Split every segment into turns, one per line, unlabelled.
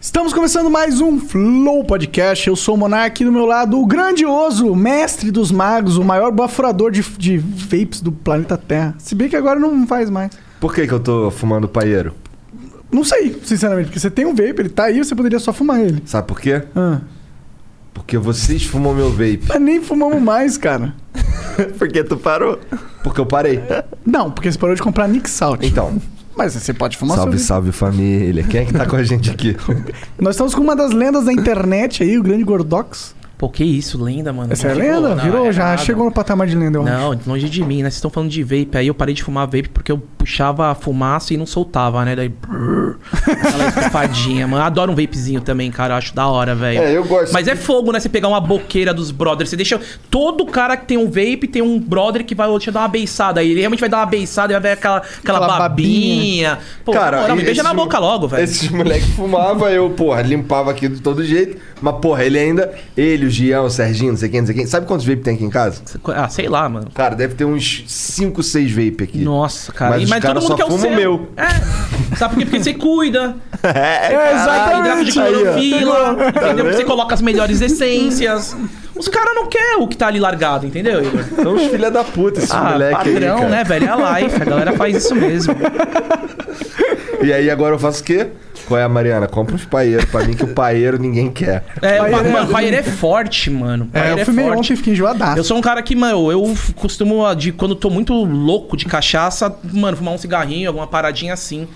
Estamos começando mais um Flow Podcast. Eu sou o Monark e do meu lado o grandioso mestre dos magos, o maior bafurador de, de vapes do planeta Terra. Se bem que agora não faz mais.
Por que, que eu tô fumando paieiro?
Não sei, sinceramente, porque você tem um vape, ele tá aí, você poderia só fumar ele.
Sabe por quê?
Ah,
Porque vocês fumam meu vape.
mas nem fumamos mais, cara.
Porque tu parou?
Porque eu parei.
Não, porque você parou de comprar Nick Salt.
Então,
Mas você pode fumar
salve,
seu...
salve família. Quem é que tá com a gente aqui?
Nós estamos com uma das lendas da internet aí, o grande Gordox.
Pô, que isso, lenda, mano.
Essa é a
Não,
lenda?
não,
Virou?
é
Já
nada.
chegou no patamar de lenda, eu acho.
Não, longe de mim, né? Vocês estão falando de vape. Aí eu parei de fumar vape porque eu puxava a fumaça e não soltava, né? Daí. brrr, Aquela estufadinha, mano. Adoro um vapezinho também, cara. Eu acho da hora, velho.
É, eu gosto.
Mas é fogo, né? Você pegar uma boqueira dos brothers. Você deixa. Todo cara que tem um vape tem um brother que vai deixa eu dar uma beiçada. Aí ele realmente vai dar uma beiçada e vai ver aquela, aquela,
Aquela
babinha. Pô, cara, moral, me
e
beija na
esses-
boca logo, velho.
Esses moleques fumavam, eu, porra, limpava aqui de todo jeito. Mas, porra, ele ainda. Ele, o Gião, o Serginho, não sei quem, não sei quem. Sabe quantos vape tem aqui em casa?
Ah, sei lá, mano.
Cara, deve ter uns 5, 6 vape aqui.
Nossa, cara.
Mas
E-
os
Mas,
cara
todo
só
mundo quer o
fuma
seu.
o meu.
É. Sabe por quê? Porque você cuida.
É,
É,
Ah, hidrato de
exatamente.
aí, ó. Tá
clorofila, entendeu?
vendo?
Você coloca as melhores essências. Os caras não querem o que tá ali largado, entendeu, Igor?
São os filha da puta esses
Ah,
moleques aí.
padrão,
cara.
né, velho? É a life, a galera faz isso mesmo.
E aí agora eu faço o quê? Qual é, Mariana? Compra uns paeiros pra mim, que o paeiro ninguém quer.
É, o
Paeiro é-
mano, Paeiro é forte, mano.
É,
Paeiro
eu fumei ontem e fiquei enjoadaço.
Eu sou um cara que, mano, eu f- costumo, ah, de, quando tô muito louco de cachaça, mano, fumar um cigarrinho, alguma paradinha assim.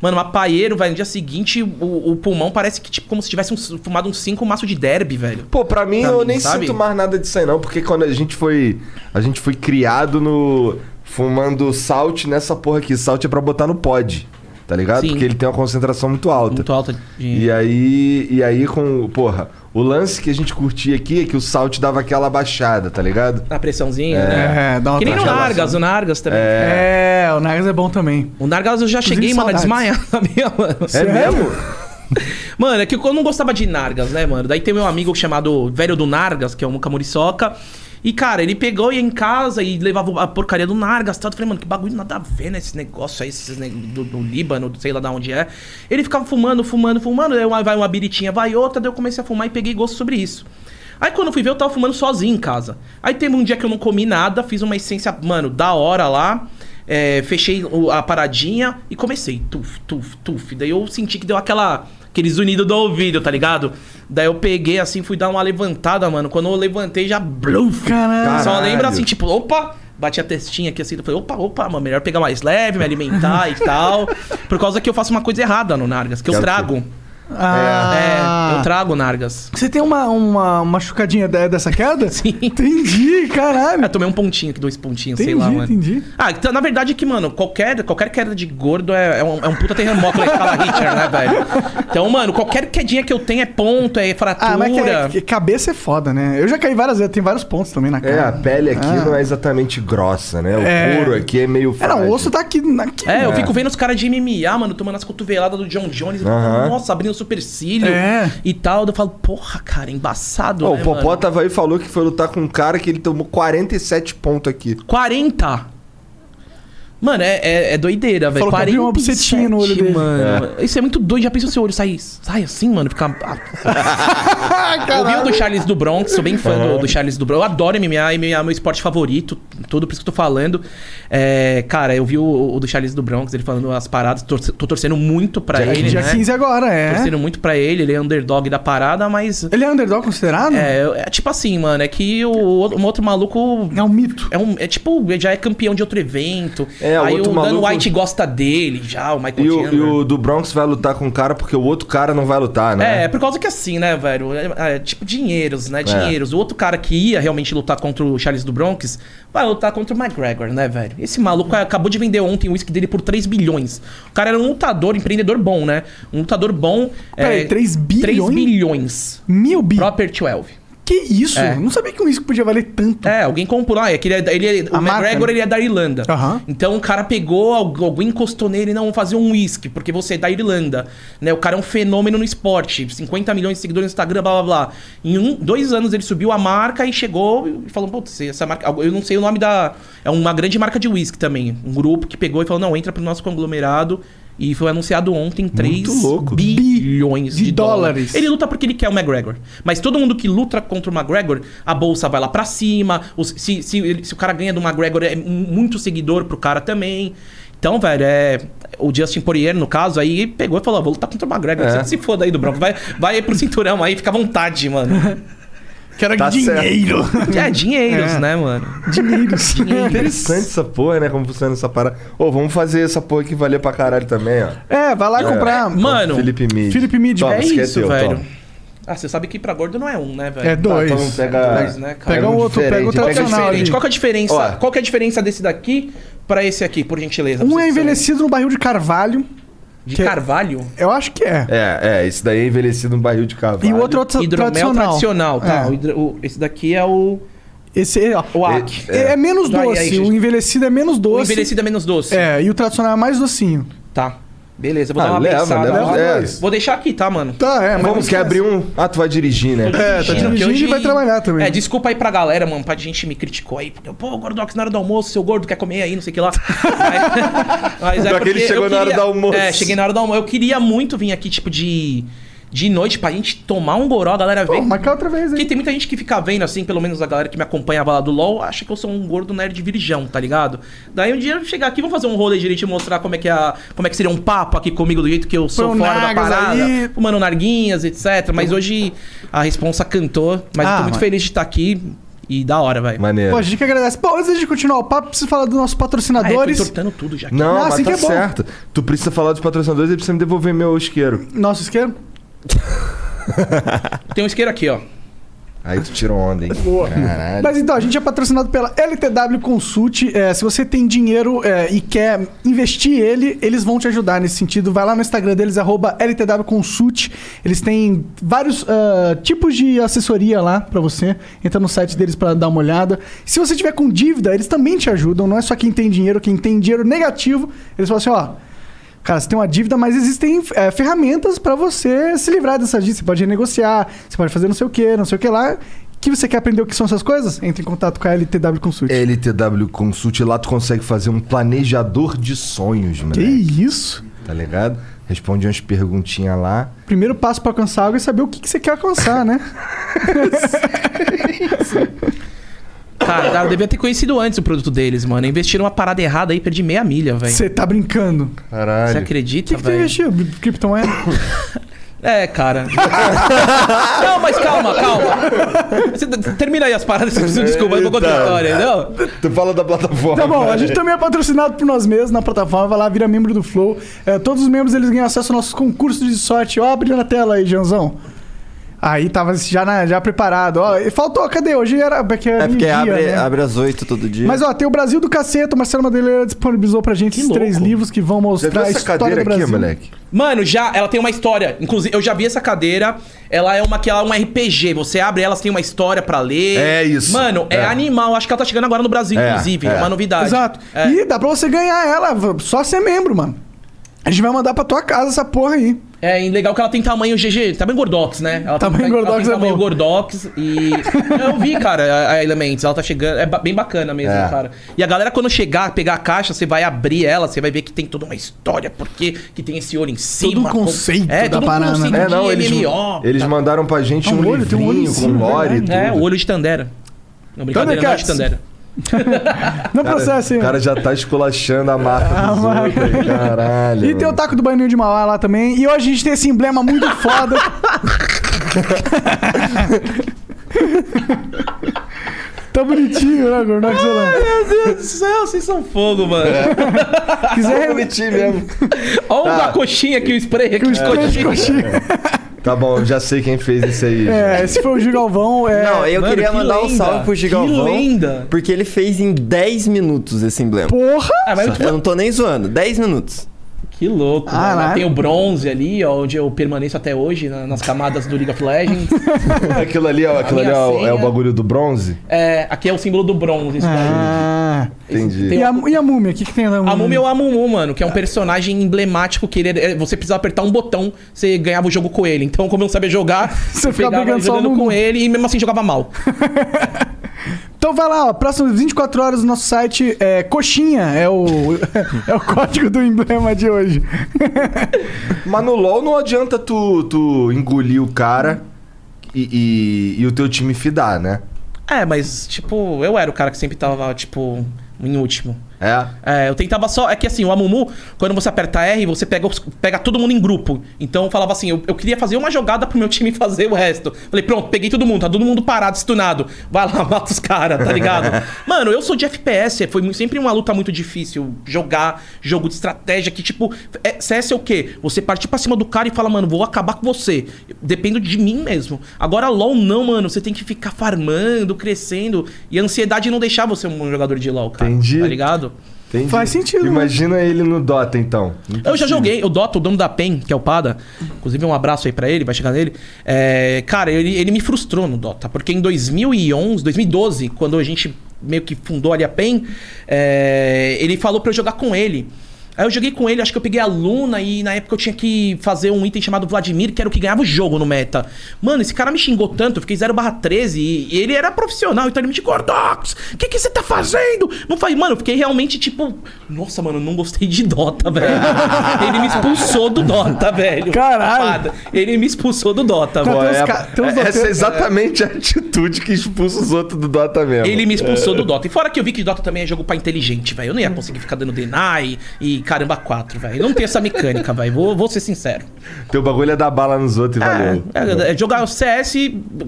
Mano, mas paeiro, velho, no dia seguinte, o, o pulmão parece que, tipo, como se tivesse um- fumado uns cinco maços de derby, velho.
Pô, pra mim
Pra
eu
mim,
nem
sabe?
sinto mais nada disso aí não, porque quando a gente foi. A gente foi criado no. fumando salt nessa porra aqui. Salt é pra botar no pod, tá ligado?
Sim. Então, é.
Porque ele tem uma concentração muito alta.
Muito alto de...
E aí. E aí com. Porra, o lance que a gente curtia aqui é que o salt dava aquela baixada, tá ligado?
A pressãozinha, né?
É, dá uma
que nem no
tranquila.
Nargas, o Nargas também.
É, o Nargas é bom também.
O Nargas eu já
Inclusive,
cheguei, mano, a
saudades.
desmaiar, sabia, mano?
É mesmo?
Mano, é que eu não gostava de Nargas, né, mano? Daí tem meu amigo chamado Velho do Nargas, que é um camuriçoca. E, cara, ele pegou e ia em casa e levava a porcaria do Nargas e tal. Eu falei, mano, que bagulho nada a ver, né? Esse negócio aí, esses ne- do, do Líbano, do- sei lá de onde é. Ele ficava fumando, fumando, fumando. Daí uma- vai uma biritinha, vai outra. Daí eu comecei a fumar e peguei gosto sobre isso. Aí quando eu fui ver, eu tava fumando sozinho em casa. Aí teve um dia que eu não comi nada, fiz uma essência, mano, da hora lá. É, fechei o- a paradinha e comecei. Tuf, tuf, tuf. Daí eu senti que deu aquela. Aqueles unidos do ouvido, tá ligado? Daí eu peguei assim, fui dar uma levantada, mano. Quando eu levantei, já. Bluf,
Caralho.
Só lembra assim, tipo, opa! Bati a testinha aqui assim, eu falei, opa, opa, mano, melhor pegar mais leve, me alimentar e tal. Por causa que eu faço uma coisa errada no Nargas, que
Que é
eu
o quê?
trago.
Ah.
É, eu trago Nargas.
Você tem uma, uma machucadinha de- dessa queda?
Sim.
Entendi, caralho.
Eu tomei um pontinho aqui, dois pontinhos, sei
Entendi,
lá, mano.
entendi.
Ah, então, na verdade é que, mano, qualquer, qualquer queda de gordo é, é um, é um puta terremoto na escala Richter, né, velho? Então, mano, qualquer quedinha que eu tenho é ponto, é fratura.
Ah, mas que- que cabeça é foda, né? Eu já caí várias vezes, tem vários pontos também na
É, a
cara. Ah.
pele aqui
Ah.
não é exatamente grossa, né? O
É.
couro aqui é meio
um
Era,
frágil.
o osso tá aqui. Na...
É, eu fico vendo os caras de MMA, ah, mano, tomando as cotoveladas do John Jones. eu falo,
Aham.
Nossa, abrindo o supercílio
É.
e tal. Eu falo, porra, cara, embaçado.
Ó,
né,
o Popó
tá-
mano?
tava aí e falou que foi lutar com um cara que ele tomou 47 pontos aqui.
40. Mano, é, é, é doideira, velho.
Falou que
47,
abriu uma bucetinha no olho dele.
mano. Isso é muito doido. Já pensa o seu olho sair sai assim, mano? Fica...
Ah,
Eu vi o do Charles do Bronx, sou bem fã do, do Charles do Bronx. Eu adoro MMA, MMA é meu esporte favorito. tudo, por isso que eu tô falando. É, cara, eu vi o, o do Charles do Bronx, ele falando as paradas, torce- tô torcendo muito pra
Dia-
ele,
Dia
né?
15 agora, é.
Torcendo muito pra ele, ele é underdog da parada, mas...
Ele é underdog considerado?
É, eu- é tipo assim, mano, é que o, outro- um outro maluco...
É um mito.
É, um, é tipo, ele já é campeão de outro evento.
É, o
aí
outro
o Dan
maluco-
White gosta dele já, o Michael
E o,
Chandler.
e o do Bronx vai lutar com o cara porque o outro cara não vai lutar, né?
É, por causa que assim, né, velho? É, é, tipo, dinheiros,
É.
né? Dinheiros. O outro cara que ia realmente lutar contra o Charles do Bronx vai lutar contra o McGregor, né, velho? Esse
Hum.
maluco acabou de vender ontem o uísque dele por 3 bilhões. O cara era um lutador, empreendedor bom, né? Um lutador bom.
Peraí, 3 bilhões?
3 bilhões.
Mil bi.
Proper 12.
Que isso?
É.
Não sabia que um uísque podia valer tanto.
É, alguém comprou. Ah, é que ele é, da- ele é- o
A marca,
McGregor
né?
ele é da Irlanda.
Aham.
Então o cara pegou, algu- alguém encostou nele, não, vamos fazer um uísque, porque você é da Irlanda. Né? O cara é um fenômeno no esporte. 50 milhões de seguidores no Instagram, blá blá blá. Em um, dois anos ele subiu a marca e chegou e falou: putz, essa marca. Eu não sei o nome da. É uma grande marca de uísque também. Um grupo que pegou e falou: não, entra pro nosso conglomerado. E foi anunciado ontem 3
louco.
bilhões
De
de,
dólares.
dólares. Ele luta porque ele quer o McGregor. Mas todo mundo que luta contra o McGregor, a bolsa vai lá pra cima. os- se, se ele- se o cara ganha do McGregor, é mu- muito seguidor pro cara também. Então, velho, é. O Justin Poirier, no caso, aí pegou e falou: "Ah, vou lutar contra o McGregor.
É.
Você que se foda aí do Bronco. Vai, vai aí pro cinturão aí, fica à vontade, mano.
Quero
Tá
dinheiro.
É, dinheiros,
É.
né, mano?
Dinheiros.
Interessante essa porra, né? Como funciona essa parada. Ô, vamos fazer essa porra aqui valer pra caralho também, ó.
É, vai lá comprar.
Mano,
Felipe Mid.
Felipe Mid,
Toma,
é
esse aqui
isso,
teu,
velho.
toma.
Ah, você sabe que pra gordo não é um, né, velho?
É dois.
Tá, então pega-
Dois, né, cara?
Pega um outro, pega o
Diferente,
Qual que é a
tradicional.
diferença?
ali.
Qual que é a diferença?
Ó.
Qual que é a diferença desse daqui pra esse aqui, por gentileza?
Um é
Vocês que são
envelhecido no barril de carvalho.
De
que- é
carvalho?
Eu acho que é.
É, é, esse daí é envelecido no barril de cavalo.
E o outro é o tra-
Hidromel
tradicional.
tradicional, tá.
É.
O hidro- o- esse daqui é o,
Esse, ó,
o AC.
é, é menos
Aí, aí,
doce.
gente.
o envelhecido é menos
O
doce.
envelhecido é menos doce.
É, e o tradicional é mais docinho.
Tá. Beleza, eu vou
Ah,
dar uma
leva,
pensada.
leva,
Vou-
é.
Vou deixar aqui, tá, mano?
Tá, é, mas.
Vamos,
não
quer
esquece.
abrir um? Ah, tu vai dirigir, né?
É, tá
Imagina,
dirigindo
porque
e vai trabalhar também.
É, desculpa aí pra galera, mano. Pra gente me criticou aí. Porque, Pô, Gordox, na hora do almoço, seu gordo quer comer aí, não sei o que lá. Mas, mas é
Pior que ele
porque eu
chegou na hora
queria-
do almoço.
É, cheguei na hora do almoço. Eu queria muito vir aqui, tipo, de, de noite pra gente tomar um goró, a galera
Pô,
vem.
mas quer outra vez,
Porque
hein?
tem muita gente que fica vendo, assim, pelo menos a galera que me acompanhava lá do LOL, acha que eu sou um gordo nerd virgão, tá ligado? Daí um dia eu chegar aqui, vamos fazer um rolê direito e mostrar como é que é, como é que seria um papo aqui comigo, do jeito que eu sou
Põe um
fora da
Nargas
parada,
aí.
fumando narguinhas, etc. Mas hoje a responsa cantou, mas eu
Ah,
tô muito
mas-
feliz de estar aqui e da hora, velho.
Maneiro.
Pô, a gente que agradece. Bom, antes de continuar o papo, preciso falar dos nossos
Ah, é, tô
patrocinadores.
entortando tudo já. aqui.
Não,
Não,
mas
assim
tá
que é bom.
certo. Tu precisa falar dos patrocinadores e precisa me devolver meu isqueiro.
Nosso esquema?
Tem um isqueiro aqui, ó.
Aí tu tirou onda, hein? Boa. Caralho.
Mas então, a gente é patrocinado pela LTW Consult. É, se você tem dinheiro é, e quer investir ele, eles vão te ajudar nesse sentido. Vai lá no Instagram deles, arroba LTW Consult. Eles têm vários ah, tipos de assessoria lá pra você. Entra no site deles pra dar uma olhada. Se você tiver com dívida, eles também te ajudam. Não é só quem tem dinheiro, quem tem dinheiro negativo. Eles falam assim, ó... Cara, você tem uma dívida, mas existem é, ferramentas pra você se livrar dessa dívida. Você pode renegociar, você pode fazer não sei o que, não sei o que lá. Que você quer aprender o que são essas coisas? Entre em contato com a LTW Consult.
LTW Consult, lá tu consegue fazer um planejador de sonhos,
Que
mano.
isso?
Tá ligado? Responde umas perguntinhas lá.
Primeiro passo pra alcançar algo é saber o que, que você quer alcançar, né?
Cara, tá, eu devia ter conhecido antes o produto deles, mano. Investiram uma parada errada aí, perdi meia milha, velho. Você
Você tá brincando. O
Caralho.
acredita,
que, que tu
velho?
investiu? Bri- Kryptonite?
É, cara. não, mas calma, calma. Você t- termina aí as paradas, vocês precisam desculpa, eu vou contar a
Então.
história, não?
Tu fala da plataforma.
Tá bom, a gente também é patrocinado por nós mesmos na plataforma. Vai lá, vira membro do Flow. É, todos os membros eles ganham acesso aos nossos concursos de sorte. Ó, brilha na tela aí, Janzão. Aí tava já, na- já preparado. Ó, e faltou, cadê? Hoje era. Porque
É porque
meio-dia,
abre,
né?
abre às 8 todo dia.
Mas ó, tem o Brasil do Caceta. O Marcelo Madeleira disponibilizou pra gente esses
louco.
três livros que vão
Já viu
mostrar a
essa
história
cadeira
do
aqui,
Brasil.
moleque?
Mano, já, ela tem uma história. Inclusive, eu já vi essa cadeira. Ela é uma que ela é um RPG. Você abre, elas têm uma história pra ler.
É isso.
Mano, é,
É.
animal. Acho que ela tá chegando agora no Brasil,
É,
inclusive.
é.
É uma novidade.
Exato.
É.
E dá pra você ganhar ela, v- só ser membro, mano. A gente vai mandar pra tua casa essa porra aí.
É, e legal que ela tem tamanho GG, tamanho gordox, né? Ela
Tamanho
tem,
gordox
ela tem
é
tamanho
bom.
gordox e eu vi, cara, a, a Elements, ela tá chegando, é ba- bem bacana mesmo,
É.
cara. E a galera quando chegar, pegar a caixa, você vai abrir ela, você vai ver que tem toda uma história, porque que tem esse ouro em cima.
um conceito
é,
da
todo um
parada,
conceito
né?
de
É, não, eles,
MMO.
eles mandaram pra gente
tá. Ah, um
um,
olho, tem um olho em
livrinho
cima,
com lore e tudo.
É, o olho de Tandera. Não, brincadeira, não é de
Thundercats.
Tandera.
Não
Cara,
processa,
o
hein?
cara já tá esculachando a marca
A
dos
marca.
outros, aí, caralho.
E tem o taco do banho de Mauá lá também. E hoje a gente tem esse emblema muito foda. tá bonitinho, né, Gornox?
Meu Deus do céu, vocês são fogo, mano.
É
Quiser
bonitinho mesmo.
Olha
Tá.
o da coxinha aqui, o spray aqui.
que os
de coxinha.
três de coxinha.
Tá bom, já sei quem fez isso aí.
É, esse foi o Gigalvão. É...
Não, eu
Mano,
queria
que
mandar
lenda,
um salve pro
que
Gigalvão.
lenda.
Porque ele fez em 10 minutos esse emblema.
Porra!
Ah, mas
Eu não tô nem zoando, 10 minutos.
que louco,
Ah,
mano.
lá.
Tem o bronze ali, ó, onde eu permaneço até hoje, na- nas camadas do League of Legends.
Aquilo ali, ó, aquilo ali é, o- é
minha
o
senha. gente.
bagulho do bronze?
É, aqui é o símbolo do bronze, isso daí.
Ah,
Entendi.
e, a, né? e a múmia? O que, que tem na múmia?
A Múmia é o Amumu, mano, que é um personagem emblemático que ele, é- você precisava apertar um botão, você ganhava o jogo com ele. Então, como eu não sabia jogar,
Você
eu
ficava brigando só
jogando
no-
com ele e mesmo assim jogava mal.
Então vai lá, ó, próximas 24 horas no nosso site é coxinha, é o, é o código do emblema de hoje.
Mas no LoL não adianta tu, tu engolir o cara e, e- e o teu time fidar, né?
É, mas, tipo, eu era o cara que sempre tava, tipo, em último.
É.
É, eu tentava só. É que assim, o Amumu, quando você aperta R, você pega, os- pega todo mundo em grupo. Então eu falava assim: eu, eu queria fazer uma jogada pro meu time fazer o resto. Falei, pronto, peguei todo mundo, tá todo mundo parado, estunado. Vai lá, mata os caras, tá ligado? Mano, eu sou de FPS, é, foi mu- sempre uma luta muito difícil jogar jogo de estratégia que, tipo, é, CS é o quê? Você partir pra cima do cara e fala, mano, vou acabar com você. Dependo de mim mesmo. Agora, LOL não, mano. Você tem que ficar farmando, crescendo. E a ansiedade não deixar você um jogador de LOL, cara.
Entendi.
Tá ligado?
Entendi.
Faz sentido, né?
Imagina ele no Dota, então.
Eu já joguei, o Dota, o dono da PEN, que é o Pada, inclusive um abraço aí pra ele, vai chegar nele. É, cara, ele, ele me frustrou no Dota, porque em 2011, 2012, quando a gente meio que fundou ali a PEN, é, ele falou pra eu jogar com ele. Aí eu joguei com ele, acho que eu peguei a Luna e na época eu tinha que fazer um item chamado Vladimir, que era o que ganhava o jogo no meta. Mano, esse cara me xingou tanto, eu fiquei 0 13 e, e ele era profissional, então ele me disse, Gordox, o que que você tá fazendo? Não faz, mano, eu fiquei realmente tipo, nossa, mano, eu não gostei de Dota, velho. ele me expulsou do Dota, velho.
Caralho.
Safado. Ele me expulsou do Dota,
Cara,
mano.
Tem
Pô,
uns
é-
ca- tem uns
é- essa
hotel-
é exatamente a atitude que expulsa os outros do Dota mesmo.
Ele me expulsou do Dota. E fora que eu vi que Dota também é jogo pra inteligente, velho. Eu não ia conseguir ficar dando deny e caramba 4, velho. Eu não tenho essa mecânica, velho. Vou, vou ser sincero.
Teu bagulho é dar bala nos outros e valeu.
É, é, é, jogar o CS,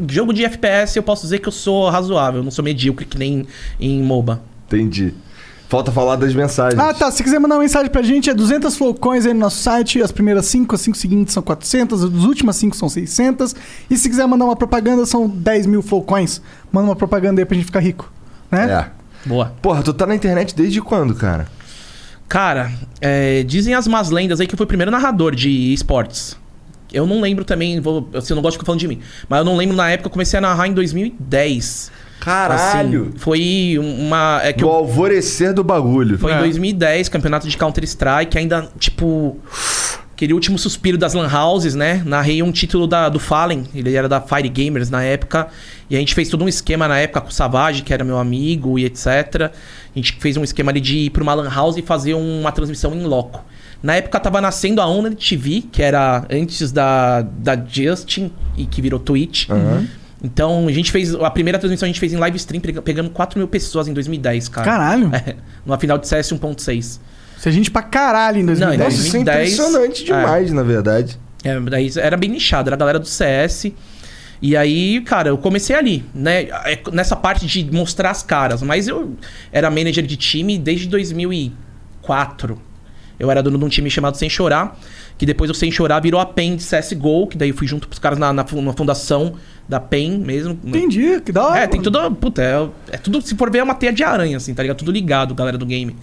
jogo de FPS, eu posso dizer que eu sou razoável, eu não sou medíocre que nem em MOBA.
Entendi. Falta falar das mensagens.
Ah, tá. Se quiser mandar uma mensagem pra gente, é 200 flocões aí no nosso site. As primeiras 5, as 5 seguintes são 400, as últimas 5 são 600. E se quiser mandar uma propaganda, são 10 mil flocões. Manda uma propaganda aí pra gente ficar rico, né?
É.
Boa.
Porra, tu tá na internet desde quando, cara?
Cara, é, dizem as más lendas aí que eu fui o primeiro narrador de esportes. Eu não lembro também, vou, assim, eu não gosto de ficar falando de mim, mas eu não lembro na época, eu comecei a narrar em 2010. Assim, foi uma. É que
Do
eu,
alvorecer do bagulho.
foi em 2010, campeonato de Counter-Strike, ainda, tipo. Aquele último suspiro das Lan Houses, né? Narrei um título da, do Fallen, ele era da Fire Gamers na época. E a gente fez todo um esquema na época com o Savage, que era meu amigo e etc. A gente fez um esquema ali de ir pra uma Lan House e fazer um, uma transmissão em loco. Na época tava nascendo a Onda TV, que era antes da, da Justin e que virou Twitch. Então a gente fez. A primeira transmissão a gente fez em live stream, pega- pegando 4 mil pessoas em 2010, cara.
Caralho.
É, numa final de CS 1.6.
Se a gente pra caralho em
Não, então em
2010.
Nossa, isso é
2010,
impressionante demais, na verdade.
É, daí era bem nichado, era a galera do CS. E aí, cara, eu comecei ali, né? É, Nessa parte de mostrar as caras. Mas eu era manager de time desde 2004. Eu era dono de um time chamado Sem Chorar, que depois o Sem Chorar virou a PEN de CSGO, que daí eu fui junto pros caras na, na fu- na fundação da PEN mesmo.
Entendi, que da hora.
É, tem
mano.
tudo. Puta, é, é tudo. Se for ver, é uma teia de aranha, assim, tá ligado? Tudo ligado, galera do game.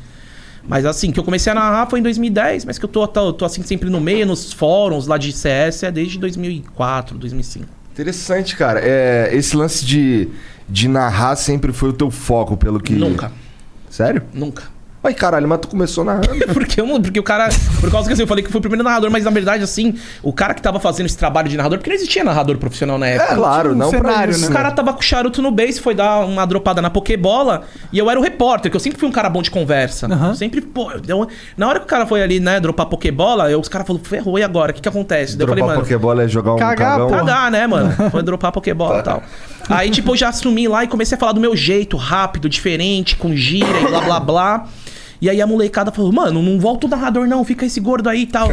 Mas assim, que eu comecei a narrar foi em 2010, mas que eu tô, tô, tô assim sempre no meio, nos fóruns lá de CS, é desde 2004, 2005.
Interessante, cara. É, esse lance de, de narrar sempre foi o teu foco, pelo que.
Nunca,
Sério?
nunca.
Ai, caralho, mas tu começou narrando.
Porque, eu, não- porque o cara. Por causa que assim, eu falei que foi o primeiro narrador, mas na verdade, assim, o cara que tava fazendo esse trabalho de narrador, porque não existia narrador profissional na época.
É, claro,
tinha um
não pra
cenário,
isso.
né?
O cara tava com o charuto no base, foi dar uma dropada na Pokébola e eu era o repórter, que eu sempre fui um cara bom de conversa. Eu Sempre, pô, eu dei uma- na hora que o cara foi ali, né, dropar Pokébola, eu, os caras falaram, ferrou, e agora? O que que acontece? Daí eu falei,
Dropar
mano,
Pokébola é jogar um
Cagar,
cagão.
porra.
cagar, né, mano? Foi dropar Pokébola e tal. Aí, tipo, eu já assumi lá e comecei a falar do meu jeito, rápido, diferente, com gira e blá blá blá. E aí a molecada falou, mano, não volta o narrador não, fica esse gordo aí e tal.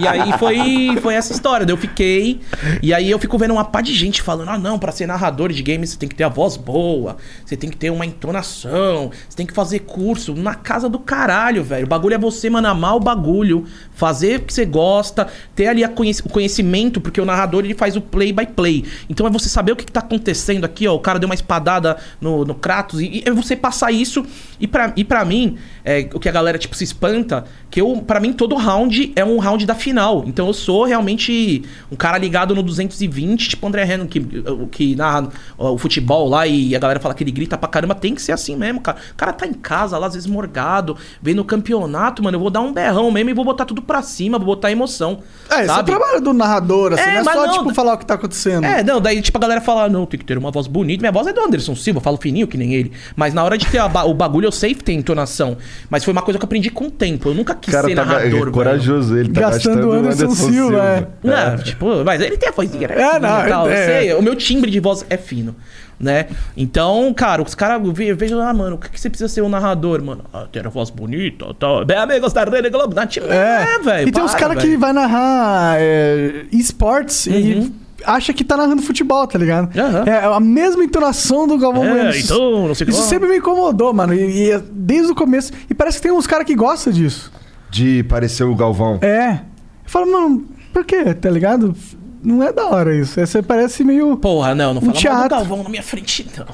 e aí foi, foi essa história, daí eu fiquei. E aí eu fico vendo uma pá de gente falando, ah não, pra ser narrador de games você tem que ter a voz boa, você tem que ter uma entonação, você tem que fazer curso na casa do caralho, velho. O bagulho é você, mano, amar o bagulho, fazer o que você gosta, ter ali a conhec- o conhecimento, porque o narrador ele faz o play by play. Então é você saber o que, que tá acontecendo aqui, ó. O cara deu uma espadada no, no Kratos, e, e é você passar isso. E pra, e pra mim, é, o que a galera tipo se espanta, que eu, pra mim, todo round é um round da final. Então eu sou realmente um cara ligado no 220, tipo André Renan, que, o que narra ó, o futebol lá e a galera fala que ele grita pra caramba. Tem que ser assim mesmo, cara. O cara tá em casa lá, às vezes morgado, vem no campeonato, mano. Eu vou dar um berrão mesmo e vou botar tudo pra cima, vou botar emoção.
É, esse é o
sabe?
trabalho do narrador, assim,
É,
não é
mas
só,
não-
tipo, falar o que tá acontecendo.
É, não, daí tipo a galera fala, não, tem que ter uma voz bonita. Minha voz é do Anderson Silva, eu falo fininho que nem ele. Mas na hora de ter a ba- o bagulho, eu sei que tem entonação. Mas foi uma coisa que eu aprendi com o tempo. Eu nunca
O
quis
cara
ser
tá
narrador, velho.
corajoso, ele tá
Gastando
gastando o
Anderson
Anderson,
Silva,
Silva.
é.
Não, tipo, mas ele tem a vozinha
É, não,
e tal, eu
é.
sei, o meu timbre de voz é fino, né? Então, cara, os caras eu ve- eu vejo, ah, mano, o que, que você precisa ser um narrador, mano? Ah, ter a voz bonita, tal. é Bem, amigos da Rede Globo, na time, é, velho.
E tem uns
para,
caras que
velho. Uhum.
vai narrar é, esportes e acha que tá narrando futebol, tá ligado?
Aham.
É a mesma entonação do Galvão
É,
Bueno.
então, não sei o que
Isso
lá.
sempre me incomodou, mano. E, e é desde o começo. E parece que tem uns caras que gostam disso.
De parecer o Galvão.
É. Eu falo, mano, por quê? Tá ligado? Não é da hora isso. É, Você parece meio.
Porra, não, não
Um
fala mal do
teatro.
Galvão na minha frente, não.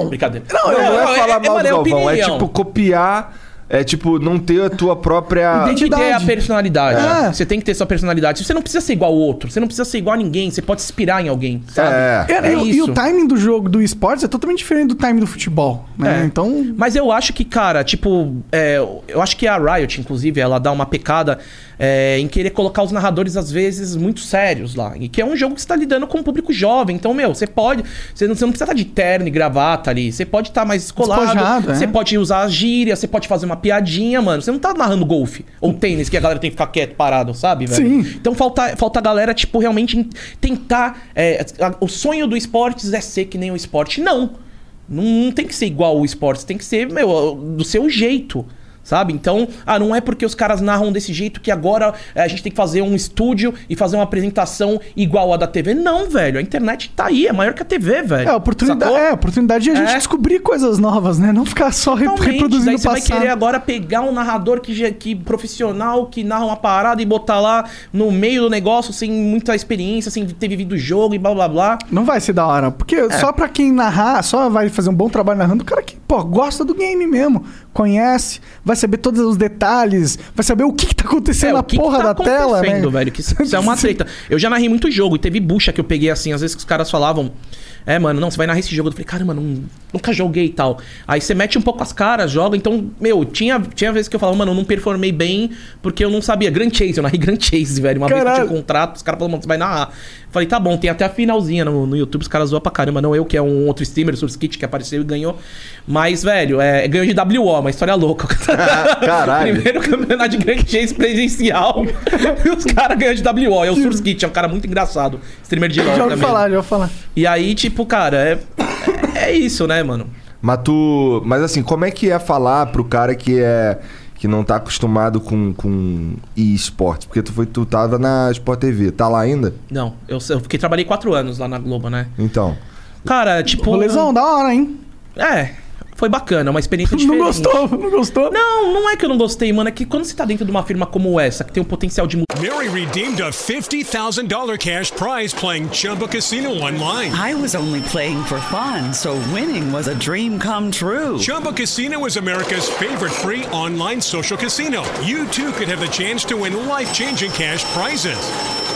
não.
Brincadeira.
Não,
Não,
é-
não é, falar mal do
mano,
Galvão, é
opinião.
tipo copiar, é tipo não ter a tua própria...
Tem que ter a
Identidade.
personalidade.
É.
Você tem que ter sua personalidade. Você não precisa ser igual ao outro. Você não precisa ser igual a ninguém. Você pode se inspirar em alguém, sabe?
É.
É,
É
e, o- e
isso.
o timing do jogo do esportes é totalmente diferente do timing do futebol, né?
É.
Então.
Mas eu acho que, cara, tipo, é, eu acho que a Riot, inclusive, ela dá uma pecada é, em querer colocar os narradores, às vezes, muito sérios lá. E que é um jogo que você tá lidando com um público jovem. Então, meu, você pode. Você não, você não precisa estar de terno e gravata ali. Você pode estar mais escolado.
Despojado, é.
Você pode usar a gíria, você pode fazer uma piadinha, mano. Você não tá narrando golfe ou tênis que a galera tem que ficar quieto, parado, sabe, velho?
Sim.
Então falta, falta a galera, tipo, realmente en- tentar. é, a- o sonho do esportes é ser que nem o esporte. Não. Não, não tem que ser igual o esportes, tem que ser, meu, do seu jeito. Sabe? Então, ah, não é porque os caras narram desse jeito que agora é, a gente tem que fazer um estúdio e fazer uma apresentação igual à da TV. Não, velho. A internet tá aí, é maior que a TV, velho.
É, a oportunidade,
Sacou?
é, a oportunidade de a gente
É.
descobrir coisas novas, né? Não ficar só re-
Totalmente.
reproduzindo
Daí
o
você vai
passado.
querer agora pegar um narrador que, já- que profissional, que narra uma parada e botar lá no meio do negócio sem muita experiência, sem ter vivido o jogo e blá blá blá.
Não vai ser da hora. Porque
É.
só pra quem narrar, só vai fazer um bom trabalho narrando, o cara que, pô, gosta do game mesmo. Conhece, vai saber todos os detalhes, vai saber o que, que tá acontecendo
o
na
que que
porra
tá
da tela, né?
acontecendo, velho, que isso, isso é uma treta. Eu já narrei muito jogo e teve bucha que eu peguei assim, às vezes que os caras falavam. É, mano, não, você vai narrar esse jogo. Eu falei, caramba, não, nunca joguei e tal. Aí você mete um pouco as caras, joga. Então, meu, tinha, tinha vezes que eu falava, mano, eu não performei bem porque eu não sabia. Grand Chase, eu narrei Grand Chase, velho. Uma vez que eu
Caralho.
tinha um contrato, os caras falaram, mano, você vai narrar. Eu falei, tá bom, tem até a finalzinha no, no YouTube, os caras zoam pra caramba. Não eu, que é um outro streamer, o Kit que apareceu e ganhou. Mas, velho, é, ganhou de WO, uma história louca.
Caralho.
Primeiro campeonato de Grand Chase presencial. e os caras ganham de WO. É o Surskit, é um cara muito engraçado. Streamer de LOL
Já ouvi
também.
falar, já ouvi falar.
E aí, tipo, cara, é, é isso, né, mano?
Mas tu. Mas assim, como é que é falar pro cara que é. que não tá acostumado com, com e-esporte? Porque tu foi, tu tava na Sport TV, tá lá ainda?
Não, eu, eu fiquei trabalhei quatro anos lá na Globo, né?
Então.
Cara, tipo.
Rolezão, da hora, hein?
É, foi bacana, uma experiência
Não
diferente.
gostou, não gostou.
Não, não é que eu não gostei, mano. É que quando você tá dentro de uma firma como essa, que tem um potencial de
Mary redeemed a $50,000 cash prize playing Chumba Casino online.
I was only playing for fun, so winning was a dream come true.
Chumba Casino is America's favorite free online social casino. You too could have the chance to win life changing cash prizes.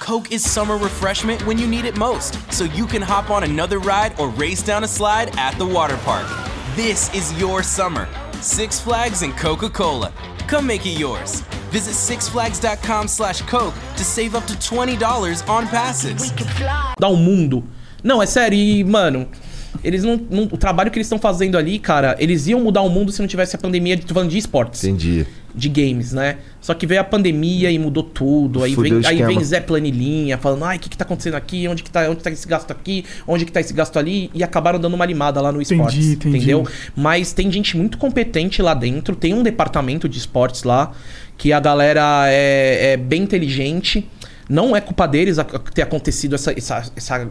Coke is summer refreshment when you need it most, so you can hop on another ride or race down a slide at the water park. This is your summer. Six Flags and Coca-Cola. Come make it yours. Visit sixflags.com slash Coke to save up to $20 on passes.
Dá o mundo. Não, é sério, e, mano, eles não, não- O trabalho que eles estão fazendo ali, cara, eles iam mudar o mundo se não tivesse a pandemia de, tô falando de esportes.
Entendi.
de games, né? Só que veio a pandemia e mudou tudo. Aí
Fudeu
vem,
o
aí
esquema.
vem Zé Planilinha falando: ai, o que, que tá acontecendo aqui? Onde que tá, onde tá esse gasto aqui? Onde que tá esse gasto ali? E acabaram dando uma limada lá no esportes.
entendi.
Entendeu? Mas tem gente muito competente lá dentro. Tem um departamento de esportes lá que a galera é, é bem inteligente. Não é culpa deles a- a- ter acontecido essa. essa, essa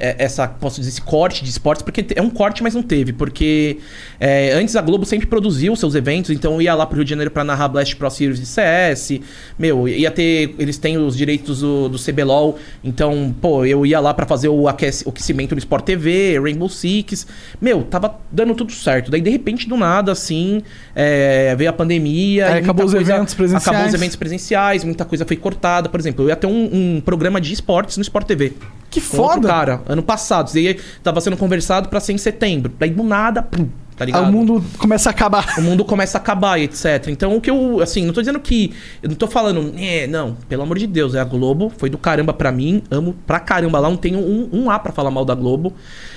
é, essa, posso dizer, esse corte de esportes, porque é um corte, mas não teve, porque é, antes a Globo sempre produziu seus eventos, então ia lá pro Rio de Janeiro pra narrar Blast Pro Series de CS, meu, ia ter, eles têm os direitos do, do CBLOL, então, pô, eu ia lá pra fazer o aquece- o aquecimento no Sport TV, Rainbow Six, meu, tava dando tudo certo, daí de repente, do nada, assim, é, veio a pandemia,
Aí
e muita
acabou os eventos presenciais.
Acabou os eventos presenciais, muita coisa foi cortada, por exemplo, eu ia ter um, um programa de esportes no Sport TV.
Que
Com outro
foda!
cara, tá ano passado. E aí tava sendo conversado pra ser em setembro. Daí do nada, pum, tá
Aí
ligado?
o mundo começa a acabar.
O mundo começa a acabar, e etc. Então, o que eu, assim, não tô dizendo que. Eu não tô falando, é, não, pelo amor de Deus, é a Globo, foi do caramba pra mim, amo pra caramba lá, não tenho um, um A pra falar mal da Globo.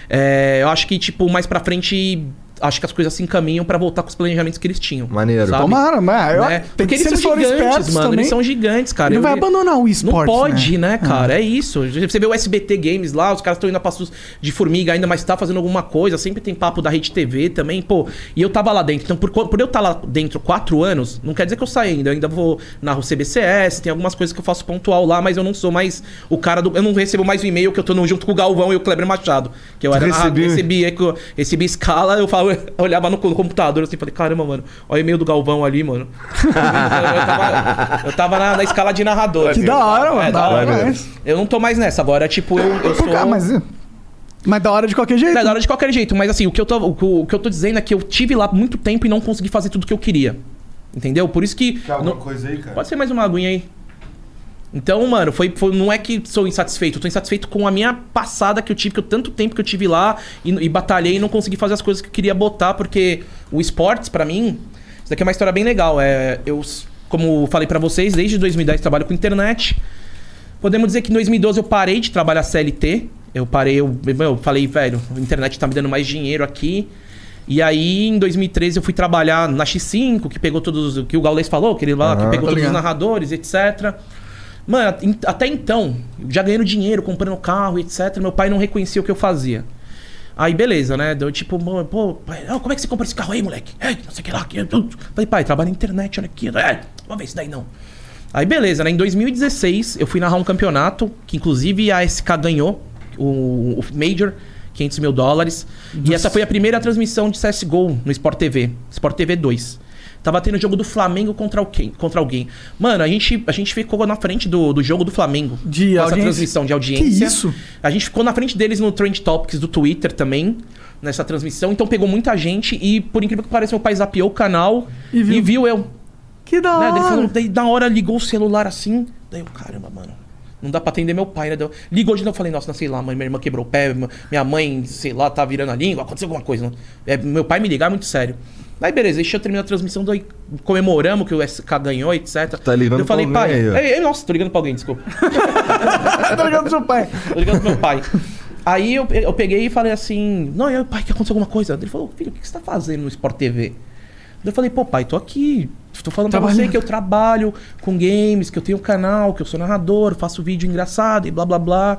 É, eu acho que, tipo, mais pra frente, acho que as coisas se encaminham pra voltar com os planejamentos que eles tinham.
Maneiro.
Tomara, mas Ah, eu-
Né?
tem
Porque
que
eles
ser
são
eles forem
gigantes,
espertos
mano.
também.
Eles são gigantes, cara.
Não vai abandonar o
Não
esporte,
pode,
né?
né, cara? É isso. Você vê o SBT Games lá, os caras estão indo a passos de formiga ainda, mas tá fazendo alguma coisa. Sempre tem papo da Rede TV também, pô. E eu tava lá dentro. Então, por, co- por eu estar lá dentro quatro anos, não quer dizer que eu saí ainda. Eu ainda vou narro CBCS, tem algumas coisas que eu faço pontual lá, mas eu não sou mais o cara do. Eu não recebo mais o e-mail que eu tô no- junto com o Galvão e o Kleber Machado. Que eu era
Recebi.
né?
recebi recebi, é que eu recebi escala, eu, falo, eu olhava no computador assim, falei, caramba, mano, olha o e-mail do Galvão ali, mano. eu tava, eu tava na, na escala de narrador.
Que da hora, mano.
É,
da hora,
hora.
mas-
Eu não tô mais nessa agora, tipo, eu, eu sou...
Ah, mas... mas da hora de qualquer jeito.
É, da hora de qualquer jeito, mas assim, o que, eu tô, o, que eu- o que eu tô dizendo é que eu tive lá muito tempo e não consegui fazer tudo que eu queria. Entendeu? Por isso que. não-
coisa aí, cara?
Pode ser mais uma aguinha aí. Então, mano, foi, foi- não é que sou insatisfeito, eu tô insatisfeito com a minha passada que eu tive, que eu tanto tempo que eu tive lá e, e batalhei e não consegui fazer as coisas que eu queria botar, porque o esportes, pra mim, isso daqui é uma história bem legal. É, eu, como falei pra vocês, desde 2010 trabalho com internet. Podemos dizer que em 2012 eu parei de trabalhar CLT. Eu parei, eu, eu falei, velho, a internet tá me dando mais dinheiro aqui. E aí, em 2013, eu fui trabalhar na X5, que pegou todos os. que o Gaules falou, que ele lá, que pegou todos os narradores, etc. Mano, at- in- até então, já ganhando dinheiro, comprando carro, etc. Meu pai não reconhecia o que eu fazia. Aí, beleza, né? Deu tipo, mo- pô, pai, ó, como é que você comprou esse carro aí, moleque? É, não sei o que lá. Que... Falei, pai, trabalha na internet, olha aqui. É, vamos ver isso daí não. Aí, beleza, né? Em 2016, eu fui narrar um campeonato, que inclusive a SK ganhou, o, o Major, 500 mil dólares. E essa foi a primeira transmissão de CSGO no Sport TV, Sport TV 2. Tava tendo o jogo do Flamengo contra alguém. Contra alguém. Mano, a gente, a gente ficou na frente do, do jogo do
De
Flamengo. com essa
audiência?
transmissão de audiência.
Que isso?
A gente ficou na frente deles no Trend Topics do Twitter também, nessa transmissão. Então pegou muita gente e, por incrível que pareça, meu pai zapeou o canal
E
e
viu.
viu, eu.
Que da
Né?
hora.
Daí, falou- daí, na hora ligou o celular assim. Daí eu, caramba, mano. Não dá pra atender meu pai, né? Daí eu- Ligou de novo, eu falei, nossa, não sei lá, mãe, minha irmã quebrou o pé, m- minha mãe, sei lá, tá virando a língua, aconteceu alguma coisa. Né? É, meu pai me ligar é muito sério. Daí beleza, deixa eu terminar a transmissão, daí comemoramos que o SK ganhou, etc.
Tá ligando
eu falei,
pra
pai.
alguém aí, ó.
ei, ei, nossa, tô ligando pra alguém, desculpa.
tá ligado pro seu pai.
Tô ligando pro meu pai. Aí eu, eu peguei e falei assim: Não, e aí, pai, que aconteceu alguma coisa? Ele falou: Filho, o que você tá fazendo no Sport TV? Eu falei: Pô, pai, tô aqui. Tô falando pra você que eu trabalho com games, que eu tenho um canal, que eu sou narrador, faço vídeo engraçado e blá blá blá.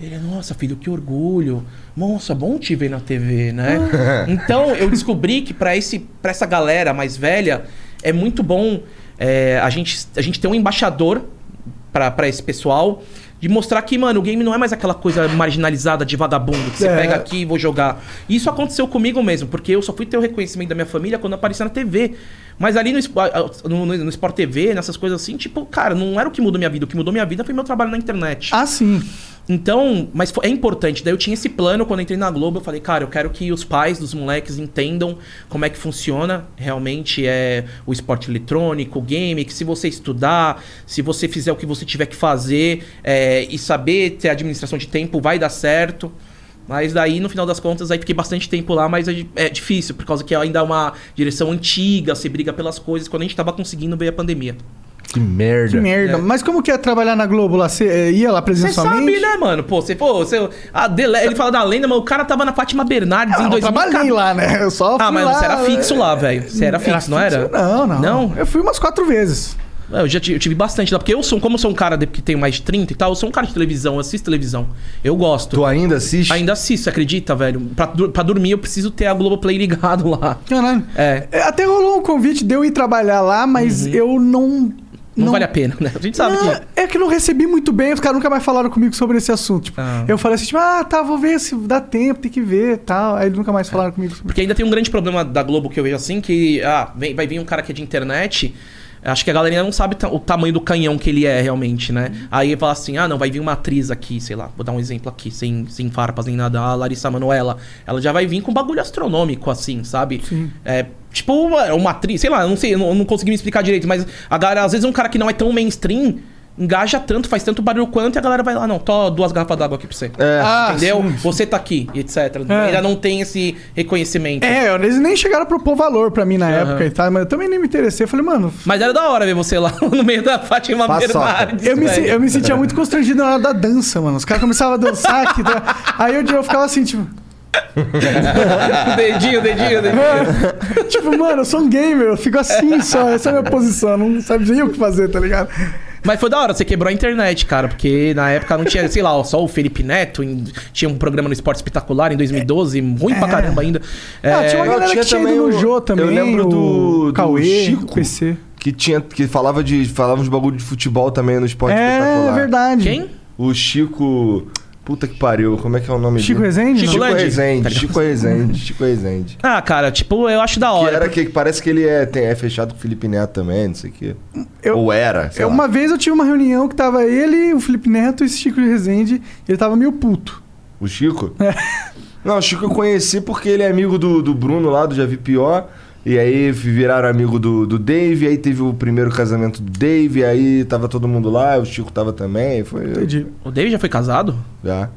Ele, nossa, filho, que orgulho. Nossa, bom te ver na TV, né? então, eu descobri que pra esse- pra essa galera mais velha, é eh, muito bom é, a, gente, a gente ter um embaixador pra pra esse pessoal De mostrar que, mano, o game não é mais aquela coisa marginalizada de vagabundo que você
É.
pega aqui e vou jogar. Isso aconteceu comigo mesmo, porque eu só fui ter o reconhecimento da minha família quando eu apareci na TV. Mas ali no, Espo- ah, ah, no, no- no Sport TV, nessas coisas assim, tipo, cara, não era o que mudou minha vida. O que mudou minha vida foi meu trabalho na internet.
Ah, sim.
Então, mas fo- é importante. Daí eu tinha esse plano quando eu entrei na Globo. Eu falei, cara, eu quero que os pais dos moleques entendam como é que funciona realmente é o esporte eletrônico, o game. Que se você estudar, se você fizer o que você tiver que fazer é, e saber ter administração de tempo, vai dar certo. Mas daí, no final das contas, aí fiquei bastante tempo lá, mas é di- é difícil, por causa que ainda é uma direção antiga, você briga pelas coisas. Quando a gente tava conseguindo, veio a pandemia.
Que merda.
Que merda. Mas como que é trabalhar na Globo lá? Você eh, ia lá
Você
presencialmente?
sabe, né, mano? Pô, você, pô, você, a Dele- ele fala da lenda, mas o cara tava na Fátima Bernardes
Ah,
em
eu
2014.
trabalhei lá, né? Eu só fui
Ah, mas
lá,
você era
eh,
fixo lá, velho. Você era fixo, não era?
Não, não.
Não?
Eu fui umas quatro vezes.
É, Eu já ti- eu tive bastante lá, porque eu sou, como eu sou um cara de- que tem mais de 30 e tal, eu sou um cara de televisão, eu assisto televisão. Eu gosto.
Tu ainda assiste?
Ainda assisto, você acredita, velho? Pra, dur- pra dormir eu preciso ter a Globoplay ligado lá.
Caralho.
É.
Eh, Até rolou um convite de eu ir trabalhar lá, mas eu não.
Não, vale a pena, né? A gente sabe
Não,
que.
é que eu não recebi muito bem, os caras nunca mais falaram comigo sobre esse assunto. Tipo,
Ah.
Eu falei assim, tipo, ah, tá, vou ver se dá tempo, tem que ver tal. Aí eles nunca mais falaram comigo sobre
Porque ainda tem um grande problema da Globo que eu vejo assim, que ah, vem- vai vir um cara que é de internet. Acho que a galera ainda não sabe ta- o tamanho do canhão que ele é realmente, né? Aí fala assim, ah, não, vai vir uma atriz aqui, sei lá, vou dar um exemplo aqui, sem, sem farpas nem nada, a Larissa Manoela. Ela já vai vir com bagulho astronômico, assim, sabe? É, tipo, uma, uma atriz, sei lá, eu não sei, eu não, eu não consegui me explicar direito, mas a galera, às vezes um cara que não é tão mainstream engaja tanto, faz tanto barulho quanto, e a galera vai lá, não, tô duas garrafas d'água aqui pra você.
Ah,
Entendeu? Você tá aqui, etc. Ainda não tem esse reconhecimento.
É, eles nem chegaram a propor valor pra mim na época e tal, mas eu também nem me interessei. Eu falei, mano,
Mas era da hora ver você lá no meio da Fátima
Paçoca.
Bernardes.
eu me, se-
velho.
eu me
É.
sentia muito constrangido na hora da dança, mano. Os caras começavam a dançar aqui. tá? Aí eu, eu ficava assim, tipo,
dedinho, dedinho, dedinho.
mano, tipo, mano, eu sou um gamer, eu fico assim só, essa é a minha posição, não sabe nem o que fazer, tá ligado?
Mas foi da hora, você quebrou a internet, cara, porque na época não tinha, sei lá, ó, só o Felipe Neto, em- tinha um programa no Esporte Espetacular em 2012, ruim pra caramba ainda.
Ah,
É,
tinha uma galera
tinha
que tinha
também
ido no
o-
Jô também.
eu lembro do-
o
do
Cauê,
Chico.
o PC.
Que, tinha, que falava de falava uns bagulho de futebol também no esporte
É,
espetacular.
verdade.
Quem?
O Chico. Puta que pariu, como é que é o nome
Chico
dele?
Rezende?
Chico
Chico
Landi?
Rezende,
Tá ligado?
Chico Rezende, Chico Rezende.
Ah, cara, tipo, eu acho da
Que
hora.
era que parece que ele é, tem- é fechado com o Felipe Neto também, não sei o quê.
Eu-
Ou era. sei
Eu,
lá.
uma vez eu tive uma reunião que tava ele, o Felipe Neto e esse Chico de Rezende. Ele tava meio puto.
O Chico?
É.
Não, o Chico eu conheci porque ele é amigo do, do Bruno lá, do Já Vi Pior. E aí viraram amigo do, do Dave, aí teve o primeiro casamento do Dave, aí tava todo mundo lá, o Chico tava também, foi...
Entendi.
O David já foi casado?
Já.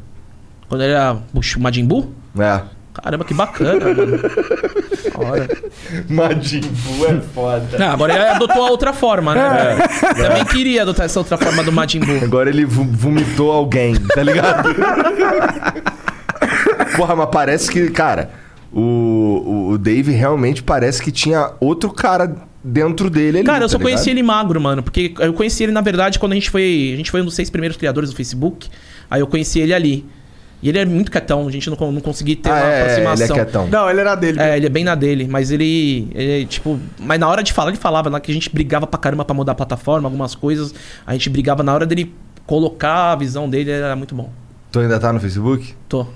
Quando ele era o Majin Buu?
É.
Caramba, que bacana, mano. Da hora.
Majin Buu é foda.
Não, agora ele adotou a outra forma, né?
É.
velho? Também queria adotar essa outra forma do Majin Buu.
Agora ele vo- vomitou alguém, tá ligado? Porra, mas parece que, cara, o, o, o Dave realmente parece que tinha outro cara dentro dele ali,
Cara, eu
tá
só
ligado?
conheci ele magro, mano, porque eu conheci ele, na verdade, quando a gente foi. A gente foi um dos seis primeiros criadores do Facebook. Aí eu conheci ele ali. E ele é muito quietão, a gente não, con- não consegui ter
Ah,
uma
é, é, ele é
aproximação.
quietão.
Não, ele era dele.
É, ele é bem na dele, mas ele, ele, tipo, mas na hora de falar ele falava, lá que a gente brigava pra caramba pra mudar a plataforma, algumas coisas, a gente brigava na hora dele colocar a visão dele, era muito bom.
Tu ainda tá no Facebook?
Tô.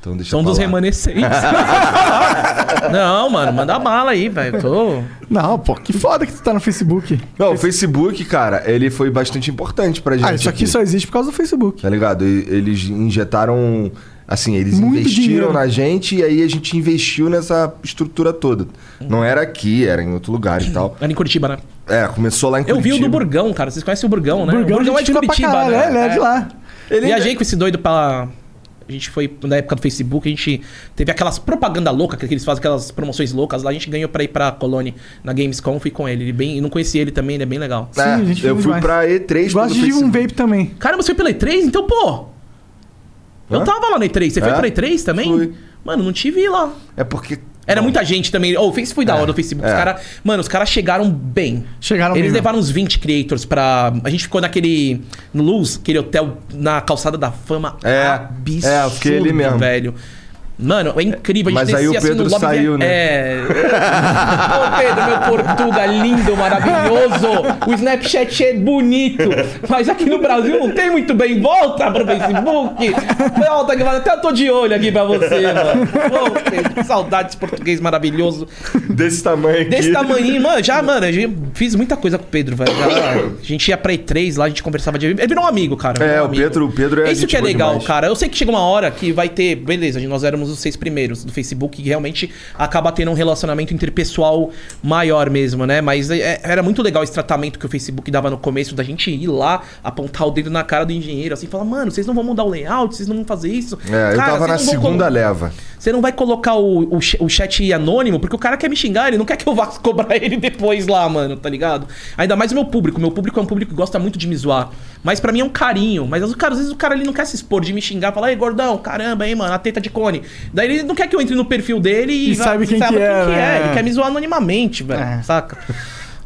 Então deixa
São
pra
dos
lá.
remanescentes. não, mano, manda bala aí, velho. Tô.
Não, pô, que foda que tu tá no Facebook.
Não, o Facebook, cara, ele foi bastante importante pra gente.
Ah, isso aqui só existe por causa do Facebook.
Tá ligado? E- Eles injetaram. Assim, eles
Muito
investiram
dinheiro.
na gente e aí a gente investiu nessa estrutura toda. Não era aqui, era em outro lugar e tal.
Era em Curitiba, né?
É, começou lá em
Eu vi o do
Curitiba.
Burgão, cara. Vocês conhecem o Burgão, né?
Burgão,
o Burgão
a gente fica pra caralho,
né?
é, ele é de lá.
Ele
Viajei com esse doido pra. A gente foi na época do Facebook, a gente teve aquelas propaganda louca que eles fazem, aquelas promoções loucas lá. A gente ganhou pra ir pra Colônia na Gamescom, fui com ele. ele bem, eu não conhecia ele também, ele é bem legal.
Sim, a gente
eu
viu
fui
demais.
pra E3
Gosto
pelo
de um
Facebook.
vape também.
Caramba, você foi pela E3? Então, pô! Eu
Hã?
tava lá na E3. Você foi
É?
pela E3 também?
Fui.
Mano, não tive lá.
É porque.
Era muita gente também. Oh, o Facebook foi da hora do Facebook. Os
é.
cara, mano, os caras chegaram bem.
Chegaram
Eles
bem, né?
levaram uns 20 creators pra. A gente ficou naquele. No Luz, aquele hotel na calçada da fama.
É, é, eu fiquei ali mesmo.
velho. Mano, é incrível.
Mas aí o Pedro
lobby-
saiu, né?
É. Ô, Pedro, meu Portuga lindo, maravilhoso. O Snapchat é bonito. Mas aqui no Brasil não tem muito bem. Volta pro Facebook. Volta que vai- até eu tô de olho aqui pra você, mano. Ô, Pedro, que saudade desse português maravilhoso.
Desse tamanho aqui.
Desse tamanhinho, mano, já, mano, eu já fiz muita coisa com o Pedro, velho. Já- a gente ia pra E3 lá, a gente conversava de. Ele virou um amigo, cara.
É,
virou um
o
amigo.
Pedro- o Pedro é
Isso
gente
que é
boa
legal,
demais.
cara. Eu sei que chega uma hora que vai ter. Beleza, nós éramos os seis primeiros do Facebook que realmente acaba tendo um relacionamento interpessoal maior mesmo, né? Mas é- era muito legal esse tratamento que o Facebook dava no começo da gente ir lá, apontar o dedo na cara do engenheiro, assim, falar, mano, vocês não vão mudar o layout, vocês não vão fazer isso.
É, eu
Cara,
tava na
vocês não um- vão
segunda
colo-
leva.
você não vai colocar o, o, ch- o chat anônimo, porque o cara quer me xingar, ele não quer que eu vá cobrar ele depois lá, mano, tá ligado? Ainda mais o meu público. Meu público é um público que gosta muito de me zoar. Mas pra mim é um carinho. Mas às cara- às vezes o cara ele não quer se expor de me xingar, falar, ei, gordão, caramba, aí, mano, a teta de cone. Daí ele não quer que eu entre no perfil dele e,
E sabe quem que é, né?
Ele quer me zoar anonimamente, velho,
É.
saca?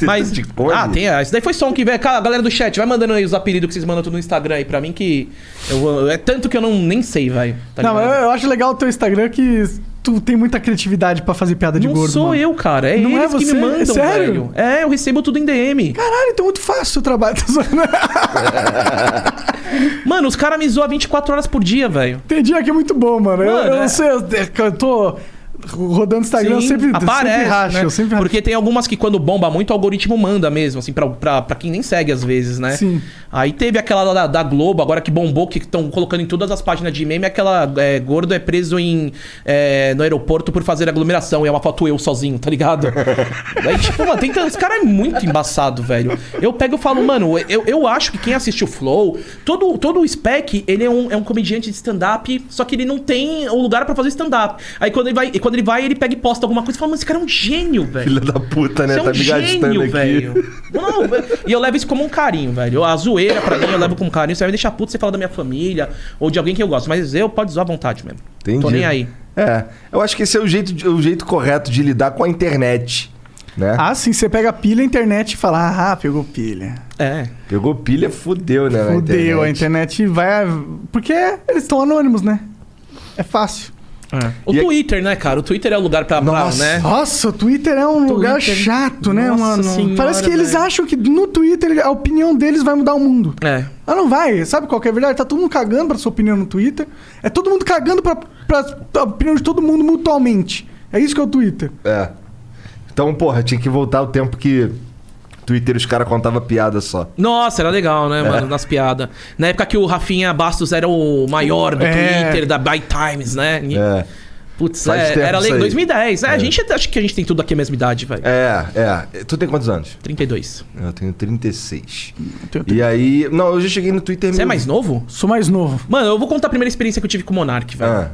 Mas.
de cone?
Ah, tem. é, Isso daí foi som que vem. Cara, a galera do chat, vai mandando aí os apelidos que vocês mandam tudo no Instagram aí pra mim que. eu vou- é tanto que eu não nem sei, velho. tá
não, mas
ligado?
eu, eu acho legal o teu Instagram que tu tem muita criatividade pra fazer piada de
não
gordo.
sou
mano.
eu, cara. É
Não é
eles que
você?
me mandam,
É sério?
velho. É, eu recebo tudo em DM.
Caralho, então muito fácil o trabalho. Tô zoando.
Mano, os caras me zoam 24 horas por dia, velho.
Tem dia que é muito bom, mano. eu,
Mano,
eu não
é.
sei, eu, eu tô rodando Instagram,
Sim,
eu sempre, sempre racho,
né?
eu sempre racho.
Porque tem algumas que quando bomba muito, o algoritmo manda mesmo, assim, pra, pra, pra quem nem segue às vezes, né?
Sim.
Aí teve aquela da, da Globo, agora que bombou, que estão colocando em todas as páginas de meme, aquela é, gordo é preso em, é, no aeroporto por fazer aglomeração. E é uma foto eu sozinho, tá ligado? Daí, tipo, mano, tem tanto- Esse cara é muito embaçado, velho. Eu pego e falo, mano, eu, eu acho que quem assiste o Flow, todo, todo o spec, ele é um, é um comediante de stand-up, só que ele não tem o lugar pra fazer stand-up. Aí quando ele vai, e quando ele vai, ele pega e posta alguma coisa e fala, mano, esse cara é um gênio, velho.
Filha da puta, né?
Você é um
tá me gastando
gênio,
aqui.
velho. Não, e eu levo isso como um carinho, velho. A zoeira pra mim eu levo como carinho. Você vai me deixar puto, você fala da minha família ou de alguém que eu gosto. Mas eu pode zoar à vontade mesmo.
Entendi.
Tô nem aí.
É. Eu acho que esse é o jeito, de- o jeito correto de lidar com a internet. Né?
Ah, sim, você pega pilha, a internet e fala, ah, pegou pilha.
É.
Pegou pilha, fudeu, né? na
Fudeu, a internet vai. Porque eles estão anônimos, né? É fácil.
O
E-
Twitter, né, cara? O Twitter é o lugar pra, pra,
Nossa.
né?
Nossa, o Twitter é um lugar chato, né,
Nossa
mano?
senhora,
Parece que eles
velho.
acham que no Twitter a opinião deles vai mudar o mundo.
É.
Ah, não vai. Sabe qual que é a verdade? Tá todo mundo cagando pra sua opinião no Twitter. É todo mundo cagando pra, pra, pra opinião de todo mundo mutualmente. É isso que é o Twitter.
É. Então, porra, tinha que voltar ao tempo que Twitter os caras contavam piada só.
Nossa, era legal,
É.
né, mano? Nas piadas. Na época que o Rafinha Bastos era o maior do
É.
Twitter, da By Times, né? E-
É.
Putz,
Faz
é,
tempo
era
isso
legal.
aí.
2010. É, a gente acho que a gente tem tudo aqui a mesma idade, velho.
É, é. Tu tem quantos anos?
32.
Eu tenho 36. E aí. Não, eu já cheguei no Twitter
Você é mais novo?
Sou mais novo.
Mano, eu vou contar a primeira experiência que eu tive com o Monark, velho.
Ah.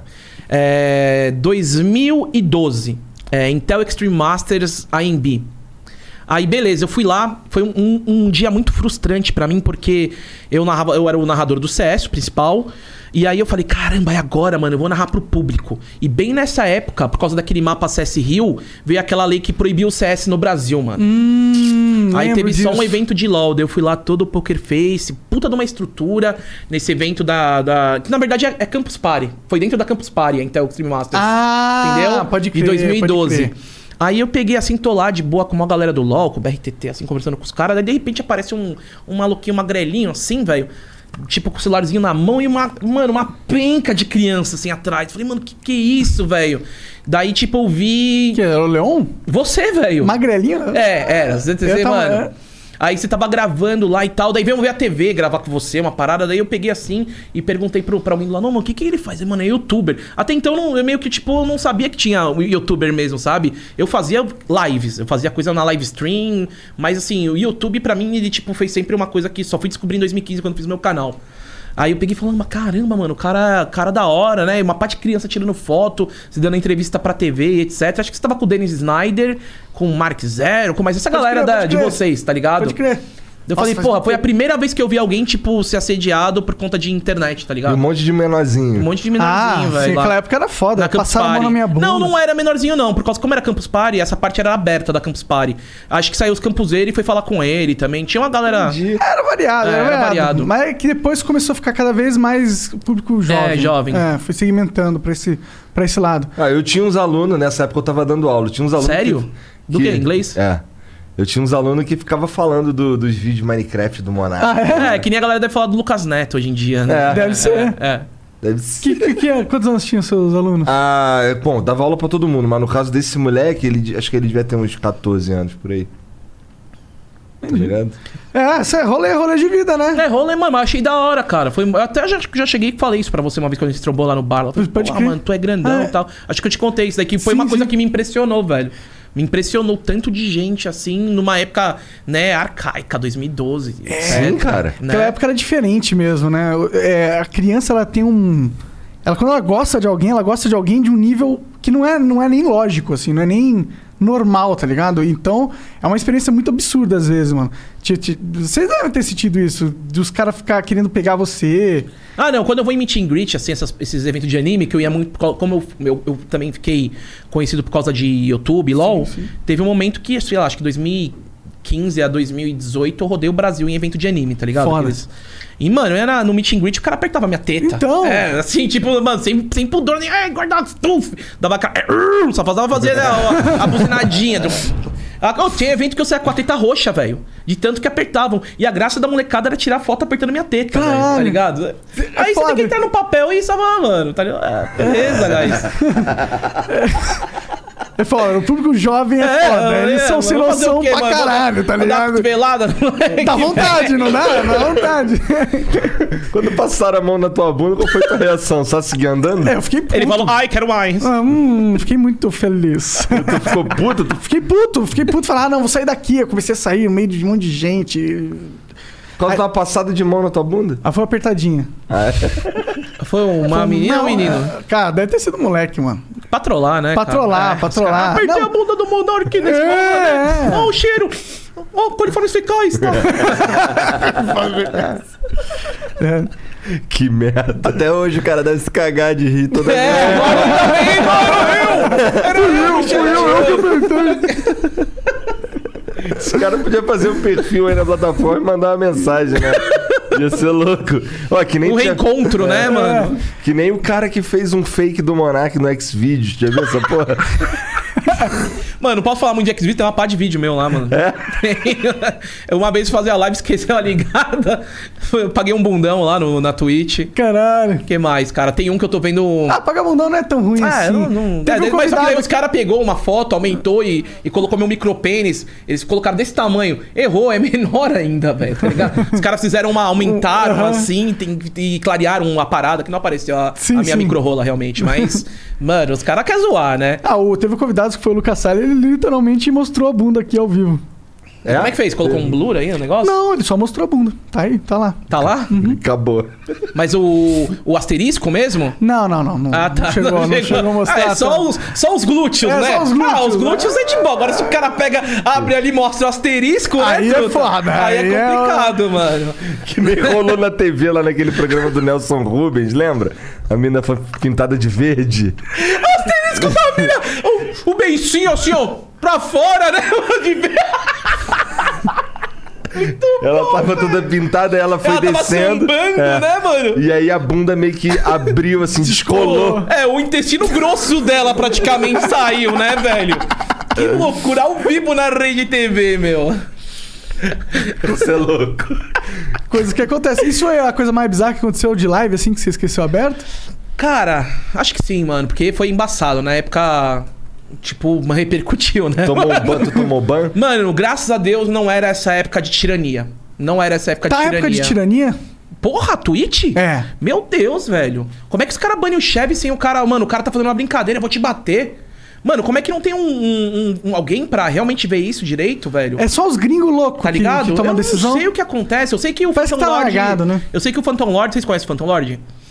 É, 2012. é, Intel Extreme Masters AMB. Aí, beleza, eu fui lá. Foi um, um- um dia muito frustrante pra mim, porque eu narrava, eu era o narrador do CS, principal. E aí eu falei, caramba, é agora, mano, eu vou narrar pro público. E bem nessa época, por causa daquele mapa CS Rio, veio aquela lei que proibiu o CS no Brasil, mano. Aí
Hum, lembro
teve só
disso.
um evento de LOL, daí eu fui lá todo poker face, puta de uma estrutura nesse evento da. da- que na verdade é, é Campus Party. Foi dentro da Campus Party, então o Stream Masters.
Ah,
entendeu?
pode crer,
Em 2012.
pode crer.
Aí eu peguei assim, tô lá de boa com uma galera do LOL, com o BRTT, assim, conversando com os caras. Daí de repente aparece um, um maluquinho, um magrelinho, assim, velho. Tipo, com o celularzinho na mão e uma, mano, uma penca de criança, assim, atrás. Falei, mano, que que é isso, velho? Daí, tipo, eu vi.
Que é? era o Leon?
Você, velho.
Magrelinha?
É, era. Você, você,
Eu tava-
mano.
é.
Aí você tava gravando lá e tal, daí veio ver a TV gravar com você, uma parada, daí eu peguei assim e perguntei pro, pra alguém lá, não, mano, o que que ele faz? Ele, Mano, é youtuber. Até então eu não- eu meio que, tipo, eu não sabia que tinha um youtuber mesmo, sabe? Eu fazia lives, eu fazia coisa na live stream, mas assim, o YouTube pra mim, ele, tipo, fez sempre uma coisa que só fui descobrir em 2015 quando fiz meu canal. Aí eu peguei falando, mas caramba, mano, o cara, cara da hora, né? Uma parte de criança tirando foto, se dando entrevista pra TV e etc. Acho que você tava com o Dennis Snyder, com o Mark Zero, com mais essa
Pode
galera
crer,
da-
pode
de
crer.
vocês, tá ligado?
Pode crer.
Eu falei, porra, foi a primeira vez que eu vi alguém, tipo, ser assediado por conta de internet,
E um
tá ligado?
monte de menorzinho.
Um monte de
Ah,
menorzinho,
sim,
velho. lá.
naquela época era foda.
Na Campus
Passaram a mão
Party.
na minha bunda.
Não, não era menorzinho, não. Por causa como era Campus Party, essa parte era aberta da Campus Party. Acho que saiu os campuseiros e foi falar com ele também. Tinha uma galera.
Era variado,
É,
era,
era
variado.
variado.
Mas é que depois começou a ficar cada vez mais público jovem.
jovem.
É, foi segmentando pra esse, pra esse lado.
Ah, eu tinha uns alunos, nessa época eu tava dando aula. Tinha uns alunos.
Sério?
Que,
Do quê? Inglês?
É. Eu tinha uns alunos que ficava falando do- dos vídeos Minecraft do Monark.
É, que nem a galera deve falar do Lucas Neto hoje em dia, né?
É.
Ah, Deve ser.
É.
Deve ser.
Que, que, que é? Quantos anos tinham seus alunos?
Ah, é, bom, dava aula pra todo mundo, mas no caso desse moleque, ele, acho que ele devia ter uns 14 anos por aí. Tá ligado?
É, isso é rolê, rolê de vida, né?
É, rolê, mano, mas achei da hora, cara. Foi, eu até já, já cheguei e falei isso pra você uma vez quando a gente trombou lá no bar. Ela falou,
Pode
"Pô,
crer.
mano, tu é grandão
Ah,
e
é.
tal. Acho que eu te contei isso daqui. Foi
Sim,
uma coisa
sim.
que me impressionou, velho. Me impressionou tanto de gente, assim, numa época, né, arcaica, 2012.
É,
etc,
Sim, cara.
né?
Naquela época era diferente mesmo, né? É, a criança, ela tem um... Ela, quando ela gosta de alguém, ela gosta de alguém de um nível que não é, não é nem lógico, assim. Não é nem normal, tá ligado? Então, é uma experiência muito absurda, às vezes, mano. Ti- ti- Vocês devem ter sentido isso. Dos caras ficar querendo pegar você.
Ah, não, quando eu vou em meet and greet, assim, essas- esses eventos de anime, que eu ia muito. por cau- Como eu, eu, eu também fiquei conhecido por causa de YouTube, LOL, teve um momento que, sei lá, acho que 2015 a 2018 eu rodei o Brasil em evento de anime, tá ligado?
Foda.
E, mano, eu era no meet and greet, o cara apertava minha teta.
Então.
É, assim, tipo, mano, sem, sem pudor, nem. Ai, guarda tuf! Dava aquela. "Arr", Só fazia fazer né, a, a buzinadinha. do- Ah, Eu tinha evento que eu saía com a teta roxa, velho. De tanto que apertavam. E a graça da molecada era tirar foto apertando minha teta, velho, tá
Caralho. é
ligado? Aí você
foda.
tem que entrar no papel e salvar, mano. Tá ligado? É, beleza, guys.
É foda, o público jovem é, foda. Eles são sem
mano, né? vou fazer
noção
o quê,
pra
mano? Vou dar-
caralho, tá
vou dar uma
ligado?
cotovelada no moleque.
Dá vontade, não dá? Dá vontade.
Quando passaram a mão na tua bunda, qual foi tua reação? Só seguir andando?
É, eu fiquei puto.
Ele falou, ai, quero mais.
Ah, hum, fiquei muito feliz.
Tu ficou puto? Tu
Fiquei puto, fiquei puto. Falar, ah, não, vou sair daqui. Eu comecei a sair no meio de um monte de gente.
ficou uma passada de mão na tua bunda?
Aí foi uma apertadinha.
Foi uma menina ou um
Não,
menino?
ah, Cara, deve ter sido moleque, mano.
Patrolar, né?
Patrolar,
cara? É,
patrolar.
os caras, Apertei
Não.
a bunda do Monark nesse
É,
momento, né?
é.
Ó, o cheiro. Ó, coliformes fecais. Tá?
É.
Que merda.
Até hoje o cara deve se cagar de rir toda vez.
É, agora também, mano. Eu! Era eu, gente.
Esse cara podia fazer um perfil aí na plataforma e mandar uma mensagem, né? Ia ser louco. Ó, que nem
Um
tinha- É,
reencontro,
É.
né, mano?
Que nem o cara que fez um fake do Monark no Xvideos. Já viu essa porra?
Mano, não posso falar um muito de Xvideos, tem uma pá de vídeo meu lá, mano. É? uma vez fazer a live, esqueceu a ligada. Eu paguei um bundão lá no, na Twitch.
Caralho.
que mais, cara? Tem um que eu tô vendo.
Ah, vagabundão não é tão ruim
Ah,
assim.
não, não.
Teve
É,
um
mas só que daí
convidado
os caras pegou uma foto, aumentou e, e colocou meu micropênis. Eles colocaram desse tamanho. Errou, é menor ainda, velho, tá ligado? os caras fizeram uma, aumentaram
Aham.
assim tem- e clarearam a parada, que não apareceu a,
Sim,
a minha
sim.
microrola realmente. Mas, mano, os caras querem zoar, né?
Ah, o, teve um convidado que foi o Lucas Salles, ele literalmente mostrou a bunda aqui ao vivo.
Como é que fez? Colocou um blur aí no negócio?
Não, ele só mostrou a bunda. Tá aí, tá lá.
Tá lá?
Acabou.
Mas o, o asterisco mesmo?
Não, não, não. não
Ah, tá.
Não chegou, não chegou, a mostrar.
Ah, é
tá.
só os, só os glúteos,
É,
né?
só os glúteos,
ah, os
né?
glúteos é de boa. Agora se o cara pega, abre ali, mostra o asterisco,
Aí
né,
é
truta?
foda,
Aí,
aí
é
é-
complicado, mano.
Que nem rolou na TV lá naquele programa do Nelson Rubens, lembra? A mina foi pintada de verde.
Asterisco da mina, o, o beicinho assim, ó, pra fora, né? De ver.
Ela tava toda pintada, ela foi
Ela tava
descendo.
sambando,
é.
né, mano?
E aí a bunda meio que abriu, assim, descolou.
É, o intestino grosso dela praticamente saiu, né, velho?
É.
Que loucura, ao vivo na rede TV, meu.
Você é louco.
Coisas que acontecem. Isso foi a coisa mais bizarra que aconteceu de live, assim, que você esqueceu aberto?
Cara, acho que sim, mano, porque foi embaçado. Na época, tipo, repercutiu, né?
Tomou um banho, tu tomou banho?
Mano, graças a Deus não era essa época de tirania. Não era essa época
Tá
de
na
tirania.
época de tirania?
Porra, Twitch?
É.
Meu Deus, velho. Como é que os caras banem o chefe sem o cara. Mano, o cara tá fazendo uma brincadeira, eu vou te bater. Mano, como é que não tem um, um- um- um- alguém pra realmente ver isso direito, velho?
É só os gringos loucos
Tá ligado?
que, que tomam
eu
decisão.
não sei o que acontece. Eu sei que o
Parece que
Phantom
tá
Lord.
largado, né?
Eu sei que o Phantom Lord. Vocês conhecem o Phantom Lord?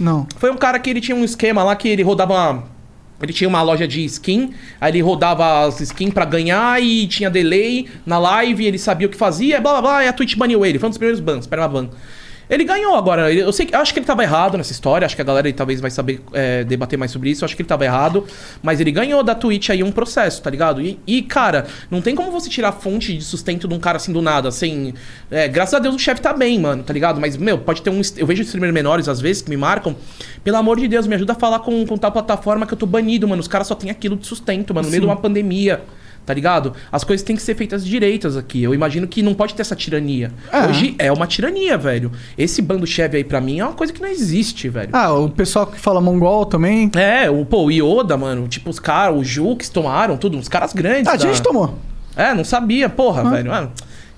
Não.
Foi um cara que ele tinha um esquema lá que ele rodava. uma- Ele tinha uma loja de skin, aí ele rodava as skins pra ganhar e tinha delay na live, ele sabia o que fazia, blá blá blá, e a Twitch baniu ele. Foi um dos primeiros bans, perma ban. Ele ganhou agora. ele- Eu sei que eu acho que ele tava errado nessa história, acho que a galera aí talvez vai saber é, debater mais sobre isso, eu acho que ele tava errado, mas ele ganhou da Twitch aí um processo, tá ligado? E, e, cara, não tem como você tirar a fonte de sustento de um cara assim do nada, assim. é, graças a Deus o chefe tá bem, mano, tá ligado? Mas, meu, pode ter um. est- Eu vejo streamers menores às vezes que me marcam. Pelo amor de Deus, me ajuda a falar com, com tal plataforma que eu tô banido, mano. Os caras só tem aquilo de sustento, mano, no meio de uma pandemia. Tá ligado? As coisas têm que ser feitas direitas aqui. Eu imagino que não pode ter essa tirania. Hoje é uma tirania, velho. Esse bando chefe aí, pra mim, é uma coisa que não existe, velho.
Ah, o pessoal que fala mongol também.
É, o, pô, o Yoda, mano. Tipo, os caras, o Jukes tomaram, tudo. Uns caras grandes.
Ah, A
da-
gente tomou.
É, não sabia, porra, velho. Ah,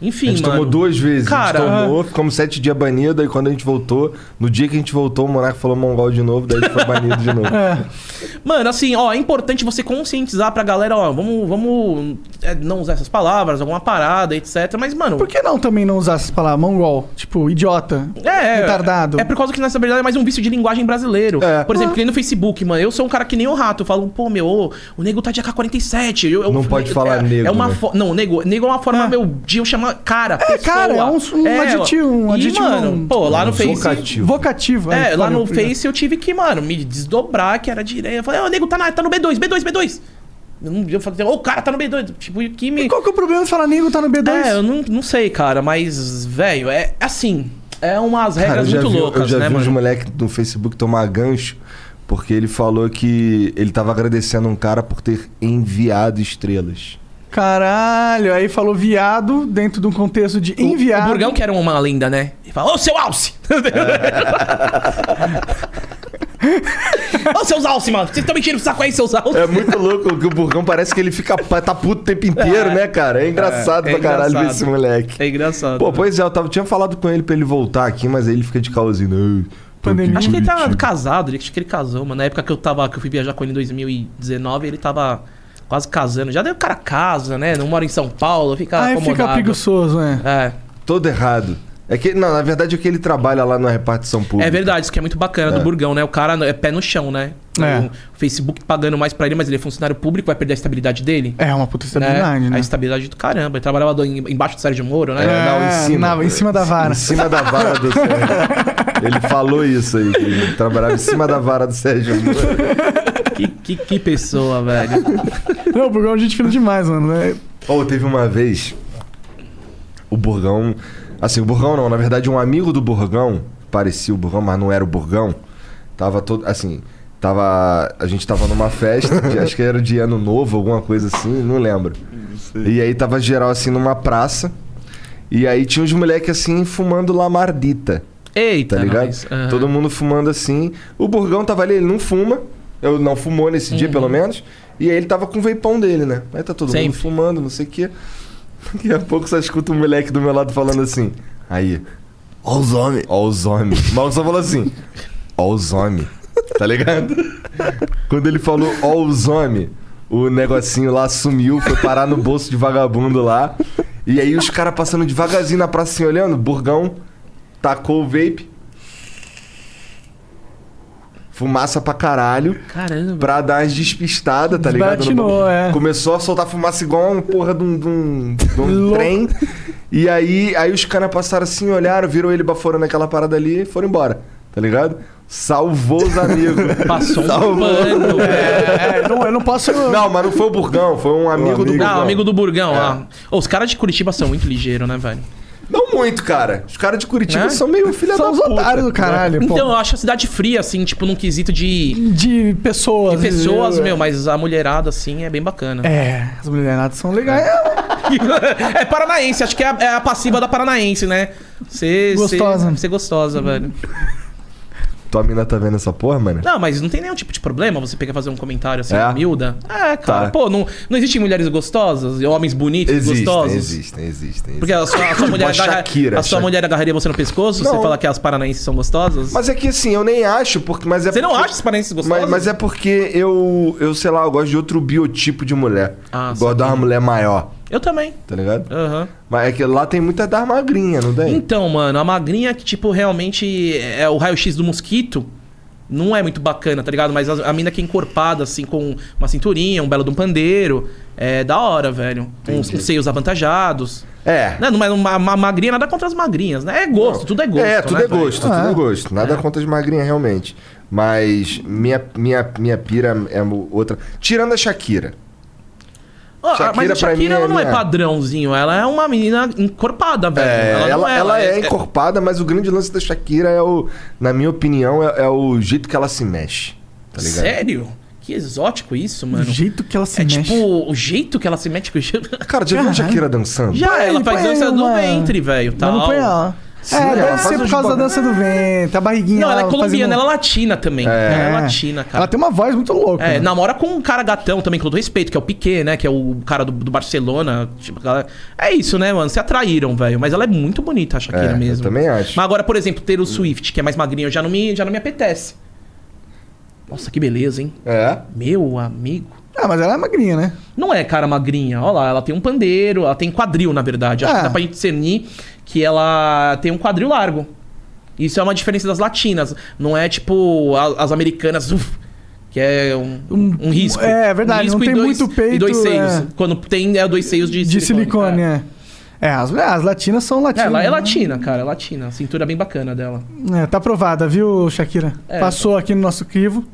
enfim,
A gente
mano.
tomou duas vezes.
Cara,
a gente tomou, ficamos sete dias banido, aí quando a gente voltou, no dia que a gente voltou, o Monarca falou mongol de novo, daí a gente foi banido de novo.
Mano, assim, ó, é importante você conscientizar pra galera, ó, vamos, vamos é, não usar essas palavras, alguma parada, etc. Mas, mano.
Por que não também não usar essas palavras? Mongol. Tipo, idiota.
É,
Retardado. É.
é por causa que nessa verdade é mais um vício de linguagem brasileiro. Por exemplo, que nem no Facebook, mano. Eu sou um cara que nem o rato. Eu falo, pô, meu, ô, o nego tá de AK-47. Eu, eu-
Não pode
é-
falar
é, É
nego,
uma
né?
fo- Não, nego, nego é uma forma, meu, de eu chamar cara.
É, cara, é um- um adjetivo, um
e,
adjetivo,
Mano,
um-
pô, lá no Face.
Vocativo.
Vocativo.
É,
Aí,
lá
falei,
no
obrigado.
Face eu tive que, mano, me desdobrar, que era direito. Eu falei, ô, nego, tá, na, tá no B2, B2, B2. Eu, não- eu falei, ô, o cara tá no B2. Tipo, que me...
E qual que é o problema de falar nego tá no B2?
É, eu não, não sei, cara, mas, velho, é assim, é umas
Cara, eu
regras
já
muito
vi,
loucas,
eu já
né,
vi uns
mano?
moleques no Facebook tomar gancho porque ele falou que ele tava agradecendo um cara por ter enviado estrelas.
Caralho, aí falou viado dentro de um contexto de
O-
enviado.
O Burgão que era uma lenda, né? Ele fala, ô, seu alce! Ô, seus alce, mano, vocês estão mentindo pro saco aí, seus alce.
É muito louco que o Burgão parece que ele fica pa- tá puto o tempo inteiro, né, cara? É engraçado
É, é
pra caralho ver
engraçado.
esse moleque.
É engraçado.
Pô, pois é, eu tava, tinha falado com ele pra ele voltar aqui, mas aí ele fica de calzinho.
Pandemia.
Acho que ele tá
tava.
casado, acho que ele casou, mano. Na época que eu tava, que eu fui viajar com ele em 2019, ele tava quase casando. Já deu o cara casa, né? Não mora em São Paulo, fica
aí
tá acomodado.
fica preguiçoso, né?
É.
Todo errado. É que, não, na verdade é que ele trabalha lá na repartição pública.
É verdade, isso que é muito bacana do Burgão, né? O cara é pé no chão, né?
É.
O Facebook pagando mais pra ele, mas ele é funcionário público, vai perder a estabilidade dele.
É uma puta estabilidade,
né?
né?
A estabilidade do caramba. Ele trabalhava do- embaixo do Sérgio Moro, né?
É, não, em
É,
cima.
na- em cima da vara.
Em cima da vara do Sérgio. Ele falou isso aí, que ele trabalhava em cima da vara do Sérgio. Moro.
Que, que, que pessoa, velho.
Não, o Burgão é gente fina demais, mano. né?
Ou teve uma vez, o Burgão... Assim, o Burgão não, na verdade um amigo do Burgão, parecia o Burgão, mas não era o Burgão, tava todo, assim... Tava. A gente tava numa festa, de- acho que era de ano novo, alguma coisa assim, não lembro. E aí tava geral assim numa praça. E aí tinha uns moleques assim fumando lamardita.
Eita,
tá ligado?
nós. né? Aham.
Todo mundo fumando assim. O Burgão tava ali, ele não fuma. Eu não fumou nesse dia, pelo menos. E aí ele tava com o veipão dele, né? Aí tá todo mundo
Sempre.
fumando, não sei o quê. Daqui a pouco só escuta um moleque do meu lado falando assim. Aí. Ó os homens. Ó os homens. O maluco só falou assim. Ó os homens. Tá ligado? Quando ele falou ó os homens, o negocinho lá sumiu, foi parar no bolso de vagabundo lá. E aí os caras passando devagarzinho na praça assim, olhando, Burgão tacou o vape. Fumaça pra caralho.
Caramba.
Pra dar as despistadas, tá ligado?
Desbatinou,
No-
é.
Começou a soltar fumaça igual uma porra de um, de um- de um
Louco.
trem. E aí, aí os caras passaram assim, olharam, viram ele baforando aquela parada ali e foram embora, tá ligado? Salvou os amigos.
Passou um pano, velho.
É, não, eu não posso.
Não, mas não foi o Burgão, foi um amigo, do É.
Ah,
Burgão.
amigo do Burgão, ah. Ô, os caras de Curitiba são muito ligeiros, né, velho?
Não muito, cara. Os caras de Curitiba
Né?
são meio filha
São
da
os
puta. tá
otários do
É
caralho, pô.
Então, eu acho a cidade fria, assim, tipo, num quesito de,
de pessoas.
de pessoas,
é.
entendeu?
meu, mas a mulherada, assim, é bem bacana.
É, as mulheradas são legais. É
É paranaense, acho que é a, é a passiva da paranaense, né? Ser
Gostosa.
Ser, ser gostosa, velho.
Tua mina tá vendo essa porra, mano?
Não, mas não tem nenhum tipo de problema você pegar e fazer um comentário assim,
É?
humilda. É, cara.
Tá.
Pô, não, não existem mulheres gostosas e homens bonitos e
Existem,
gostosos?
existem, existem.
Porque a sua, a sua mulher,
a
agarra-
Shakira,
a sua
Shak-
mulher agarraria você no pescoço? Você
Não.
fala que as paranaenses são gostosas?
Mas é que assim, eu nem acho, porque. Mas é
você não
porque-
acha as paranaenses gostosas?
Mas, mas é porque eu, eu, sei lá, eu gosto de outro biotipo de mulher.
Ah,
Eu gosto de uma mulher maior,
Eu também.
tá ligado?
Aham.
Mas é que lá tem muita das magrinha, não tem?
Então, mano, a magrinha que, tipo, realmente é o raio-x do mosquito. Não é muito bacana, tá ligado? Mas a, a mina que é encorpada, assim, com uma cinturinha, um belo de um pandeiro. É da hora, velho. Uns, uns seios avantajados.
É.
Né? Não é uma, uma magrinha, nada contra as magrinhas, né? É gosto, tudo é gosto.
É, tudo
né,
é gosto, tudo é gosto. Nada contra as magrinhas, realmente. Mas minha, minha, minha pira é mo- outra. Tirando a Shakira.
Ó,
Shakira,
mas a
pra mim,
Shakira ela
é
não é
minha-
padrãozinho, ela é uma menina encorpada, velho.
É, ela,
não
ela, é,
ela
encorpada, mas o grande lance da Shakira é o. Na minha opinião, é, é o jeito que ela se mexe. Tá ligado?
Sério? Que exótico isso,
Do
mano.
jeito que ela se
é
mexe.
tipo o jeito que ela se mete com o
Cara, já viu a
Caralho.
Shakira dançando?
Já,
Põe,
Ah, ela faz
põe
dança do
uma-
ventre, velho.
Mas
Tal.
não põe ela. é,
ela
deve
faz
ser por
uns
causa da
bagulho-
dança do vento, a barriguinha.
Não, ela é
fazendo-
colombiana, ela é latina também. Ela é latina, cara.
Ela tem um- uma voz muito louca.
É,
né?
namora com um cara gatão também, com todo respeito, que é o Piquet, né? Que é o cara do, do Barcelona. Tipo, galera- é isso, né, mano? Se atraíram, velho. Mas ela é muito bonita, a Shakira
É, eu
mesmo.
também acho.
Mas agora, por exemplo, ter o Swift, que é mais magrinho, já não me, já não me apetece. Nossa, que beleza, hein?
É.
Meu amigo.
Ah, mas ela é magrinha, né?
Não é cara magrinha. Olha lá, ela tem um pandeiro, ela tem quadril, na verdade. Acho
Ah.
que dá pra gente discernir que ela tem um quadril largo. Isso é uma diferença das latinas. Não é tipo a- as americanas, uf, que é um, um, risco.
é, é verdade,
Um risco
não
e
tem
dois-
muito
E dois
peito,
seios.
é.
Quando tem, é dois seios de,
De silicone, é. É, as, é, as latinas são
É,
latinas.
ela é
né?
latina, cara, é latina. A cintura é bem bacana dela.
É, tá aprovada, viu, Shakira?
É.
Passou aqui no nosso crivo.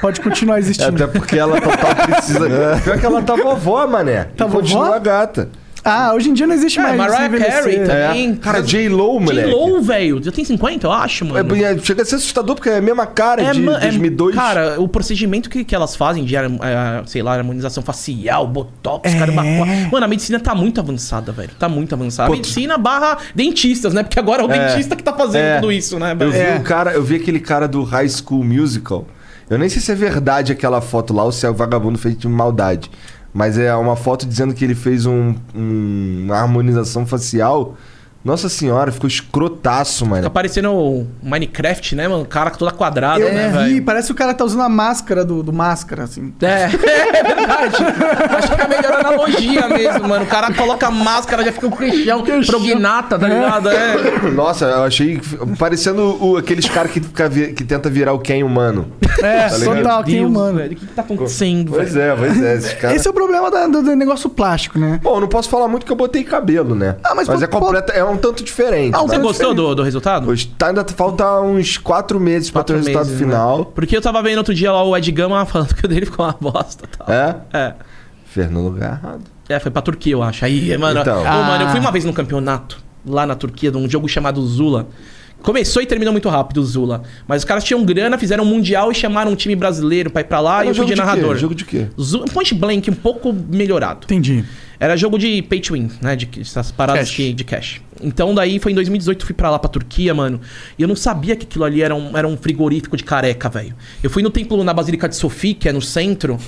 Pode continuar
É,
existindo.
Até porque ela total precisa. Pior que ela tá vovó, mané.
É. Tá
E Continua
vovó?
gata.
Ah, hoje em dia não existe
É,
mais.
Mariah
envelhecer.
Carey tá
É.
também.
Cara, J-Lo, moleque.
J-Lo, velho. Já tem 50, eu acho, mano.
É, é, chega a ser assustador porque é a mesma cara de
ma-
2002.
Cara, o procedimento que, que elas fazem de, harm- eh, sei lá, harmonização facial,
É.
botox, caramba. Mano, a medicina tá muito avançada, velho. Tá muito avançada.
Pô,
a medicina barra dentistas, né? Porque agora é o
É.
dentista que tá fazendo
É.
tudo isso, né?
Eu
velho?
vi,
É.
um cara, eu vi aquele cara do High School Musical. Eu nem sei se é verdade aquela foto lá ou se é o vagabundo feito de maldade. Mas é uma foto dizendo que ele fez um, um- uma harmonização facial. Nossa senhora, ficou escrotaço,
Fica
mano.
parecendo o Minecraft, né, mano? Cara toda quadrada,
É. Eu
né,
vi,
velho?
parece que o cara tá usando a máscara do, do máscara, assim.
É, é verdade. Acho que é a melhor analogia mesmo, mano. O cara coloca a máscara, já fica um queixão, prognata, tá ligado? É.
Nossa, eu achei que- parecendo o- aqueles caras que, fica vi- que tenta virar o Ken humano.
É,
Tá ligado?
total, quem
Deus,
humano.
velho, O que, que tá acontecendo, velho?
Pois é, pois é. Esses caras...
Esse é o problema da- do, do negócio plástico, né?
Bom, eu não posso falar muito que eu botei cabelo, né?
Ah, mas
é
pô-
completa, é um tanto diferente.
Ah, um
né?
Você
tanto
gostou do, do resultado?
Pois tá, ainda falta uns quatro meses pra ter o
Quatro
resultado
meses, né?
final.
Porque eu tava vendo outro dia lá o Ed Gama falando que o dele ficou uma bosta e tal.
É?
É.
Fez no lugar errado.
É, foi pra Turquia, eu acho. Aí, mano.
Então.
ô,
Ah.
mano, eu fui uma vez num campeonato lá na Turquia, num jogo chamado Zula. Começou e terminou muito rápido o Zula. Mas os caras tinham grana, fizeram um mundial e chamaram um time brasileiro pra ir pra lá
Era
e eu
jogo
fui
de
de
quê?
narrador.
Jogo de quê?
Zula, point blank, um pouco melhorado.
Entendi.
Era jogo de pay to win, né? De, essas paradas
Cash.
Que, de cash. Então daí foi em 2018, fui pra lá, pra Turquia, mano. E eu não sabia que aquilo ali era um, era um frigorífico de careca, velho. Eu fui no templo na Basílica de Sofia, que é no centro.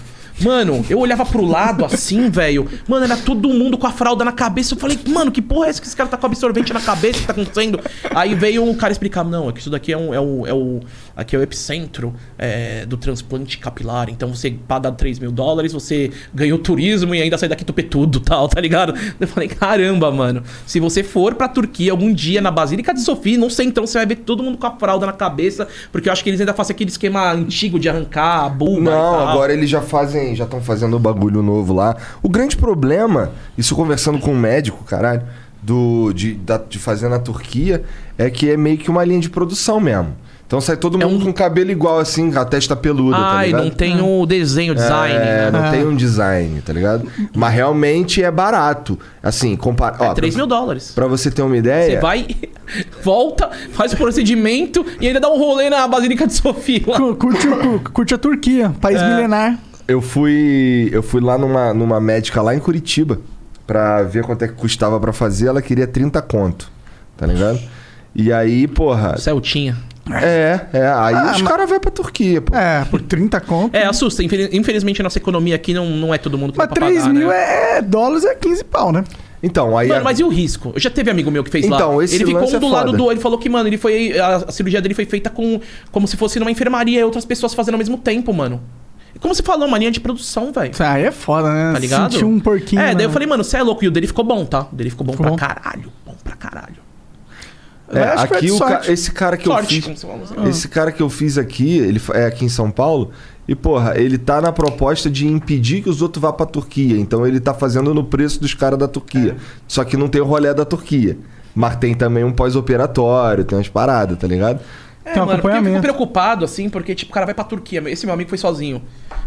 Mano, eu olhava pro lado assim, velho. Mano, era todo mundo com a fralda na cabeça. Eu falei, mano, que porra é essa que esse cara tá com absorvente na cabeça? O que tá acontecendo? Aí veio um cara explicar, não, é que isso daqui é, um, é, o, é o. Aqui é o epicentro é, do transplante capilar. Então você paga 3 mil dólares, você ganhou turismo e ainda sai daqui tupetudo tal, tá ligado? Eu falei, caramba, mano. Se você for pra Turquia algum dia na Basílica de Sofia, não sei então, você vai ver todo mundo com a fralda na cabeça, porque eu acho que eles ainda fazem aquele esquema antigo de arrancar a bulba e
Não,
tal.
agora é eles já fazem, já estão fazendo o bagulho novo lá. O grande problema, isso conversando com um médico, caralho, do, de, da- de fazer na Turquia, é que é meio que uma linha de produção mesmo. Então sai todo mundo com cabelo igual, assim, com a testa peluda, tá
um Ai,
ligado?
não tem o desenho, o design.
É,
né?
não tem um design, tá ligado? Mas realmente é barato. Assim, compara... ó,
3
pra-
É mil dólares.
Pra você ter uma ideia...
Você vai, volta, faz o procedimento e ainda dá um rolê na Basílica de Sofia. lá.
Cu- Curte, o- cu- curte a Turquia, país
É.
milenar.
Eu fui, eu fui lá numa, numa médica lá em Curitiba pra ver quanto é que custava pra fazer. Ela queria 30 conto, tá ligado? E aí, porra.
Celtinha.
É, é. Aí os caras vão pra Turquia, pô.
Ah, É, por 30 conto.
É, assusta. Infeliz- Infelizmente, a nossa economia aqui não, não é todo mundo que
Mas
dá pra
3
pagar,
mil
né?
é, é dólares, é 15 pau, né?
Então, aí.
Mano,
a-
mas e o risco? Eu já teve amigo meu que fez
Então,
lá.
esse
ele ficou
lance
um do
é
lado
foda.
do outro. Ele falou que, mano, ele foi. A, a cirurgia dele foi feita com como se fosse numa enfermaria e outras pessoas fazendo ao mesmo tempo, mano. E Como você falou, uma linha de produção, velho.
Isso Aí é foda, né?
Tá ligado?
Sentir um porquinho.
É, daí eu
né?
falei, mano, você é louco. E o dele ficou bom, tá? O dele ficou bom
Ficou
pra
bom.
caralho. Bom pra caralho.
É,
Eu acho que
aqui
é de
o ca-
sorte.
esse cara que
Sorte,
eu
como
fiz,
você é falou.
esse cara que eu fiz aqui, ele fa- é aqui em São Paulo. E porra, ele tá na proposta de impedir que os outros vá pra Turquia. Então ele tá fazendo no preço dos caras da Turquia.
É.
Só que não tem o rolê da Turquia. Mas tem também um pós-operatório, tem umas paradas, tá ligado?
É,
Tem um
mano, porque eu fico
acompanhamento.
preocupado, assim, porque, tipo, o cara vai pra Turquia. Esse meu amigo foi sozinho.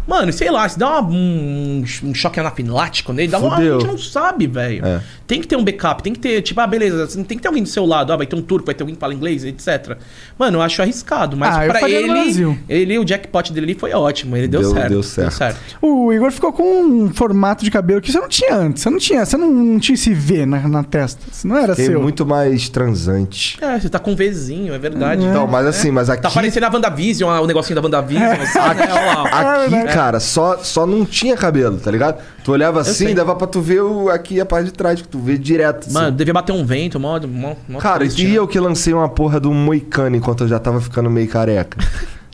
Mano, sei lá, se dá uma- um, um choque anafilático nele, dá uma, a
Fudeu.
gente não sabe, velho.
É.
Tem que ter um backup, tem que ter, tipo, ah, beleza, assim, tem que ter alguém do seu lado. Ah, vai ter um turco, vai ter alguém que fala inglês, etc. Mano, eu acho arriscado, mas
Ah, eu
pra
faria no
ele,
Brasil.
ele, o jackpot dele foi ótimo, ele deu,
Deu-
certo.
deu certo.
O Igor ficou com um formato de cabelo que você não tinha antes. Você não tinha, você não, não tinha esse V na, na testa. Isso não era
Tem
seu.
muito mais transante.
É, você tá com um Vzinho, é verdade.
Então, mas assim, mas aqui.
Tá parecendo a WandaVision, ah, o negocinho da WandaVision,
É.
assim, né? Olha lá.
Aqui, cara, só, só não tinha cabelo, tá ligado? Tu olhava assim,
sei.
dava pra tu ver o- aqui a parte de trás, que tu vê direto. assim.
Mano, devia bater um vento, mó, mó, mó
cara,
triste,
e
né?
eu que lancei uma porra do moicano enquanto eu já tava ficando meio careca.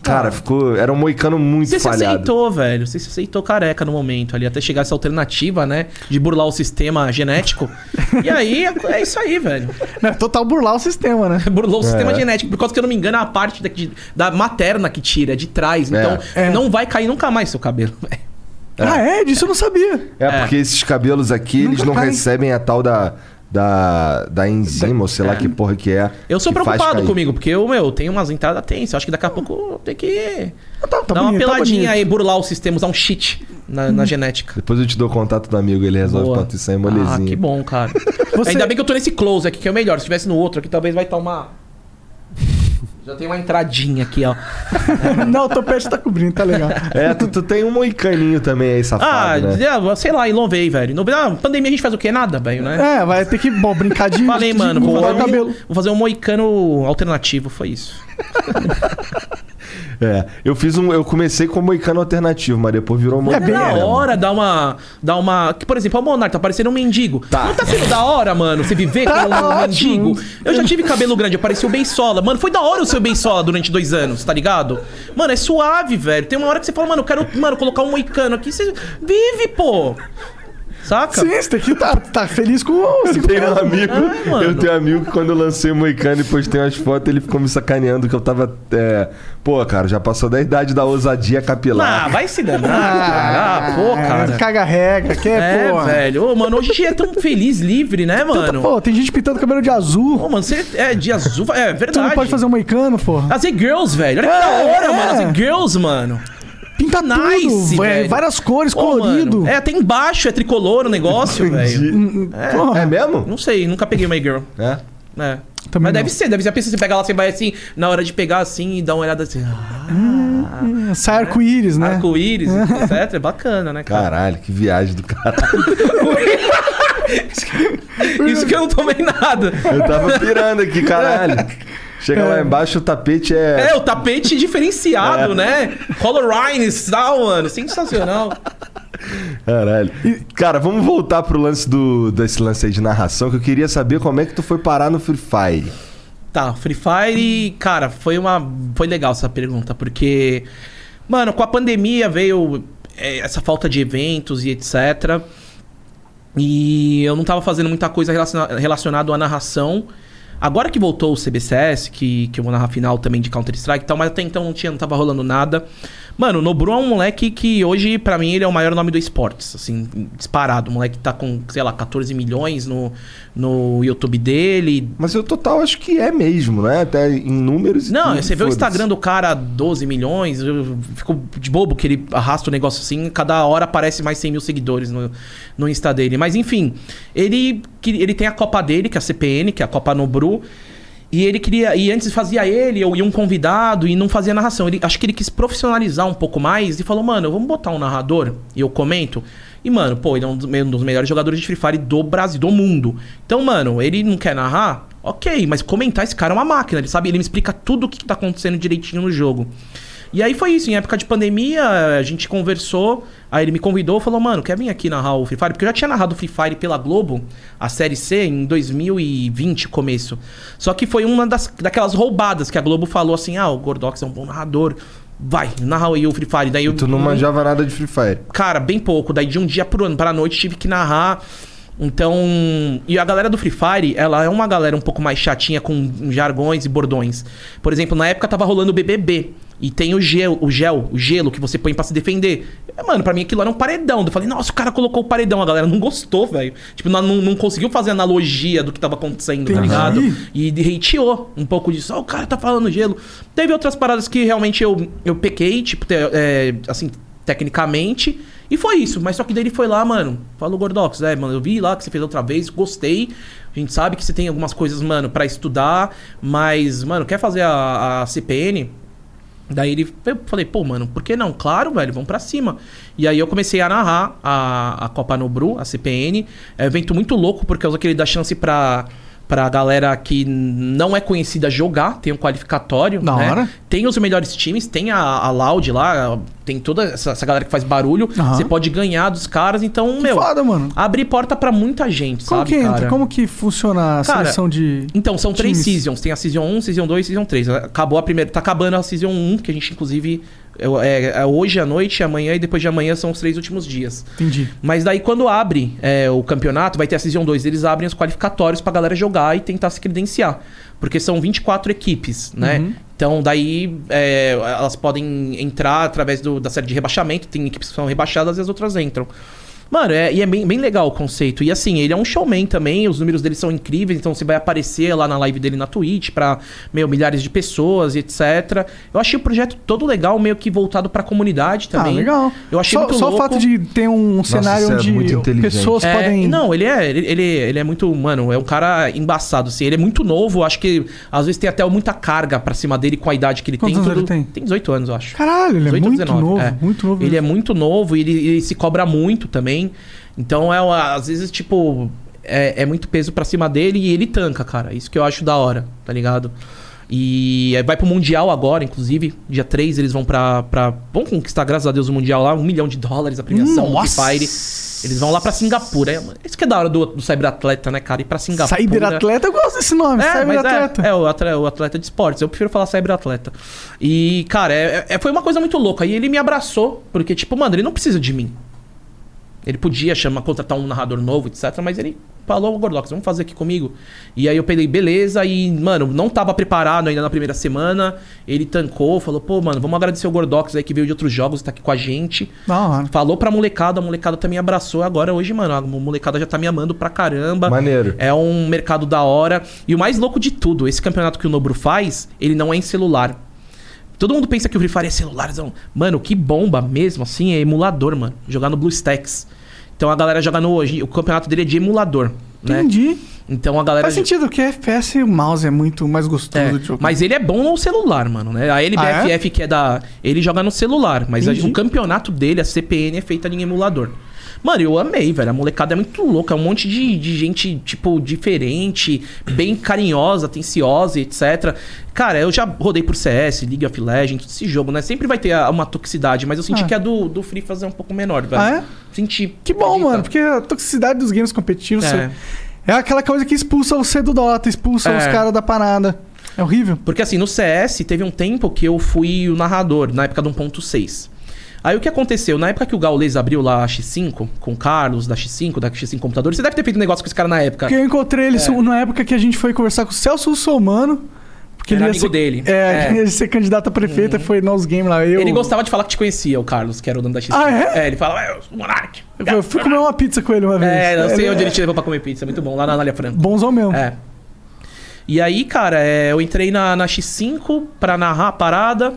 Cara, ficou. Era um moicano muito
Ah. Você se
falhado.
aceitou, velho. Você se aceitou careca no momento ali, até chegar essa alternativa, né? De burlar o sistema genético. e aí, é é isso aí, velho.
Né? Total burlar o sistema, né?
Burlou o
É.
sistema genético. Por causa que eu não me engano, é a parte da, de- da materna que tira, é de trás. Então,
É.
não vai cair nunca mais seu cabelo, velho.
Ah, é? Disso eu não sabia.
É, porque esses cabelos aqui, eles
Nunca
não
cai.
recebem a tal da. Da, da enzima, ou sei lá que porra que é.
Eu sou
que faz
preocupado
cair.
comigo, porque eu, meu, tenho umas entradas tensas. Acho que daqui a pouco tem que
tá- tá
dar uma
bonito, tá
peladinha
bonito. Uhum.
aí, burlar o sistema, usar um cheat na, na genética.
Depois eu te dou o contato do amigo, ele resolve
Boa.
pra tu isso aí, é
Ah,
molezinho.
que bom, cara. Ainda bem que eu tô nesse close aqui, que é o melhor. Se tivesse no outro aqui, talvez vai estar uma. Já tem uma entradinha aqui, ó.
não, o topete tá cobrindo, tá legal.
É, tu, tu tem um moicaninho também aí,
Ah,
safado, né?
é, sei lá, inovei, velho. Inovei- Ah, pandemia a gente faz o quê? Nada, velho, né?
É, vai ter que bom, brincar de.
Falei,
É, de- tá
mano,
de
vou
burlar
fazer,
o cabelo.
um, vou fazer um moicano alternativo, foi isso.
É, eu fiz um. Eu comecei com moicano alternativo, mas depois virou
É
moicano.
da
mesmo.
hora dar uma. Dar uma. Que, por exemplo, o Monark tá parecendo um mendigo. Não tá sendo da hora, mano, você viver
Tá
como um mendigo? Eu já tive cabelo grande, eu parecia o Beisola. Mano, foi da hora o seu Beisola durante dois anos, tá ligado? Mano, é suave, velho. Tem uma hora que você fala, mano, eu quero, mano, colocar um moicano aqui. Você vive, pô. Saca?
Sim, você tem que tá, tá feliz com o
Eu
cinco
tenho um
reais.
amigo,
Ah, mano.
eu tenho um amigo que quando eu lancei o Moicano e postei umas fotos, ele ficou me sacaneando que eu tava. é, Pô, cara, já passou da idade da ousadia
Ah,
capilar.
vai se danar, cara. Ah, pô, cara.
É, Caga regra, que é, Então
É,
porra.
velho. Ô, mano, hoje em dia é tão feliz, livre, né, mano?
Pô, tem gente pintando cabelo de
Ô,
azul.
mano, você é de azul. É
Tu
verdade.
não pode fazer um moicano, porra.
As E-Girls, velho.
É,
Olha que da hora, mano. As E-Girls, mano.
Pinta
Nice,
tudo,
velho.
velho. Várias cores,
Ô,
colorido.
mano, É, até embaixo, é tricolor o negócio, velho.
Porra.
É mesmo?
Não sei, nunca peguei uma E-Girl.
É.
É.
Também
Mas
não.
deve ser, deve ser. Pensa, você pega lá, você vai assim, na hora de pegar assim e dá uma olhada assim.
Né?
Ah,
Sai arco-íris, né?
Arco-íris, etc. É bacana, né, cara?
Caralho, que viagem do caralho.
Isso que eu não tomei nada.
Eu tava pirando aqui, caralho. Chega lá embaixo, o tapete é.
É, o tapete diferenciado,
É.
né? Colorines, tal, mano. Sensacional.
Caralho. E, cara, vamos voltar pro lance do, desse lance aí de narração, que eu queria saber como é que tu foi parar no Free Fire.
Tá, Free Fire, cara, foi uma. Foi legal essa pergunta, porque. Mano, com a pandemia veio é, essa falta de eventos e etc. E eu não tava fazendo muita coisa relaciona- relacionada à narração. Agora que voltou o CBCS, que, que eu vou narrar final também de Counter-Strike e tal, mas até então não, tinha, não tava rolando nada. Mano, o Nobru é um moleque que hoje, pra mim, ele é o maior nome do esportes, assim, disparado. O moleque tá com, sei lá, 14 milhões no, no YouTube dele.
Mas o total acho que é mesmo, né? Até em números. e
Não,
tudo,
você vê o
foda-se.
Instagram do cara 12 milhões, eu fico de bobo que ele arrasta o negócio assim, cada hora aparece mais 100 mil seguidores no, no Insta dele. Mas enfim, ele, que- ele tem a Copa dele, que é a CPN, que é a Copa Nobru. E ele queria. E antes fazia ele, eu e um convidado, e não fazia narração. Ele, acho que ele quis profissionalizar um pouco mais e falou, mano, vamos botar um narrador e eu comento. E, mano, pô, ele é um dos, um dos melhores jogadores de Free Fire do Brasil, do mundo. Então, mano, ele não quer narrar? Ok, mas comentar esse cara é uma máquina, ele sabe, ele me explica tudo o que tá acontecendo direitinho no jogo. E aí foi isso, em época de pandemia, a gente conversou, aí ele me convidou, falou, mano, quer vir aqui narrar o Free Fire? Porque eu já tinha narrado o Free Fire pela Globo, a Série C, em 2020, começo. Só que foi uma das, daquelas roubadas que a Globo falou assim, ah, o Gordox é um bom narrador, vai, narra aí o Free Fire. Daí eu,
Tu não manjava nada de Free Fire.
Cara, bem pouco. Daí de um dia pro- pra noite tive que narrar. Então. E a galera do Free Fire, ela é uma galera um pouco mais chatinha com jargões e bordões. Por exemplo, na época tava rolando o BBB. E tem o gel, o gel, o gelo que você põe pra se defender. É, Mano, pra mim aquilo era um paredão. Eu falei, nossa, o cara colocou o paredão. A galera não gostou, velho. Tipo, não, não não conseguiu fazer analogia do que tava acontecendo, tá
Entendi.
ligado? E de- hateou um pouco disso. Ah, o cara tá falando gelo. Teve outras paradas que realmente eu, eu pequei, tipo, te- é, assim, tecnicamente. E foi isso. Mas só que daí ele foi lá, mano. Falou, Gordox, é, mano, eu vi lá que você fez outra vez, gostei. A gente sabe que você tem algumas coisas, mano, pra estudar. Mas, mano, quer fazer a, a CPN? Daí ele, eu falei, pô, mano, por que não? Claro, velho, vamos pra cima. E aí eu comecei a narrar a, a Copa Nobru, a CPN. É um evento muito louco, porque causa que ele dá chance pra, pra galera que não é conhecida jogar, tem um qualificatório.
Da
né?
hora.
Tem os melhores times, tem a, a Loud lá, tem toda essa, essa galera que faz barulho.
Aham.
Você pode ganhar dos caras, então, meu,
foda, mano.
abrir porta pra muita gente,
Como
sabe,
que entra?
cara?
Como que funciona a
Cara,
seleção de.
Então, são três
Times.
seasons. Tem a Season 1, Season 2 e Season 3. Acabou a primeira. Tá acabando a Season 1, que a gente, inclusive, eu- é, é hoje à noite, amanhã e depois de amanhã são os três últimos dias.
Entendi.
Mas daí, quando abre é, o campeonato, vai ter a Season 2. Eles abrem os qualificatórios pra galera jogar e tentar se credenciar. Porque são 24 equipes, né?
Uhum.
Então, daí, é, elas podem entrar através do- da série de rebaixamento. Tem equipes que são rebaixadas e as outras entram. Mano, é, e é bem, bem legal o conceito. E assim, ele é um showman também, os números dele são incríveis, então você vai aparecer lá na live dele na Twitch pra, meu, milhares de pessoas e etc. Eu achei o projeto todo legal, meio que voltado pra comunidade também.
Ah, legal.
Eu achei
só,
muito
só
louco.
o fato de ter um cenário
isso é muito
onde
inteligente.
pessoas
É,
podem.
Não, ele é, ele, ele, ele é muito, mano, é um cara embaçado, assim. Ele é muito novo, acho que às vezes tem até muita carga pra cima dele com a idade que ele
Quantos
tem.
anos
tudo.
ele tem?
Tem 18 anos, eu acho.
Caralho, ele é
18 ou
muito
19,
novo,
é.
muito novo.
Ele é muito novo e ele, ele se cobra muito também. Então, é, uma- às vezes, tipo, é, é muito peso pra cima dele e ele tanca, cara. Isso que eu acho da hora, tá ligado? E é, vai pro Mundial agora, inclusive. Dia 3 eles vão pra, pra. Vão conquistar, graças a Deus, o Mundial lá. Um milhão de dólares a premiação do
Nossa!
Free Fire. Eles vão lá pra Singapura. É, Isso que é da hora do, do cyberatleta, né, cara? Ir pra Singapura.
Cyberatleta, eu gosto desse nome,
É, mas
cyberatleta.
É, é o, atleta, o atleta de esportes. Eu prefiro falar cyberatleta. E, cara, é- é- foi uma coisa muito louca. E ele me abraçou, porque, tipo, mano, ele não precisa de mim. Ele podia chamar, contratar um narrador novo, etc. Mas ele falou, "Ô, Gordox, vamos fazer aqui comigo. E aí eu peguei, beleza. E, mano, não tava preparado ainda na primeira semana. Ele tancou, falou, pô, mano, vamos agradecer o Gordox aí que veio de outros jogos, tá aqui com a gente.
Da hora.
Falou pra molecada, a molecada também abraçou. Agora, hoje, mano, a molecada já tá me amando pra caramba.
Maneiro.
É um mercado da hora. E o mais louco de tudo, esse campeonato que o Nobru faz, ele não é em celular. Todo mundo pensa que o Free Fire é celularzão. Mano, que bomba mesmo, assim, é emulador, mano. Jogar no BlueStacks. Então a galera joga no hoje. O campeonato dele é de emulador, né?
Entendi.
Então a galera.
Faz sentido, porque FPS e o mouse é muito mais
É,
gostoso de jogar.
mas ele é bom no celular, mano, né? A LBFF, que é da. Ele joga no celular, mas a-
Ah, Entendi.
o campeonato dele, a CPN, é feita em emulador. Mano, eu amei, velho. A molecada é muito louca. É um monte de, de gente, tipo, diferente, bem carinhosa, atenciosa, etc. Cara, eu já rodei por CS, League of Legends, esse jogo, né? Sempre vai ter a- uma toxicidade, mas eu senti
Ah.
que a do, do Free Fazer é um pouco menor, velho.
Ah, é?
Senti.
Que bom,
acredita?
mano, porque a toxicidade dos games competitivos
É.
é, é aquela coisa que expulsa você do Dota, expulsa
É.
os caras da parada. É horrível.
Porque assim, no CS teve um tempo que eu fui o narrador, na época do 1.6. Aí o que aconteceu? Na época que o Gaules abriu lá a X5, com o Carlos da X5, da X5 Computador, você deve ter feito um negócio com esse cara na época.
Porque eu encontrei ele na época que a gente foi conversar com o Celso Russomano.
Era
queria
amigo
ser-
dele.
É,
É. Uhum.
queria ser candidato a prefeito, foi nos game lá. Eu,
Ele gostava de falar que te conhecia, o Carlos, que era o dono da XP.
Ah, é?
ele falava, é, eu sou o Monark.
Eu fui comer uma pizza com ele uma vez.
É, não sei onde ele
é
te levou pra comer pizza, muito bom, lá na Anália Franco.
Bonzão mesmo.
É. E aí, cara, é, eu entrei na, na X5 pra narrar a parada.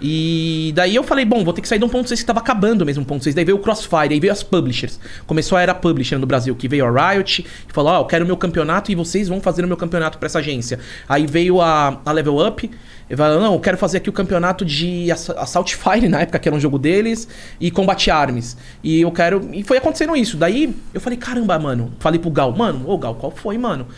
E daí eu falei, bom, vou ter que sair do 1.6 que tava acabando mesmo o 1.6. Daí veio o Crossfire, aí veio as publishers. Começou a era publisher no Brasil, que veio a Riot e falou, ó, eu quero o meu campeonato e vocês vão fazer o meu campeonato pra essa agência. Aí veio a, a Level Up e falou, não, eu quero fazer aqui o campeonato de Ass- Assault Fire, na época que era um jogo deles, e Combate Arms. E eu quero... E foi acontecendo isso. Daí eu falei, caramba, mano. Falei pro Gal, mano, ô Gal, qual foi, mano?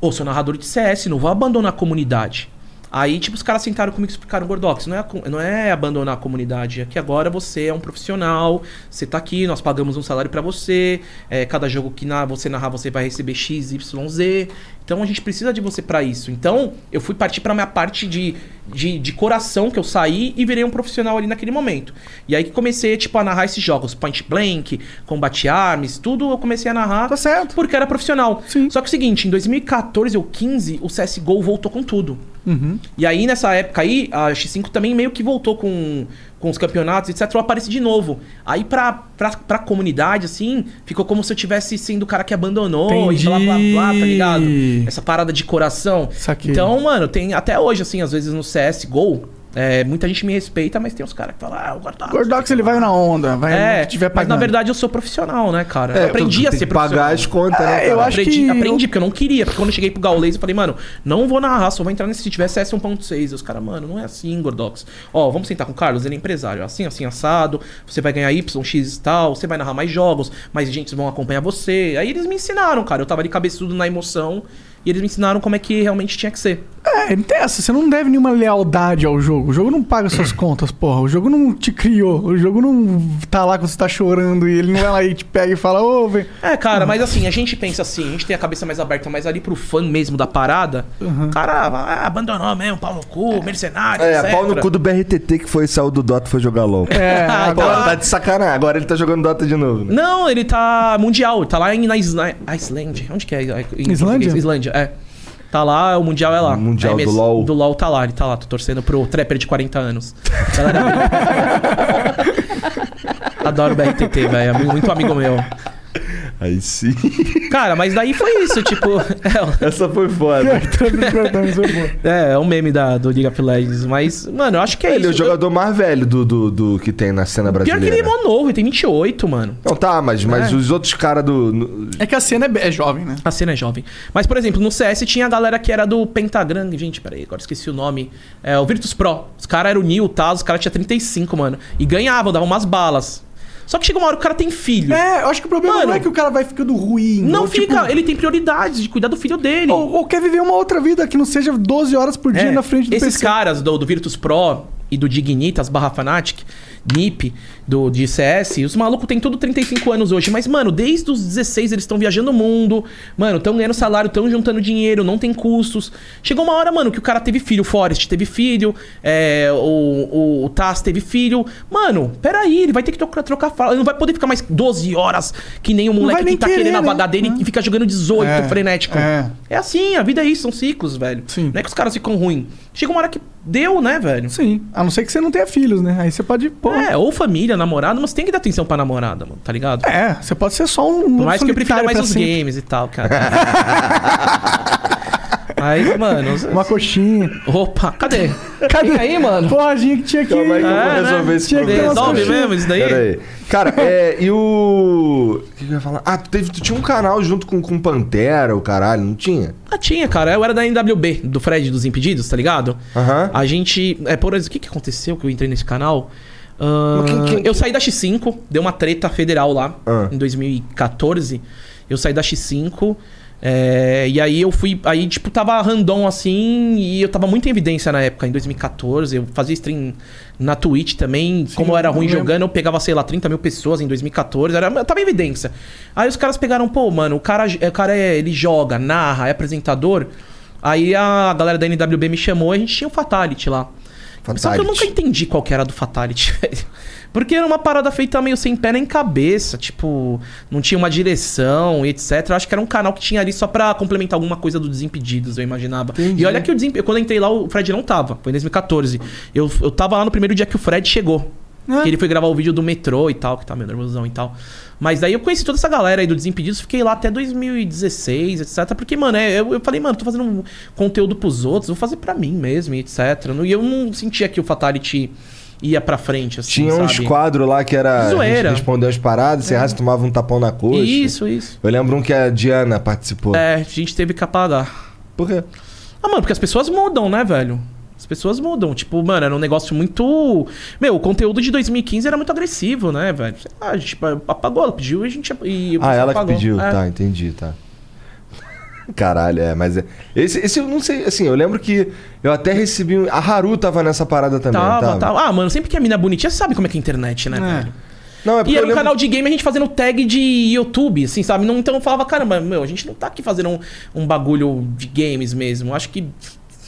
Ô, sou narrador de CS, não vou abandonar a comunidade. Aí, tipo, os caras sentaram comigo e explicaram, Gordox, não é, a com- não é abandonar a comunidade, é que agora você é um profissional, você tá aqui, nós pagamos um salário pra você, é, cada jogo que na- você narrar você vai receber X, Y, Z, então a gente precisa de você pra isso. Então, eu fui partir pra minha parte de, de, de coração, que eu saí e virei um profissional ali naquele momento. E aí que comecei, tipo, a narrar esses jogos, Point Blank, Combate Arms, tudo eu comecei a narrar.
Tá certo.
Porque era profissional. Só que é o seguinte, em 2014 ou 15, o CSGO voltou com tudo.
Uhum.
E aí, nessa época aí, a X5 também meio que voltou com, com os campeonatos, etc. Eu apareci de novo. Aí, pra, pra, pra comunidade, assim, ficou como se eu tivesse sendo o cara que abandonou
Entendi.
e blá, blá, blá, tá ligado? Essa parada de coração.
Saquei.
Então, mano, tem até hoje, assim, às vezes no CSGO, é, muita gente me respeita, mas tem uns caras que falam, ah, o Gordox.
Gordox, ele vai na onda, vai no
É,
que tiver
mas
pagando.
na verdade eu sou profissional, né, cara? eu aprendi
tu
a
É, tem
ser
que pagar
profissional.
as contas, né?
É, eu
cara?
acho
aprendi,
que-
aprendi, porque eu não queria. Porque quando eu cheguei pro Gaules, eu falei, mano, não vou narrar, só vou entrar nesse se tiver CS 1.6. E Os caras, mano, não é assim, Gordox. Ó, vamos sentar com o Carlos, ele é empresário. Assim, assim, assado. Você vai ganhar Y, X e tal. Você vai narrar mais jogos, mais gente vão acompanhar você. Aí eles me ensinaram, cara. Eu tava ali cabeçudo na emoção. E eles me ensinaram como é que realmente tinha que ser.
É, não tem essa, você não deve nenhuma lealdade ao jogo. O jogo não paga suas contas, porra. O jogo não te criou. O jogo não tá lá quando você tá chorando e ele não vai lá e te pega e fala, ô, velho.
É, cara, mas assim, a gente pensa assim, a gente tem a cabeça mais aberta, mas ali pro fã mesmo da parada, o cara ah, abandonou mesmo, pau no cu, mercenário,
É,
etc.
pau no cu do BRTT que foi saiu do Dota e foi jogar LOL.
É,
Ah,
Agora
tá.
tá de sacanagem. Agora ele tá jogando Dota de novo, né?
Não, ele tá mundial, tá lá em, na Isla- Islândia. Onde que é? Em português?
Islândia?
Islândia, é. Tá lá, o Mundial é lá.
Mundial
É mesmo,
do LoL.
Do LoL tá lá, ele tá lá. Tô torcendo pro trapper de 40 anos. Galera- Adoro o BRTT, velho. É muito amigo meu.
Aí sim.
Cara, mas daí foi isso, tipo... É,
Essa foi foda.
é, é um meme da, do League of Legends. Mas, mano, eu acho que é
Ele é o
isso.
jogador né? mais velho do, do, do que tem na cena
Pior
brasileira.
que ele é mó novo, ele tem 28, mano.
Não, tá, mas, mas
É.
os outros caras do. no-
É que a cena é, be- é jovem, né?
A cena é jovem. Mas, por exemplo, no CS tinha a galera que era do Pentagram. Gente, peraí, agora esqueci o nome. É, o Virtus Pro. Os caras eram o Neil, tá? Os caras tinham 35, mano. E ganhavam, davam umas balas. Só que chega uma hora que o cara tem filho.
É, eu acho que o problema não é
Mano.
que o cara vai ficando ruim.
não
ou, tipo,
fica. Ele tem prioridades de cuidar do filho dele.
Ou, ou quer viver uma outra vida que não seja 12 horas por dia
É,
na frente do
Esses
PC.
caras do, do Virtus Pro e do Dignitas barra Fanatic, NIP, do, de CS, os malucos têm tudo 35 anos hoje. Mas, mano, desde os 16 eles estão viajando o mundo, mano, estão ganhando salário, estão juntando dinheiro, não tem custos. Chegou uma hora, mano, que o cara teve filho, o Forrest teve filho, é, o, o, o Taz teve filho. Mano, peraí, ele vai ter que trocar, trocar fala. Ele não vai poder ficar mais 12 horas que nem o
vai
moleque
nem
que tá
querer,
querendo a
né?
vaga dele
É.
e fica jogando 18
É,
frenético.
é.
É assim, a vida é isso, são ciclos, velho.
Sim.
Não é que os caras ficam ruins. Chega uma hora que deu, né, velho?
Sim, a não ser que você não tenha filhos, né? Aí você pode, pô. É,
É, ou família, namorado, mas tem que dar atenção pra namorada, mano, tá ligado?
é, você pode ser só um.
Por mais que eu prefira
solitário
mais
pra
os
sempre.
games e tal, cara. Mas, mano. os-
Uma coxinha.
Opa, cadê?
Cadê?
aí, mano.
Porradinha que tinha que.
Calma aí que eu vou
É, né?
resolver esse
Tinha que ter
problema.
umas
Resolve
coxinhas.
mesmo isso daí?
Pera aí. Cara, é, e o. O que, que eu ia falar? Ah, tu, teve, tu tinha um canal junto com, com Pantera, o caralho, não tinha?
Ah, tinha, cara. Eu era da NWB, do Fred dos Impedidos, tá ligado?
Aham.
A gente. É, por exemplo, o que, que aconteceu que eu entrei nesse canal? Ah,
Mas quem- quem-
eu saí da X5, deu uma treta federal lá
Ah.
em 2014. Eu saí da X5. é, e aí eu fui. Aí, tipo, tava random assim. E eu tava muito em evidência na época, em 2014. Eu fazia stream na Twitch também. como eu era ruim jogando, eu pegava, sei lá, 30 mil pessoas em 2014. Era, eu tava em evidência. Aí os caras pegaram, pô, mano, o cara, o cara é, ele joga, narra, é apresentador. Aí a galera da NWB me chamou e a gente tinha o um Fatality lá. Só que eu nunca
Fatality.
entendi qual que era do Fatality, velho. Porque era uma parada feita meio sem pé nem cabeça, tipo, não tinha uma direção e etc. Eu acho que era um canal que tinha ali só pra complementar alguma coisa do Desimpedidos, eu imaginava. E olha que o Desimpedidos, quando eu entrei lá, o Fred não tava, foi em 2014. Eu, eu tava lá no primeiro dia que o Fred chegou. Que ele foi gravar o vídeo do metrô e tal, que tá meio nervosão e tal. Mas daí eu conheci toda essa galera aí do Desimpedidos, fiquei lá até 2016, etc. Porque, mano, é- eu, eu falei, mano, tô fazendo um conteúdo pros outros, vou fazer pra mim mesmo, e etc. Não- E eu não sentia que o Fatality ia pra frente, assim,
Tinha uns
sabe?
quadros lá que era.
Zoeira. É.
Responder as paradas, você errasse, tomava um tapão na coxa.
Isso, isso.
Eu lembro um que a Diana participou.
É, a gente teve que apagar.
Por quê?
Ah, mano, porque as pessoas mudam, né, velho? As pessoas mudam. Tipo, mano, era um negócio muito. Meu, o conteúdo de 2015 era muito agressivo, né, velho? Sei lá, a gente apagou, ela pediu e a gente. E o
Ah,
pessoal
ela que
apagou.
pediu,
É.
tá, entendi, tá. Caralho, é, mas é. Esse, esse eu não sei, assim, eu lembro que eu até recebi. um- A Haru tava nessa parada também, tá?
Tava,
tava.
tava. Ah, mano, sempre que a mina é bonitinha, você sabe como é que é a internet, né, velho?
Não, é porque
E
eu
era um
lembro-
canal de game a gente fazendo tag de YouTube, assim, sabe? Não, então eu falava, caramba, meu, a gente não tá aqui fazendo um, um bagulho de games mesmo. Acho que,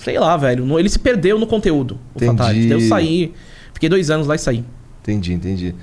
sei lá, velho. não- Ele se perdeu no conteúdo, o
Entendi.
Fatality. Daí Eu saí, fiquei dois anos lá e saí.
Entendi, entendi.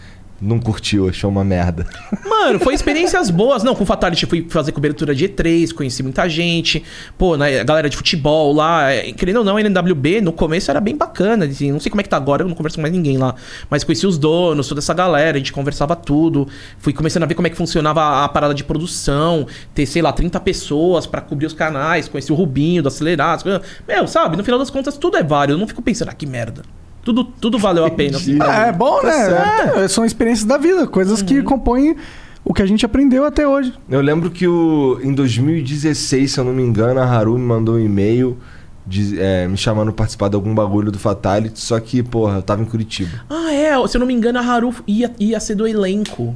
Não curtiu, achou uma merda.
Mano, foi experiências boas. Não, com o Fatality fui fazer cobertura de E3, conheci muita gente. Pô, né, a galera de futebol lá. é, Querendo ou não, a NWB no começo era bem bacana. assim, não sei como é que tá agora, eu não converso com mais ninguém lá. Mas conheci os donos, toda essa galera, a gente conversava tudo. Fui começando a ver como é que funcionava a- a parada de produção. Ter, sei lá, 30 pessoas pra cobrir os canais. Conheci o Rubinho, do Acelerado. as coisas. Meu, sabe? No final das contas, tudo é válido. Eu não fico pensando, ah, que merda. Tudo, tudo valeu a pena. assim.
Ah, é
tá
bom, né? É, São experiências da vida, coisas
Uhum.
que compõem o que a gente aprendeu até hoje.
Eu lembro que o, em 2016, se eu não me engano, a Haru me mandou um e-mail diz- é, me chamando pra participar de algum bagulho do Fatality, só que, porra, eu tava em Curitiba.
Ah, é. Se eu não me engano, a Haru ia, ia ser do elenco.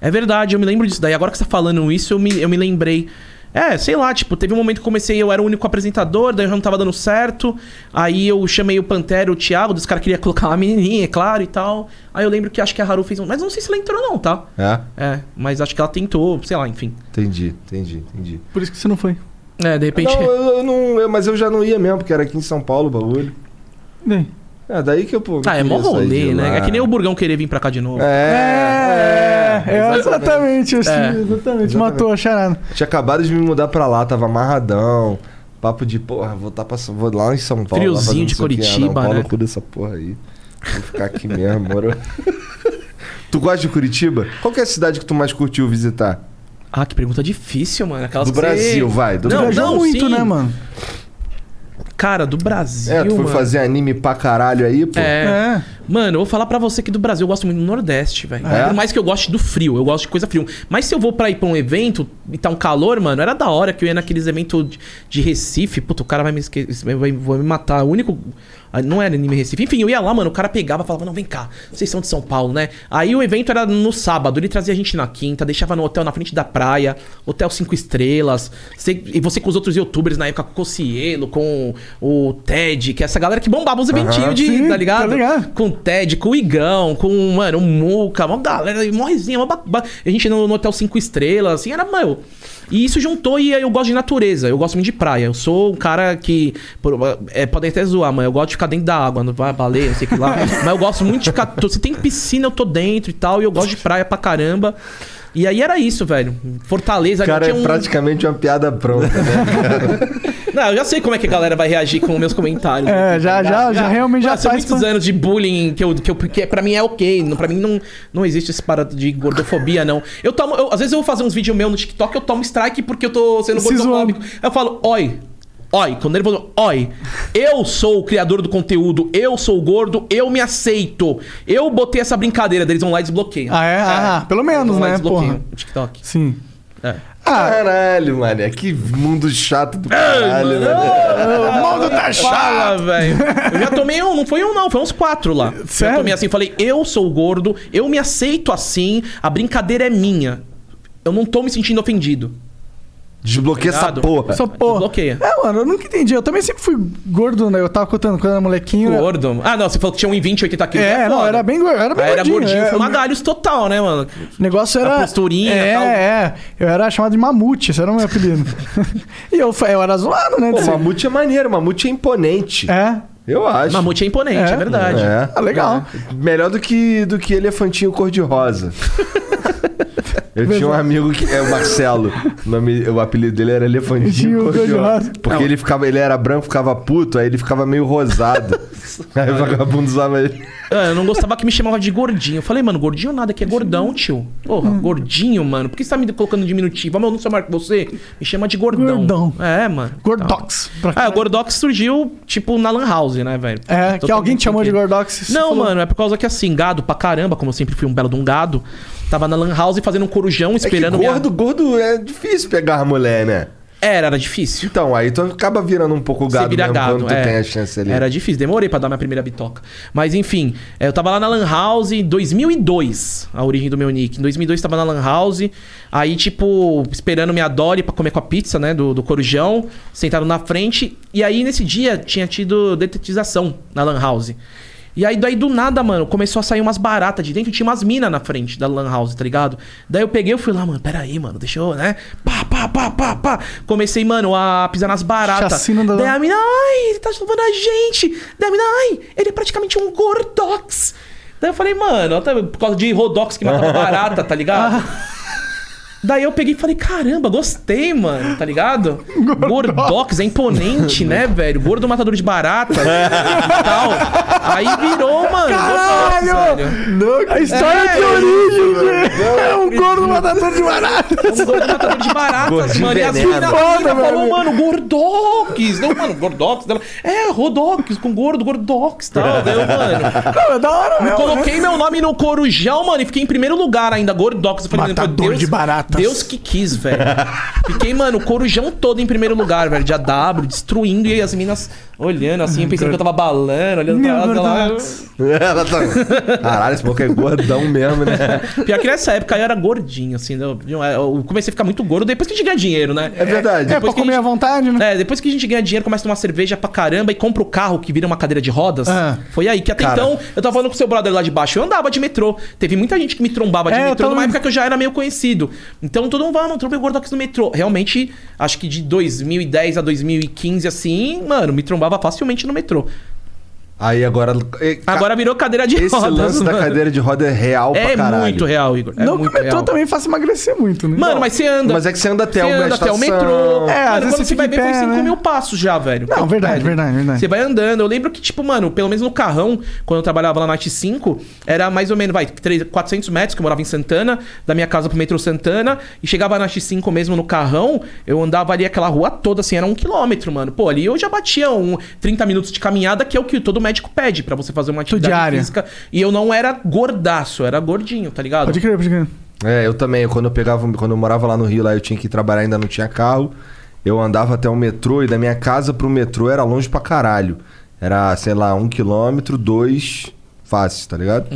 É verdade, eu me lembro disso daí. Agora que você tá falando isso, eu me, eu me lembrei. É, sei lá, tipo, teve um momento que comecei, eu era o único apresentador, daí eu já não tava dando certo. Aí eu chamei o Pantera, o Thiago, dos caras queria colocar uma menininha, é claro, e tal. Aí eu lembro que acho que a Haru fez um. Mas não sei se ela entrou, não, tá?
É?
É, mas acho que ela tentou, sei lá, enfim.
Entendi, entendi, entendi.
Por isso que você não foi.
É, de repente.
Não, eu, eu não, eu- mas eu já não ia mesmo, porque era aqui em São Paulo o bagulho.
Bem,
É, daí que eu, pô. não
Ah, é mó
queria sair
rolê,
de lá.
né? É que nem o Burgão querer vir pra cá de novo.
É,
É, é, exatamente, assim, exatamente, matou a charada.
Tinha acabado de me mudar pra lá, tava amarradão. Papo de, porra, vou, tá pra, vou lá em São Paulo. lá
Friozinho
fazer não
de
sei o quê.
Curitiba,
ah, não, pau
né?
no cu dessa porra aí. Vou ficar aqui mesmo, moro? tu gosta de Curitiba? Qual que é a cidade que tu mais curtiu visitar?
Ah, que pergunta difícil, mano. Aquelas
Do
que você-
Brasil, vai. Do
Não,
Brasil.
Viajou muito,
sim.
né, mano?
Cara, do Brasil.
É, tu foi
mano.
fazer anime pra caralho aí, pô.
É. Mano, eu vou falar pra você que do Brasil eu gosto muito do Nordeste, velho.
É?
Por mais que eu goste do frio, eu gosto de coisa frio. Mas se eu vou pra ir pra um evento e tá um calor, mano, era da hora que eu ia naqueles eventos de, de Recife. Puta, o cara vai me esquecer, vai, vai me matar. O único. ah, Não era anime Recife. Enfim, eu ia lá, mano, o cara pegava e falava, não, vem cá, vocês são de São Paulo, né? Aí o evento era no sábado, ele trazia a gente na quinta, deixava no hotel na frente da praia, hotel cinco estrelas. Você- e você com os outros youtubers na época, com o Cocielo, com o Ted, que é essa galera que bombava os eventinhos de,
sim,
tá ligado?
tá ligado.
com o Ted, com o Igão, com, mano, o Muca, uma galera, mó resenha, mó ba- ba- a gente no, no Hotel 5 Estrelas, assim, era, meu. E isso juntou e eu gosto de natureza, eu gosto muito de praia. Eu sou um cara que. por- é, podem até zoar, mas eu gosto de ficar dentro da água, não vai baleia, não sei o que lá. mas eu gosto muito de ficar. tô- se tem piscina, eu tô dentro e tal, e eu gosto de praia pra caramba. E aí era isso, velho. Fortaleza,
O cara
tinha um-
é praticamente uma piada pronta, né?
Não, eu já sei como é que a galera vai reagir com meus comentários.
É, já, já, já realmente já
Ah, Nossa, é são
faz.
muitos anos de bullying que eu, que eu que pra mim é ok. Não, pra mim não, não existe esse parado de gordofobia, não. Eu tomo. eu- às vezes eu vou fazer uns vídeos meus no TikTok, eu tomo strike porque eu tô sendo
Se
gordofóbico. Eu falo, oi. Oi, quando ele falou, oi, eu sou o criador do conteúdo, eu sou o gordo, eu me aceito. Eu botei essa brincadeira deles vão lá e desbloqueiam.
Ah, é? Ah, pelo menos,
Vão lá e
né,
desbloqueiam
porra.
o TikTok.
Sim.
É.
Ah,
Caralho, mané. Que mundo chato do caralho, né?
o mundo tá
Fala, velho. Eu já tomei um, não foi um, não, foi uns quatro lá.
Sério?
Eu tomei assim, falei, eu sou gordo, eu me aceito assim, a brincadeira é minha. Eu não tô me sentindo ofendido.
Desbloqueia essa
Obrigado.
porra.
Só porra.
Desbloqueia.
É, mano, eu nunca entendi. Eu também sempre fui gordo, né? Eu tava contando quando eu era molequinho. né?
Gordo. Ah, não, você falou que tinha 1,20, 80 quilos.
É,
Tá
não,
foda.
era bem gordo. Era bem
Era
gordinho.
gordinho,
é,
foi uma galhos total, né, mano?
O negócio era.
A posturinha,
É,
tal.
é. Eu era chamado de mamute, esse era o meu apelido. e eu, fa- eu era zoado, né?
Pô,
desse-
mamute é maneiro, mamute é imponente.
É.
Eu acho.
Mamute é imponente, é, verdade.
É.
Ah, legal.
Melhor do que, do que elefantinho cor-de-rosa. Eu tinha um amigo que é o Marcelo. O, nome, o apelido dele era Elefantinho
Elefantinho
Cor-de-Rosa.
Cor-de-Rosa.
É.
Porque ele ficava, ele era branco, ficava puto, aí ele ficava meio rosado. aí o vagabundo usava ele.
É, eu não gostava que me chamava de gordinho. Eu falei, mano, gordinho nada, que é gordão, tio. Porra,
Hum.
gordinho, mano. Por que você tá me colocando diminutivo? Ah, mas Eu não sou maior que você. Me chama de gordão.
Gordão.
É, mano.
Gordox. Pra
Ah, o Gordox surgiu, tipo, na Lan House, né, velho?
É, que alguém te chamou de
Gordox.
Gordox. e
Não,
falou-
mano, é por causa que assim, gado pra caramba, como eu sempre fui um belo de um gado, tava na Lan House fazendo um corujão,
É que
esperando. minha- É,
gordo, gordo é difícil pegar mulher, né?
Era, era difícil.
Então, aí tu acaba virando um pouco
Você
gado
vira
mesmo
gado,
quando tu
é.
tem a chance ali.
Era difícil, demorei pra dar minha primeira bitoca. Mas enfim, é, eu tava lá na Lan House em 2002, a origem do meu nick. Em 2002 tava na Lan House, aí tipo, esperando minha Dolly pra comer com a pizza, né, do, do Corujão, sentado na frente. E aí nesse dia tinha tido detetização na Lan House. E aí, daí do nada, mano, começou a sair umas baratas de dentro. Tinha umas minas na frente da Lan House, tá ligado? Daí eu peguei e fui lá, mano, peraí, mano, deixa eu, né? Pá, pá, pá, pá, pá. Comecei, mano, a pisar nas baratas.
Chacina da-
Daí a mina, ai, ele tá salvando a gente. Daí a mina, ai, ele é praticamente um Gordox. Daí eu falei, mano, ó, tá- por causa de Rodox que matava barata, tá ligado?
Ah.
Daí eu peguei e falei, caramba, gostei, mano, tá ligado? Gordox é imponente, né, velho? Gordo matador de barata né, e tal. Aí virou, mano. Gordox, velho.
Caralho! Não, a história de origem, velho. É um gordo matador de barato.
Um gordo matador de baratas,
Gordo
mano. E as
envenenado.
meninas
Foda,
meninas
meu
falou,
amigo.
mano, Gordox. Não, mano, Gordox. Dela, É, Rodox, com gordo, Gordox e tal. Daí eu, mano.
Não, é da hora mesmo. né?
Coloquei meu nome no corujão, mano, e fiquei em primeiro lugar ainda, Gordox. Eu falei,
Matador
meu Deus,
de baratas.
Deus que quis, velho. Fiquei, mano, o corujão todo em primeiro lugar, velho, de AW, destruindo, e aí as minas olhando assim, pensando que eu tava balando, olhando pra
Meu né?
elas,
Gordox.
ela-
Ela tá... Caralho, esse pouco é gordão mesmo, né?
Pior que nessa época eu era gordinho, assim, eu, eu comecei a ficar muito gordo depois que a gente ganha dinheiro, né?
É verdade.
É
Depois
pra
que a
comer
gente-
à vontade, né?
É, depois que a gente ganha dinheiro, começa a tomar cerveja pra caramba e compra o carro que vira uma cadeira de rodas.
Ah.
Foi aí que até
Cara.
então eu tava falando com o seu brother lá de baixo. Eu andava de metrô. Teve muita gente que me trombava de
É, eu
metrô
tava-
numa época que eu já era meio conhecido. Então todo mundo falava, mano, trombei o Gordox no metrô. Realmente, acho que de 2010 a 2015, assim, mano, me trombava facilmente no metrô.
Aí agora... e, ca-
Agora virou cadeira de
Esse
rodas.
lance da
mano.
cadeira de roda é real pra
É
caralho.
muito real, Igor. É
não que o
muito
metrô
real.
também faça emagrecer muito, né?
Mano, mas você anda.
Mas é que você anda até uma
até o
estação.
metrô.
É, às
mano,
vezes
quando
você
você vai
fica
ver,
em
foi
pé,
5
né?
mil passos já, velho.
Não, verdade, verdade, verdade.
Você vai andando. Eu lembro que, tipo, mano, pelo menos no carrão, quando eu trabalhava lá na T5, era mais ou menos, vai, 300, 400 metros, que eu morava em Santana, da minha casa pro metrô Santana, e chegava na T5 mesmo no carrão, eu andava ali aquela rua toda, assim, era um quilômetro, mano. Pô, ali eu já batia um 30 minutos de caminhada, que é o que todo médico pede pra você fazer uma atividade
diária.
física. E eu não era gordaço, eu era gordinho, tá ligado?
Pode crer, pode crer.
É, eu também. Quando eu pegava, quando eu morava lá no Rio, lá eu tinha que ir trabalhar, ainda não tinha carro. Eu andava até o metrô e da minha casa pro metrô era longe pra caralho. Era, sei lá, um quilômetro, dois fácil, tá ligado?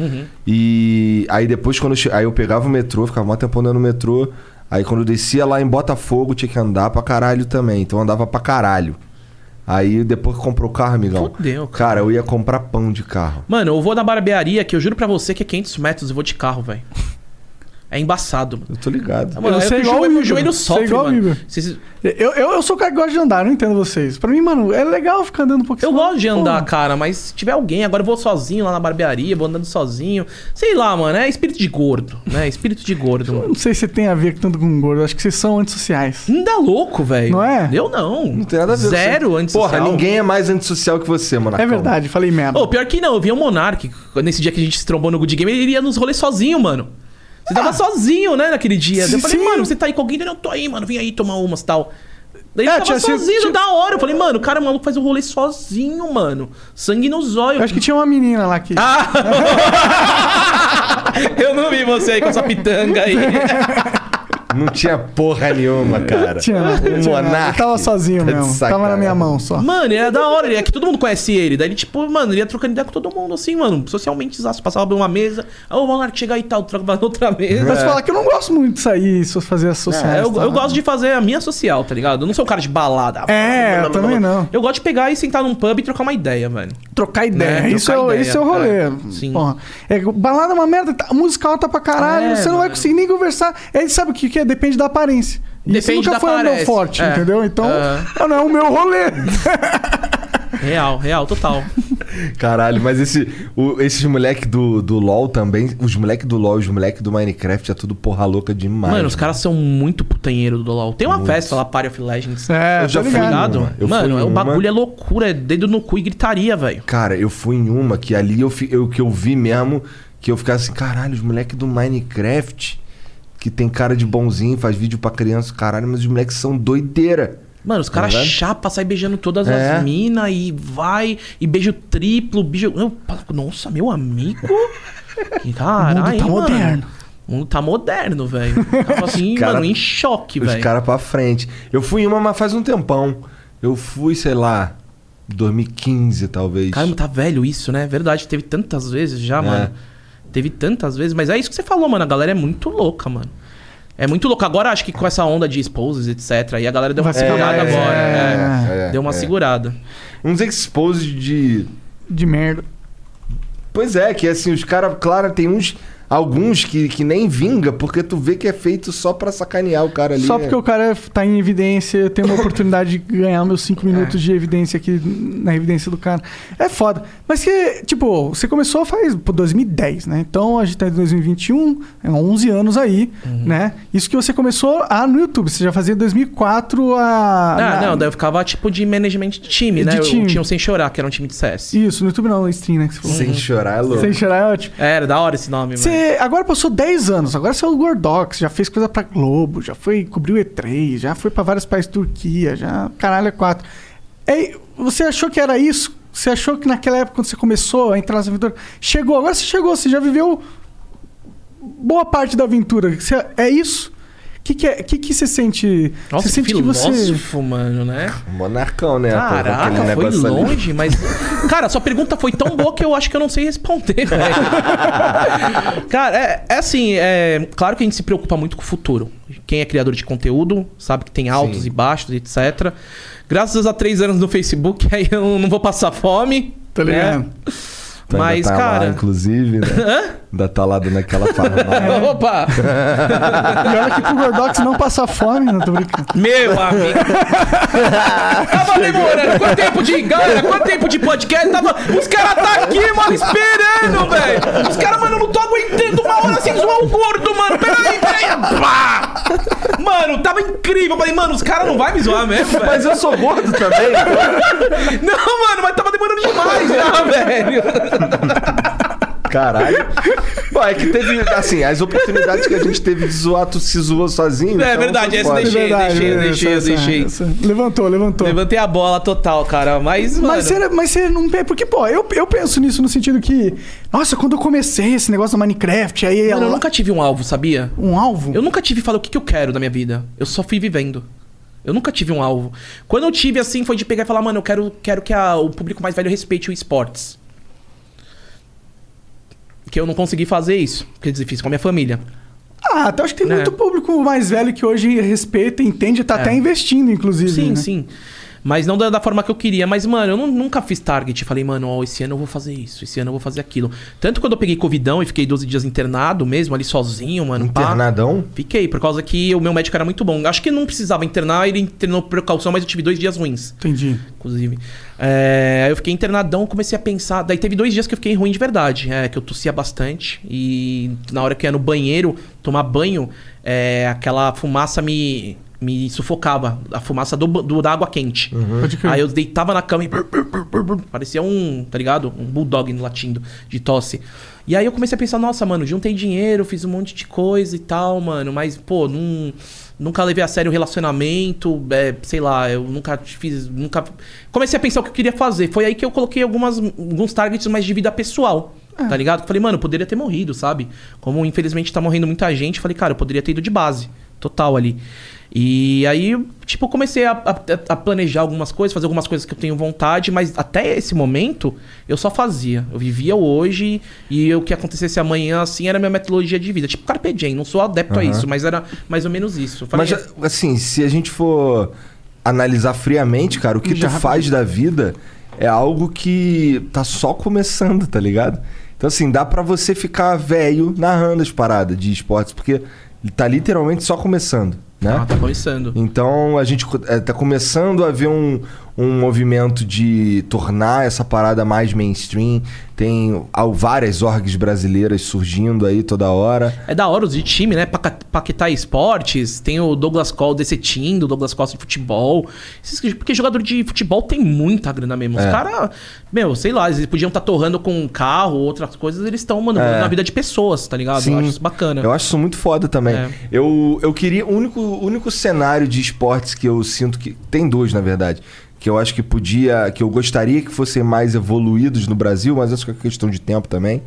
E aí depois quando eu, che- aí eu pegava o metrô, ficava mó tempo andando no metrô. Aí quando eu descia lá em Botafogo, tinha que andar pra caralho também. Então eu andava pra caralho. Aí depois que comprou o carro, amigão.
Fudeu, cara.
cara, eu ia comprar pão de carro.
Mano, eu vou na barbearia que eu juro pra você que é 500 metros, eu vou de carro, velho. É embaçado, mano.
Eu tô ligado.
Mano,
Eu
é
sei
que o
igual
joelho-
o
o
Igor.
joelho
Sei
sofre,
igual o
mano.
Igor.
Vocês-
Eu, eu, eu sou o cara que gosta de andar, eu não entendo vocês. Pra mim, mano, é legal ficar andando um pouquinho.
Eu
Só-
gosto de
pô,
andar, cara, mas se tiver alguém, agora eu vou sozinho lá na barbearia, vou andando sozinho. Sei lá, mano, é espírito de gordo, né? Espírito de gordo, mano.
Não sei se tem a ver tanto com gordo, acho que vocês são antissociais.
Não dá louco, velho.
Não é?
Eu não. Não
tem nada a ver com
Zero
você.
antes
Porra, ninguém é mais antissocial que você, mano.
É verdade, falei merda.
Ô, pior que não, eu vi o Monark nesse dia que a gente se trombou no Good Game, ele ia nos rolês sozinho, mano. Você tava sozinho, né, naquele dia. Daí eu
Ah. Sim,
falei,
sim.
mano, você tá aí com alguém? Ele, não, tô aí, mano, vem aí tomar umas e tal. Daí ele
É,
tava
tinha sido-
sozinho,
tinha-
da hora. Eu falei, mano, o cara o maluco faz o rolê sozinho, mano. Sangue nos olhos.
eu acho que tinha uma menina lá
Ah,
que.
Eu não vi você aí com essa pitanga aí.
Não tinha porra nenhuma, cara.
Tinha, não, tinha
um
nada.
monarca.
Eu tava sozinho
Tá de
mesmo. Tava na
sacanagem.
minha mão só.
Mano, era da hora, é que todo mundo conhece ele. Daí ele, tipo, mano, ele ia trocando ideia com todo mundo, assim, mano. Socialmente, zaço, passava por uma mesa. Ah, o Monark chega aí e tal, troca pra outra mesa.
Mas falar que eu não gosto muito de sair, só fazer as sociais.
É, eu,
tá?
eu gosto de fazer a minha social, tá ligado? Eu não sou um cara de balada.
É, eu também não.
Eu gosto de pegar e sentar num pub e trocar uma ideia, velho.
Trocar
Né,
ideia.
trocar
isso, é, o-
ideia,
isso é o rolê.
é. Sim.
Porra. É, balada é uma merda, tá- música alta pra caralho,
É,
você não vai
mano.
conseguir nem conversar. Aí sabe o que, que é? Depende da aparência. Isso
Depende
nunca
da
foi o meu
aparência,
forte,
é.
entendeu? Então,
Ah.
não é o meu rolê.
Real, real, total.
Caralho, mas esse, o- esses moleque do, do LoL também, os moleque do LoL e os moleque do Minecraft é tudo porra louca demais.
Mano, os caras são muito putanheiro do LoL. Tem uma festa lá, Party of Legends.
É,
Eu já
tá
fui
ligado.
Ligado?
numa, eu
Mano,
fui
é- o
numa.
bagulho é loucura, é dedo no cu e gritaria, velho.
Cara, eu fui em uma que ali eu, fi- eu- que eu vi mesmo que eu ficava assim, caralho, os moleque do Minecraft que tem cara de bonzinho, faz vídeo pra criança, caralho, mas os moleques são doideira.
Mano, os caras
Verdade.
chapa, sai beijando todas
É.
as minas e vai, e beijo triplo, beijo. Eu, falo, nossa, meu amigo? Que Caralho,
O mundo tá
mano.
moderno.
O mundo tá moderno, velho. Tava assim,
cara-
mano, em choque,
os
velho.
caras pra frente. Eu fui em uma, mas faz um tempão. Eu fui, sei lá, 2015 talvez.
Caramba, tá velho isso, né? Verdade, teve tantas vezes já,
É.
mano. Teve tantas vezes, mas é isso que você falou, mano. A galera é muito louca, mano. É muito louca. Agora acho que com essa onda de exposes, etc. Aí a galera deu uma
Vai ficar
segurada
mais-
agora.
é,
é.
é,
deu uma
é.
segurada.
Uns exposes de.
De merda.
Pois é, que assim, os caras, claro, tem uns. Alguns que, que nem vinga, porque tu vê que é feito só pra sacanear o cara ali.
Só
né?
porque o cara tá em evidência, eu tenho uma oportunidade de ganhar meus cinco minutos de evidência aqui na evidência do cara. É foda. Mas que, tipo, você começou faz pô, 2010, né? Então a gente tá em 2021, é 11 anos aí, né? Isso que você começou ah, no YouTube. Você já fazia em 2004 a.
Ah,
na-
não, daí eu ficava tipo de management de time,
De
né? Eu-
time.
Tinha um Sem Chorar, que era um time de CS.
Isso, no YouTube não, na stream, né? Que você falou.
Sem chorar, é louco.
Sem chorar é ótimo.
É, era da hora esse nome, mano.
Você agora passou 10 anos, agora você é o Gordox, já fez coisa pra Globo, já foi cobriu E3, já foi pra vários países, Turquia, já caralho, é 4. Você achou que era isso? Você achou que naquela época, quando você começou a entrar nessa aventura, chegou, agora você chegou, você já viveu boa parte da aventura. Você- é isso? O que, que, é- que, que você sente?
Nossa,
você sente
filósofo, mano, né?
Monarcão, né?
Caraca,
Aquele
foi
negócio ali.
longe, mas. Cara, sua pergunta foi tão boa que eu acho que eu não sei responder, velho. Cara, é, é assim, é, claro que a gente se preocupa muito com o futuro. Quem é criador de conteúdo sabe que tem altos e baixos, etc. Graças a três anos no Facebook, aí eu não vou passar fome. né?
Tá ligado?
Tu ainda
Mas,
tá lá,
cara.
inclusive, né? Ainda tá lá dando aquela farmácia.
Opa!
E olha que pro Gordox não passar fome, não tô brincando.
Meu amigo. Tava demorando. Quanto tempo de. Galera, quanto tempo de podcast? Tava... Os caras tá aqui, mano, esperando, velho. Os caras, mano, eu não tô aguentando uma hora sem zoar o gordo, mano. Peraí, peraí. Pá! Mano, tava incrível. Eu falei, mano, os caras não vai me zoar mesmo, velho.
Mas eu sou gordo também.
Não, mano, mas tava demorando demais já, velho.
Caralho. Bom, é que teve, assim, as oportunidades que a gente teve de zoar, tu se zoou sozinho.
É
então
verdade,
foi
essa
foda.
deixei, deixei, deixei,
É né? essa-
deixei.
essa- Levantou, levantou.
Levantei a bola total, cara. Mas, mano.
Mas você, mas você não. pe- Porque, pô, eu, eu penso nisso no sentido que. Nossa, quando eu comecei esse negócio do Minecraft, aí.
Mano, eu
ela-
nunca tive um alvo, sabia?
Um alvo?
Eu nunca tive falar o que, que eu quero da minha vida. Eu só fui vivendo. Eu nunca tive um alvo. Quando eu tive, assim, foi de pegar e falar, mano, eu quero, quero que a- o público mais velho respeite o esportes. Que eu não consegui fazer isso. Quer dizer, fiz com a minha família.
Ah, até acho que tem
É.
muito público mais velho que hoje respeita, entende, tá até investindo, inclusive.
Sim,
né?
sim. Mas não da, da forma que eu queria. Mas, mano, eu nu- nunca fiz target. Falei, mano, ó, esse ano eu vou fazer isso, esse ano eu vou fazer aquilo. Tanto quando eu peguei Covidão e fiquei 12 dias internado mesmo, ali sozinho, mano. pá.
Internadão?
Fiquei, por causa que o meu médico era muito bom. Acho que não precisava internar, ele internou por precaução, mas eu tive dois dias ruins.
Entendi.
inclusive. É, aí eu fiquei internadão, comecei a pensar. Daí teve dois dias que eu fiquei ruim de verdade, é, que eu tossia bastante. E na hora que eu ia no banheiro tomar banho, é, aquela fumaça me, me sufocava. A fumaça do, ba- do- da água quente.
Uhum. Pode crer.
Aí eu deitava na cama e. brr, brr, brr, brr, brr. Parecia um, tá ligado? Um bulldog latindo de tosse. E aí eu comecei a pensar, nossa, mano, juntei dinheiro, fiz um monte de coisa e tal, mano, mas, pô, num, nunca levei a sério o relacionamento, é, sei lá, eu nunca fiz. Nunca. Comecei a pensar o que eu queria fazer. Foi aí que eu coloquei algumas, alguns targets mais de vida pessoal. Tá ligado? Falei, mano, eu poderia ter morrido, sabe? Como infelizmente tá morrendo muita gente, falei, cara, eu poderia ter ido de base. Total ali. E aí, tipo, eu comecei a, a- a planejar algumas coisas, fazer algumas coisas que eu tenho vontade, mas até esse momento eu só fazia. Eu vivia o hoje e o que acontecesse amanhã, assim, era minha metodologia de vida. Tipo, Carpe Diem, não sou adepto a isso, mas era mais ou menos isso. Eu falei,
Mas, assim, se a gente for analisar friamente, cara, o que tu faz da vida é algo que tá só começando, tá ligado? Então, assim, dá pra você ficar velho narrando as paradas de esportes, porque tá
tá.
literalmente só começando, né?
ah, tá começando.
Então a gente co- eh, tá é, começando a ver um, um movimento de tornar essa parada mais mainstream. Tem há várias orgs brasileiras surgindo aí toda hora.
É da hora os de time, né? Paca- Paquetá Esportes, tem o Douglas Cole desse time, do Douglas Costa de futebol. Esses que- Porque jogador de futebol tem muita grana mesmo.
É.
Os caras, meu, sei lá, eles podiam estar torrando com um carro, outras coisas, eles estão, mano, na vida de pessoas, tá ligado? Eu acho isso bacana.
É. Eu acho isso muito foda também.
É.
Eu, eu queria. O único, o único cenário de esportes que eu sinto que. Tem dois, na verdade. Que eu acho que podia. Que eu gostaria que fossem mais evoluídos no Brasil, mas isso é questão de tempo também.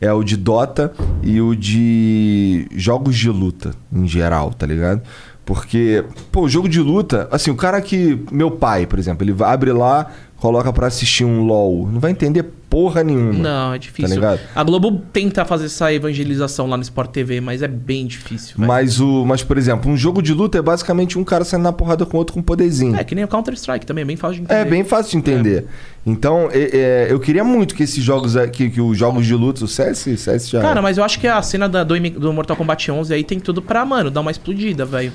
É o de Dota e o de jogos de luta, em geral, tá ligado? Porque, pô, o jogo de luta, assim, o cara que. Meu pai, por exemplo, ele vai- abre lá, coloca pra assistir um LOL. Não vai entender porra nenhuma.
Não, é difícil.
Tá ligado?
a Globo tenta fazer essa evangelização lá no Sport TV, mas é bem difícil. velho.
Mas, o, mas, por exemplo, um jogo de luta é basicamente um cara saindo na porrada com outro com poderzinho.
É que nem o Counter-Strike também, é bem fácil de entender.
É bem fácil de entender. Então, é- é, eu queria muito que esses jogos aqui, que os jogos de luta, o CS, CS já.
Cara, mas eu acho que a cena da- do, M- do Mortal Kombat 11 aí tem tudo pra, mano, dar uma explodida, velho.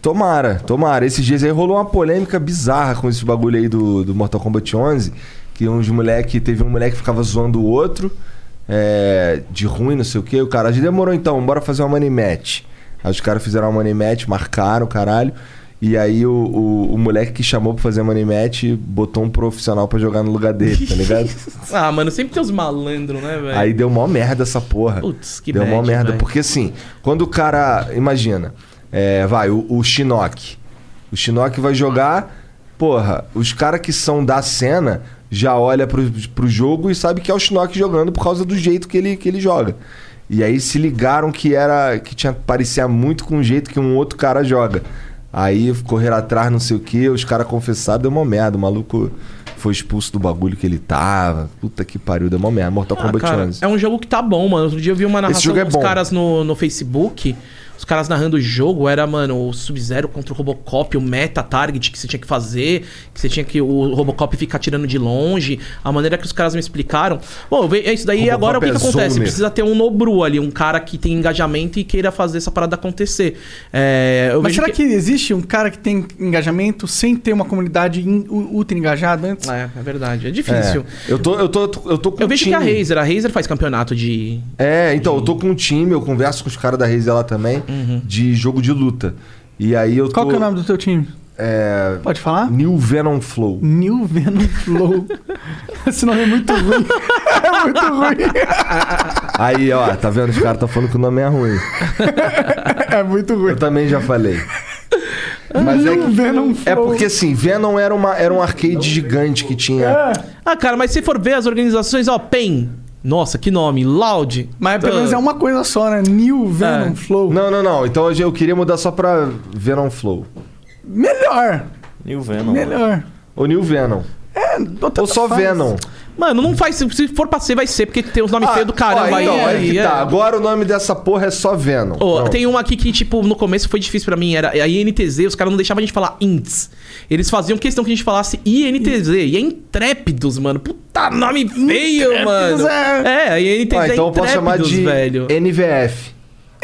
Tomara, tomara. Esses dias aí rolou uma polêmica bizarra com esse bagulho aí do, do Mortal Kombat 11. Que uns moleque, teve um moleque que ficava zoando o outro, é, de ruim, não sei o quê. O cara, a gente demorou então, bora fazer uma money match. Aí os caras fizeram uma money match, marcaram, caralho. E aí o, o, o moleque que chamou pra fazer a money match botou um profissional pra jogar no lugar dele, tá ligado?
Ah, mano, sempre tem os malandros, né, velho?
Aí deu mó merda essa porra.
Putz, que
Deu mó
bad,
merda.
velho.
Porque assim, quando o cara. Imagina, é, vai, o, o Shinnok. O Shinnok vai jogar. Porra, os caras que são da cena já olha pro, pro jogo e sabe que é o Shinnok jogando por causa do jeito que ele, que ele joga. E aí se ligaram que era. que tinha parecia muito com o jeito que um outro cara joga. Aí correram atrás, não sei o que, os caras confessaram, deu mó merda. O maluco foi expulso do bagulho que ele tava. Puta que pariu, deu mó merda. Mortal
Ah,
Kombat
cara,
11.
é um jogo que tá bom, mano. Outro dia eu vi uma narração
jogo é
dos
bom.
caras no, no Facebook. Os caras narrando o jogo era, mano, o Sub-Zero contra o Robocop, o meta target que você tinha que fazer, que você tinha que o Robocop ficar tirando de longe, a maneira que os caras me explicaram. Bom, eu ve- é isso daí
Robocop
agora o que,
é
que acontece?
zoomer.
Precisa ter um Nobru ali, um cara que tem engajamento e queira fazer essa parada acontecer. É, eu
Mas
vejo
será que... existe um cara que tem engajamento sem ter uma comunidade in- u- ultra engajada antes?
É, é verdade, é
É.
difícil.
Eu tô, eu tô, eu tô com
Eu vejo
um
que é a
time.
Razer, a Razer faz campeonato de.
É, então, eu tô com um time, eu converso com os caras da Razer lá também,
Uhum.
de jogo de luta. E aí eu tô.
Qual que é o nome do teu time?
É.
Pode falar?
New Venom Flow.
New Venom Flow. Esse nome é muito ruim. é muito ruim.
Aí, ó, tá vendo? Os caras estão falando que o nome é ruim.
É muito ruim.
Eu também já falei. Mas é,
New
que-
Venom
é
Flow.
porque assim, Venom era, uma, era um arcade gigante que
É.
tinha.
Ah, cara, mas se for ver as organizações, ó, PEN. Nossa, que nome. Loud.
Mas pelo
Ah,
menos é uma coisa só, né? New Venom
É.
Flow.
Não, não, não. Então eu já- eu queria mudar só pra Venom Flow.
Melhor.
E o Venom.
Melhor. É,
Ou New Venom.
Tá,
Ou só Venom.
Mano, não faz. Se for pra ser, vai ser, porque tem os nomes feios do caramba
ó,
aí.
então, olha
aí,
que
é.
tá. Agora o nome dessa porra é só Venom.
Ó,
Pronto.
tem uma aqui que, tipo, no começo foi difícil pra mim. Era a INTZ, os caras não deixavam a gente falar INTS. Eles faziam questão que a gente falasse INTZ. E é Intrépidos, mano. Puta nome feio, mano. É, a INTZ
Ah,
é
então eu posso chamar
Intrépidos,
de
velho.
NVF.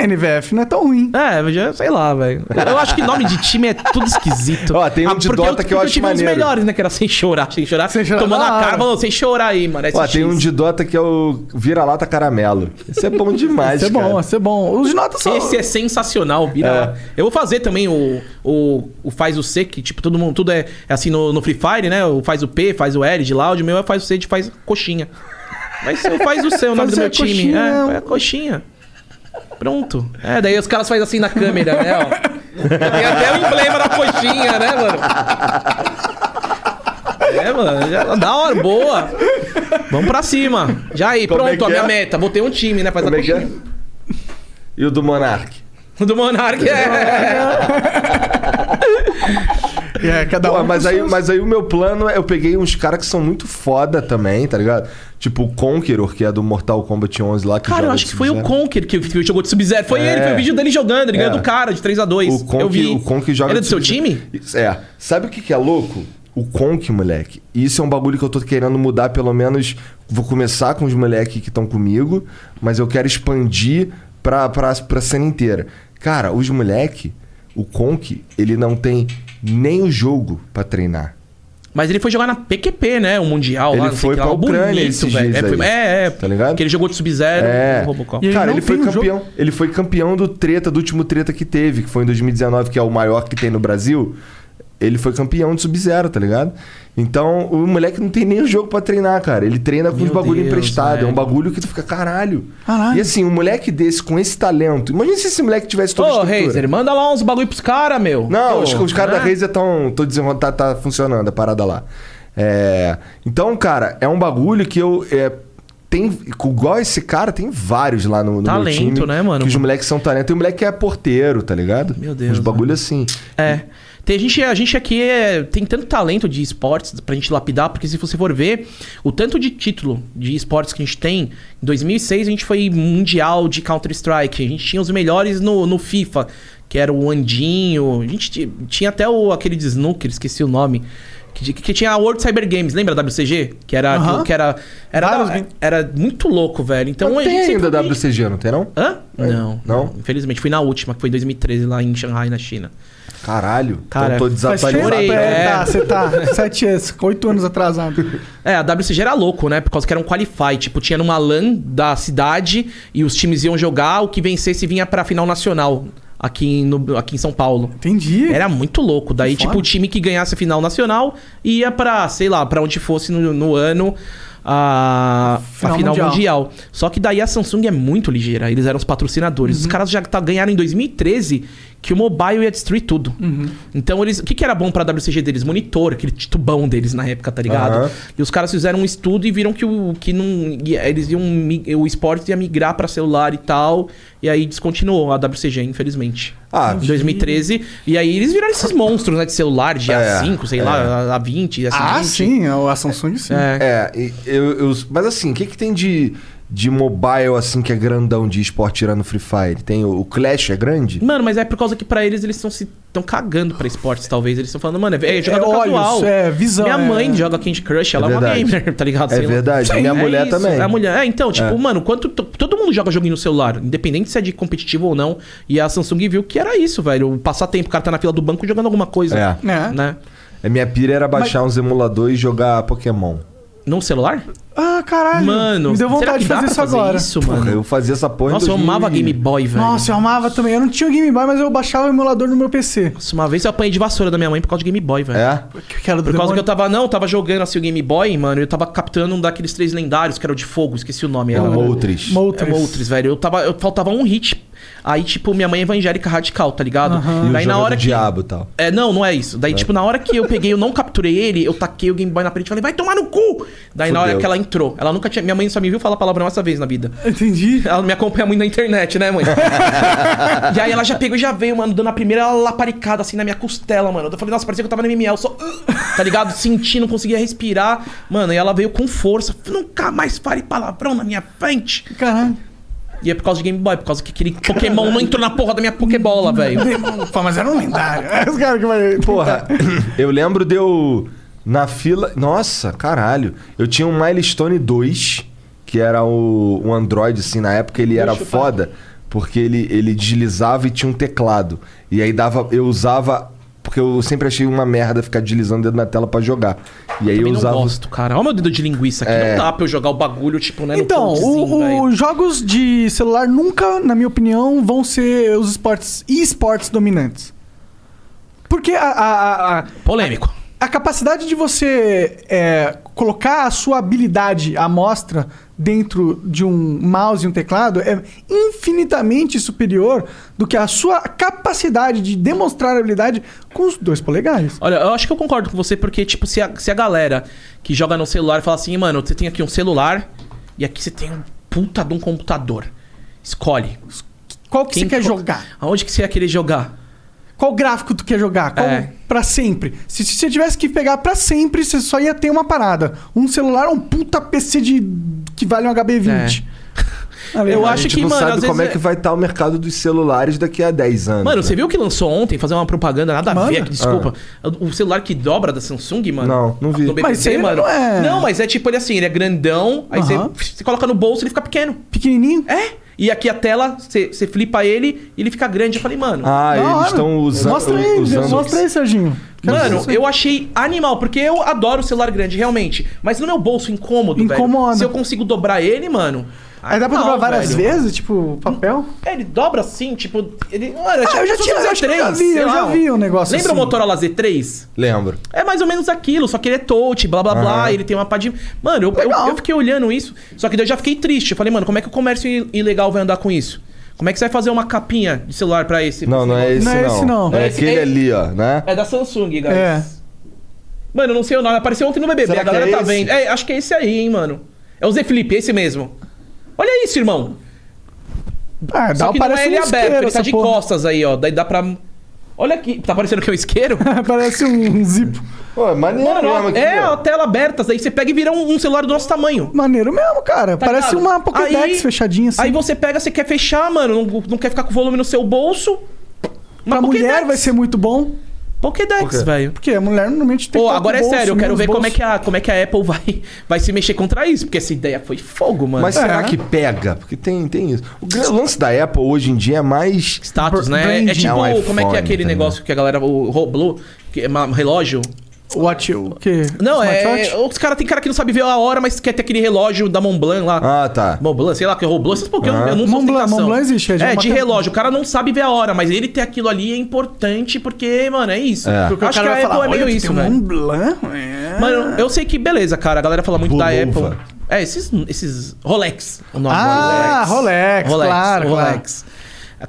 NVF não é tão ruim.
É, mas já sei lá, velho. Eu acho que nome de time é tudo esquisito.
Ó,
Ah,
tem um de
porque
Dota que eu
porque
acho
tive
maneiro.
uns melhores, né? Que era sem chorar, sem chorar.
Sem chorar,
tomando
da
a
hora.
cara, falou, sem chorar aí, mano.
Ó,
SX.
tem um de Dota que é o vira-lata caramelo. Isso é bom demais,
Isso é bom,
cara.
isso é bom. Os notas são.
Esse é sensacional, vira.
É.
Eu vou fazer também o, o, o faz o C, que tipo, todo mundo, tudo é, é assim no, no Free Fire, né? O faz o P, faz o L de loud, o meu é faz o C de faz coxinha. Mas eu faz o C, o
Faz
nome do
o
meu
C,
time.
coxinha.
É, é coxinha. Pronto. É, daí os caras fazem assim na câmera, né? Ó. Tem até o emblema da coxinha, né, mano? É, mano, já- da hora, boa. Vamos pra cima. Já aí,
Como é
pronto,
que
a minha
é?
meta. Botei um time, né? Faz
Como
a
é que
coxinha.
é? E o do Monark.
O Do Monark é.
É, cada
Pô,
um.
mas,
com
aí,
seus-
mas aí o meu plano é eu peguei uns caras que são muito foda também, tá ligado? Tipo o Conqueror, que é do Mortal Kombat 11 lá. Que
Cara, eu
joga
acho que foi o
Sub-Zero.
Conker que que jogou de Sub-Zero. Foi
É.
ele, foi o vídeo dele jogando, ele ganhou do cara de 3x2.
O Conk,
eu vi.
O Conk joga
Ele é do seu
Sub-Zero.
time?
Isso, É. Sabe o que, que é louco? O Conk, moleque. Isso é um bagulho que eu tô querendo mudar, pelo menos. Vou começar com os moleques que estão comigo, mas eu quero expandir pra, pra, pra cena inteira. Cara, os moleque, o Conk, ele não tem nem o jogo pra treinar.
Mas ele foi jogar na PQP, né? O Mundial
Ele
lá, não sei
foi
o que lá.
pra
O
Ucrânia esses
velho.
dias
É, foi-
aí.
é, é.
Tá ligado?
Que ele jogou de Sub-Zero
É.
no Robocop.
E ele
Cara,
não
ele foi
tem um
campeão. Ele foi campeão do treta, do último treta que teve, que foi em 2019, que é o maior que tem no Brasil. Ele foi campeão de Sub-Zero, tá ligado? Então, o moleque não tem nem jogo pra treinar, cara. Ele treina com
Meu
os bagulho
Deus,
emprestado. É um
velho.
bagulho que tu fica, caralho.
Caralho.
E assim, um moleque desse, com esse talento. Imagina se esse moleque tivesse toda a
Ô,
estrutura.
Reiser, manda lá uns bagulho pros caras, meu.
Não,
Pô,
os, os caras
né?
da Razer estão. Tô dizendo, tá, tá funcionando a parada lá. É, então, cara, é um bagulho que eu. É, tem, igual esse cara, tem vários lá no, no meu
Talento,
time.
né, mano?
Que os moleques são talento. Tem um moleque que é porteiro, tá ligado?
Meu
Uns
Deus,
bagulho assim.
É. Tem, a, gente, a gente aqui é- tem tanto talento de esportes pra gente lapidar, porque se você for ver, o tanto de título de esportes que a gente tem, em 2006 a gente foi mundial de Counter-Strike, a gente tinha os melhores no, no FIFA, que era o Andinho, a gente ti- tinha até o, aquele de snooker, esqueci o nome, que, di- que tinha a World Cyber Games, lembra da WCG? Que era,
Aham.
que, era, era,
Vários
era,
bem-
muito louco, velho. Então
Mas
a gente
tem
sempre
ainda
alguém-
WCG, não tem não?
Hã? Não,
Não?
não. Infelizmente, fui na última, que foi em 2013, lá em Shanghai, na China.
Caralho.
Cara,
então tô
Faz tempo,
desatualizado.
Morei,
é,
é.
né?
tá, você tá sete, oito anos atrasado.
É, a WCG era louco, né? Por causa que era um qualify. Tipo, tinha numa LAN da cidade e os times iam jogar, o que vencesse vinha pra final nacional aqui, em- no, aqui em São Paulo.
Entendi.
Era muito louco. Daí, tipo, o time que ganhasse a final nacional ia pra, sei lá, pra onde fosse no, no ano a
Final
final, a final
mundial.
mundial. Só que daí a Samsung é muito ligeira. Eles eram os patrocinadores. Os caras já tá- ganharam em 2013 que o mobile ia destruir tudo. Então, eles, o que, que era bom pra WCG deles? Monitor, aquele titubão deles na época, tá ligado?
Aham.
E os caras fizeram um estudo e viram que o que não ia- eles iam mi- o esporte ia migrar pra celular e tal, e aí descontinuou a WCG, infelizmente.
Ah,
em 2013, e aí eles viraram esses monstros, né, de celular, de
É,
A5, sei lá, A20, S20.
Ah, sim, a Samsung sim.
É.
É, e- eu, eu- mas assim, o que, que tem de, de mobile assim que é grandão de esporte tirando Free Fire? Tem o, o Clash é grande?
Mano, mas é por causa que pra eles eles estão se tão cagando pra esportes, talvez. Eles estão falando, mano, é, é jogador
olhos,
casual.
é visão,
Minha
é.
mãe joga Candy Crush, ela é, uma
verdade.
gamer, tá ligado?
É
Sei lá.
verdade, minha mulher
isso,
também.
A mulher. É, então, tipo, mano, quanto to- todo mundo joga joguinho no celular, independente se é de competitivo ou não. E a Samsung viu que era isso, velho. O passatempo, o cara tá na fila do banco jogando alguma coisa.
É.
É.
Né?
A minha pira era baixar uns emuladores e jogar Pokémon.
No celular?
Ah, caralho.
Mano,
me deu
será
vontade
que
de
dá
fazer
pra
isso agora.
Isso,
Porra,
mano.
eu fazia essa porra em
Nossa, eu
2000
amava Game Boy, velho.
Nossa, eu amava também. Eu não tinha o Game Boy, mas eu baixava o emulador no meu PC.
Nossa, uma vez eu apanhei de vassoura da minha mãe por causa de Game Boy, velho.
É?
Que que era do
Por causa
demônio.
que eu tava, não, eu tava jogando assim o Game Boy, mano, eu tava captando um daqueles três lendários que era o de fogo, esqueci o nome.
É
era-
o Moltres.
É
Moltres.
Moltres, velho. Eu tava, eu faltava um hit. Aí, tipo, minha mãe é evangélica radical, tá ligado?
E o jogo
Daí
é
na
do
hora que.
diabo e tal.
É, não, não é isso. Daí, tipo, na hora que eu peguei, eu não capturei ele, eu taquei o Game Boy na frente e falei, vai tomar no cu! Daí, na hora
Fudeu.
que ela entrou, ela nunca tinha. Minha mãe só me viu falar palavrão essa vez na vida.
Entendi.
Ela me acompanha muito na internet, né, mãe? e aí ela já pegou e já veio, mano, dando a primeira laparicada assim na minha costela, mano. Eu falei, nossa, parecia que eu tava no MML, só. Tá ligado? Senti, não conseguia respirar. Mano, e ela veio com força. Nunca mais fale palavrão na minha frente.
Caralho.
E é por causa de Game Boy, por causa que aquele Pokémon não entrou na porra da minha Pokébola, velho.
Pô, mas era um lendário. É os caras que vai.
Porra, eu lembro de eu. Na fila. Nossa, caralho. Eu tinha um Milestone 2, que era o, o Android, assim, na época ele era foda, porque ele, ele deslizava e tinha um teclado. E aí dava. Eu usava. Porque eu sempre achei uma merda ficar deslizando o dedo na tela pra jogar. E aí eu
Também não
usava.
gosto, cara. Olha o meu dedo de linguiça aqui. Não dá pra eu jogar o bagulho, tipo, né? no
Então,
touchzinho,
o-
velho.
os jogos de celular nunca, na minha opinião, vão ser os esportes e esportes dominantes. Porque a, a- a- a-
Polêmico.
a capacidade de você é, colocar a sua habilidade à mostra dentro de um mouse e um teclado é infinitamente superior do que a sua capacidade de demonstrar habilidade com os dois polegares.
Olha, eu acho que eu concordo com você, porque, tipo, se a, se a galera que joga no celular fala assim, mano, você tem aqui um celular e aqui você tem um puta de um computador. Escolhe.
Qual que você
Quem
quer
co-
jogar?
Aonde que você ia querer jogar?
Qual gráfico tu quer jogar? Qual
É.
pra sempre? Se, se você tivesse que pegar pra sempre, você só ia ter uma parada. Um celular ou um puta PC de que vale um HB20.
É. Eu
A
acho
gente
que,
não
mano, às
sabe como é
vezes
que
é-
vai estar o mercado dos celulares daqui a 10 anos.
Mano,
né?
você viu que lançou ontem, fazer uma propaganda, nada a
Manda.
ver, aqui, desculpa. O celular que dobra da Samsung, mano.
Não, não vi.
Do BBB,
Mas isso aí
mano.
não é-
Não, mas é tipo ele assim, ele é grandão, aí
Aham.
você, você coloca no bolso e ele fica pequeno.
Pequenininho?
É? E aqui a tela, você você flipa ele e ele fica grande. Eu falei, mano.
Ah,
Da hora.
eles estão usando.
Mostra aí,
usando...
mostra aí, Serginho. Quero ver
Mano,
isso aí.
eu achei animal, porque eu adoro o celular grande, realmente. Mas no meu bolso, incômodo,
Incomoda.
velho. Se eu consigo dobrar ele, mano.
Aí dá pra
animal,
dobrar várias
velho.
vezes, tipo, papel?
É, ele dobra assim, tipo. Ele, mano,
Ah, eu já tive, eu acho que eu já vi, eu já vi um negócio
Lembra
assim.
o Motorola Z3?
Lembro.
É mais ou menos aquilo, só que ele é touch, blá blá blá, ele tem uma pá de. Mano, eu, eu,
Legal.
eu fiquei olhando isso, só que daí eu já fiquei triste. Eu falei, mano, como é que o comércio i- ilegal vai andar com isso? Como é que você vai fazer uma capinha de celular pra esse?
Não, não é esse
Não
não.
é esse, não.
É
Esse
aquele
daí-
ali, ó, né?
É da Samsung, guys.
É.
Mano, eu não sei o nome, apareceu ontem no BBB,
Será
a galera
que é
tá
esse?
vendo. É, acho que é esse aí, hein, mano. É o Z Flip, esse mesmo. Olha isso, irmão.
Ah,
Só
dá
que não é
parece
ele
um
aberto,
isqueiro
ele tá
essa
de
porra.
costas aí, ó. Daí dá pra. Olha aqui, tá parecendo que é um isqueiro?
Parece um zipo.
Pô, é maneiro
Mano, ó,
mesmo aqui,
é,
ó.
ó, tela aberta, daí você pega e vira um, um celular do nosso tamanho.
Maneiro mesmo, cara.
Tá
parece
ligado?
uma Pokédex
Aí-
fechadinha assim.
Aí você pega, você quer fechar, mano, não, não quer ficar com o volume no seu bolso. Uma
pra mulher vai ser muito bom,
Pokédex, velho.
porque a mulher normalmente tem
Pô,
que tá com
agora é
bolso,
sério, eu quero
menos
ver como é,
bolso.
que a, como é que a Apple vai, vai se mexer contra isso, porque essa ideia foi fogo, mano.
Mas
É.
será que pega? Porque tem, tem isso. O gran- lance da Apple hoje em dia é mais.
Status,
Br-
né? É
branding.
tipo,
É um iPhone,
como é que é aquele
tá ligado?
negócio que a galera, o Roblo, que é uma- relógio?
Watch, o quê?
Não,
Smartwatch?
é. Os cara, tem cara que não sabe ver a hora, mas quer ter aquele relógio da Montblanc lá.
Ah, tá.
Montblanc, sei lá, que é Roblo, essas porque eu não-
Ah.
eu não sou
Montblanc-
ostentação.
Montblanc existe, é de
É,
uma
de
marca-
relógio. O cara não sabe ver a hora, mas ele ter aquilo ali é importante porque, mano, é isso.
É.
Porque o
Acho que
cara
a
vai
Apple
falar,
é
"Olha,
meio
tu
isso,
tem
velho.
um Blanc, é."
Mano, eu sei que beleza, cara. A galera fala muito da
Bulova.
Apple. É, esses, esses Rolex. O nome
Ah, Rolex, claro,
Rolex.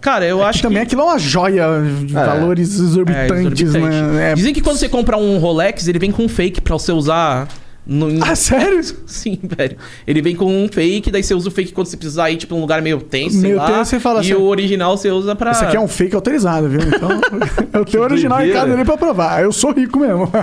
Cara, eu acho
Também
que...
aquilo é uma joia de
É.
valores exorbitantes,
exorbitante.
né? É.
Dizem que quando você compra um Rolex, ele vem com um fake pra você usar... No...
Ah, sério?
Sim, velho. Ele vem com um fake, daí você usa o fake quando você precisar ir, tipo, um lugar meio tenso, sei
Meio
lá.
tenso, você fala
E
assim,
o original você usa pra...
Esse aqui é um fake autorizado, viu? Então, eu tenho o original em
doideira.
casa ali pra provar. Eu sou rico mesmo.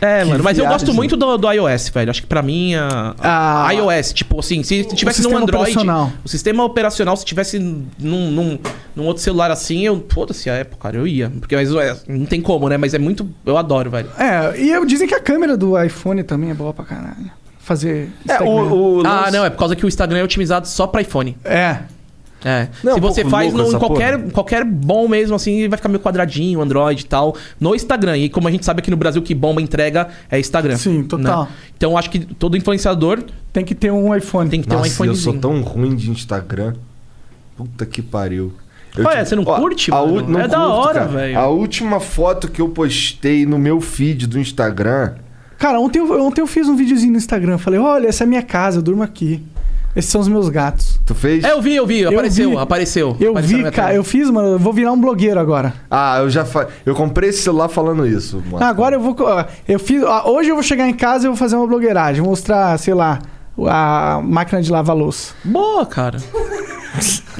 É, mano, mas eu
viagem.
gosto muito do, do iOS, velho. Acho que pra mim, a, a-
assim." Ah.
iOS, tipo assim, se tivesse num
sistema
Android,
operacional.
o sistema operacional, se tivesse num, num, num outro celular assim, eu, foda-se a Apple, cara, eu ia. Porque mas, ué, não tem como, né? Mas é muito, eu adoro, velho.
é, e eu, dizem que a câmera do iPhone também é boa pra caralho. Fazer.
É,
Instagram.
o, o
Ah,
lance-
não, é por causa que o Instagram é otimizado só pra iPhone.
É.
É.
Não, é
se
um
você
pouco
faz
louco
no, em
essa
qualquer, qualquer bom mesmo, assim, vai ficar meio quadradinho, Android e tal, no Instagram. E como a gente sabe aqui no Brasil que bomba entrega é Instagram.
Sim, total.
Então acho que todo influenciador
Tem que ter um iPhone.
tem que ter um
Nossa, eu
iPhonezinho.
sou tão ruim de Instagram. Puta que pariu.
Ué, você não curte,
a u-
mano?
não
É da hora,
cara.
velho.
A última foto que eu postei no meu feed do Instagram.
Cara, ontem eu, ontem eu fiz um videozinho no Instagram. Falei, olha, essa é a minha casa, eu durmo aqui. Esses são os meus gatos.
Tu fez?
É, eu vi, eu vi, apareceu, apareceu.
Eu
apareceu na
vi,
minha
cara,
tela.
eu fiz, mano, eu vou virar um blogueiro agora.
Ah, eu já fa... Eu comprei esse celular falando isso, mano.
Ah, Agora eu vou. co- ó, Eu fiz. ó, Hoje eu vou chegar em casa e vou fazer uma blogueiragem. Vou mostrar, sei lá, a máquina de lavar louça.
Boa, cara.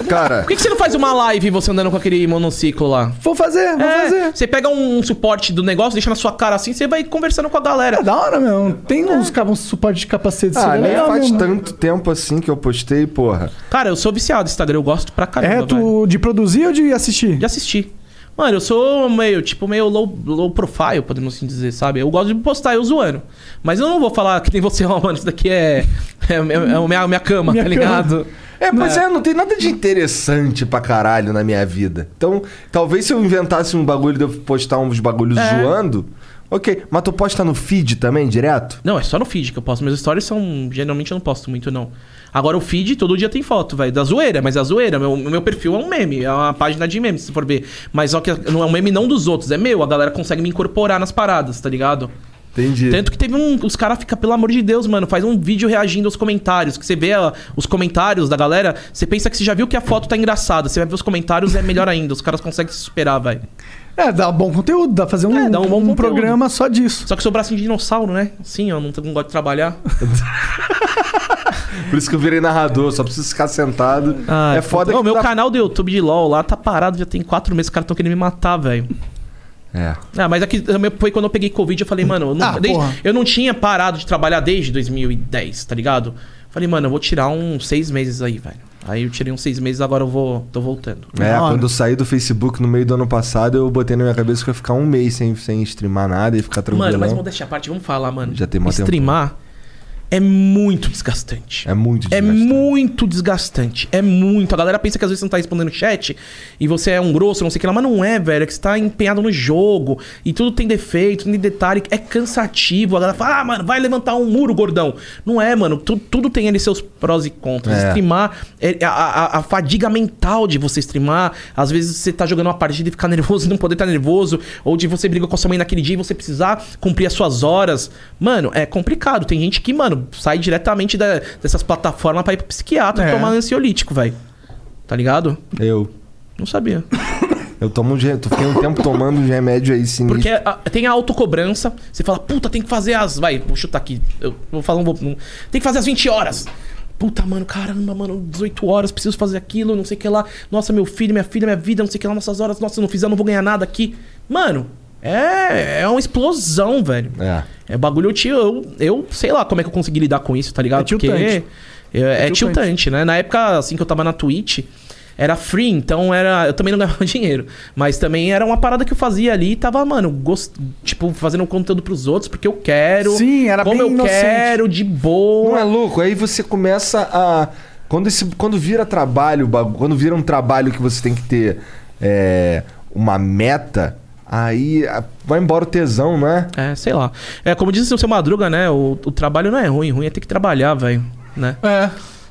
Cara,
Por que, que você não faz uma live você andando com aquele monociclo lá?
Vou fazer, vou
É,
fazer.
Você pega um suporte do negócio, deixa na sua cara assim, você vai conversando com a galera.
É da hora mesmo. Tem
É.
uns, ca- uns suporte de capacete.
ah,
seria
nem
legal
faz
mesmo.
tanto tempo assim que eu postei, porra.
Cara, eu sou viciado no Instagram, eu gosto pra caramba.
É,
velho.
tu de produzir ou de assistir?
De assistir. Mano, eu sou meio, tipo, meio low, low profile, podemos assim dizer, sabe? Eu gosto de postar eu zoando. Mas eu não vou falar que nem você, ó, mano, isso daqui é. É, é, é minha, minha cama,
Minha
tá
cama.
ligado?
É, pois é. não tem nada de interessante pra caralho na minha vida. Então, talvez se eu inventasse um bagulho de eu postar uns bagulhos
É.
zoando, ok. Mas tu posta no feed também, direto?
Não, é só no feed que eu posto. Meus stories são. Geralmente eu não posto muito, não. Agora o feed, todo dia tem foto, velho. Da zoeira, mas a zoeira. Meu, meu perfil é um meme, é uma página de memes, se for ver. Mas só que não é um meme não dos outros, é meu. A galera consegue me incorporar nas paradas, tá ligado?
Entendi.
Tanto que teve um. Os caras ficam, pelo amor de Deus, mano, faz um vídeo reagindo aos comentários. Que você vê ó, os comentários da galera, você pensa que você já viu que a foto tá engraçada. Você vai ver os comentários é melhor ainda. Os caras conseguem se superar, velho.
É, dá bom conteúdo, dá pra fazer um,
É, dá um bom
um
conteúdo.
programa só disso.
Só que sou bracinho de dinossauro, né? Sim, eu não, não gosto de trabalhar.
Por isso que eu virei narrador, só preciso ficar sentado.
Ah,
é foda
Ah, Não,
que
meu
tá-
canal do YouTube de LOL lá tá parado já tem quatro meses. Os caras tão querendo me matar, velho.
É.
Ah, mas aqui também foi quando eu peguei Covid. Eu falei, mano, eu não,
Ah,
desde-
porra.
eu não tinha parado de trabalhar desde 2010, tá ligado? Falei, mano, eu vou tirar uns seis meses aí, velho. Aí eu tirei uns seis meses, agora eu vou. tô voltando.
É,
Da hora.
quando eu saí do Facebook no meio do ano passado, eu botei na minha cabeça que eu ia ficar um mês sem, sem streamar nada e ficar tranquilo.
Mano, mas modéstia à parte, vamos falar, mano.
Já tem mó tempo.
Streamar é muito desgastante.
É muito
É
desgastante.
muito desgastante. É muito. A galera pensa que às vezes você não tá respondendo chat e você é um grosso, não sei o que lá, mas não é, velho. É que você tá empenhado no jogo e tudo tem defeito, tudo tem detalhe. É cansativo. A galera fala, ah, mano, vai levantar um muro, gordão. Não é, mano. Tu- tudo tem ali seus prós e contras.
É.
Streamar, é- a, a- a fadiga mental de você streamar. Às vezes você tá jogando uma partida e ficar nervoso e não poder estar nervoso. Ou de você briga com a sua mãe naquele dia e você precisar cumprir as suas horas. Mano, é complicado. Tem gente que, mano, sai diretamente da- dessas plataformas pra ir pro psiquiatra
É.
tomar ansiolítico, velho. Tá ligado?
Eu.
Não sabia.
Eu tomo um, eu fiquei um tempo tomando um remédio aí sinistro.
Porque a- tem a autocobrança. Você fala, puta, tem que fazer as. Vai, vou chutar aqui. Eu vou falar um. vou- um- Tem que fazer as 20 horas. Puta, mano, caramba, mano, 18 horas, preciso fazer aquilo, não sei o que lá. Nossa, meu filho, minha filha, minha vida, não sei o que lá, nossas horas. Nossa, se eu não fizer, eu não vou ganhar nada aqui. Mano, é, é uma explosão, velho.
É.
É bagulho, eu, te- eu, eu sei lá como é que eu consegui lidar com isso, tá ligado?
É tiltante.
é, é
tiltante.
tiltante, né? Na época, assim, que eu tava na Twitch, era free, então era. Eu também não ganhava dinheiro. Mas também era uma parada que eu fazia ali e tava, mano, gost... tipo, fazendo conteúdo pros outros, porque eu quero.
Sim, era
como
bem
eu
inocente.
quero, de boa.
Não é louco? Aí você começa a. Quando, esse, quando vira trabalho, o bagu- quando vira um trabalho que você tem que ter é, uma meta, aí a- vai embora o tesão, né?
É, sei lá. É, como diz o seu Madruga, né? O, o trabalho não é ruim, ruim é ter que trabalhar, velho. Né?
É.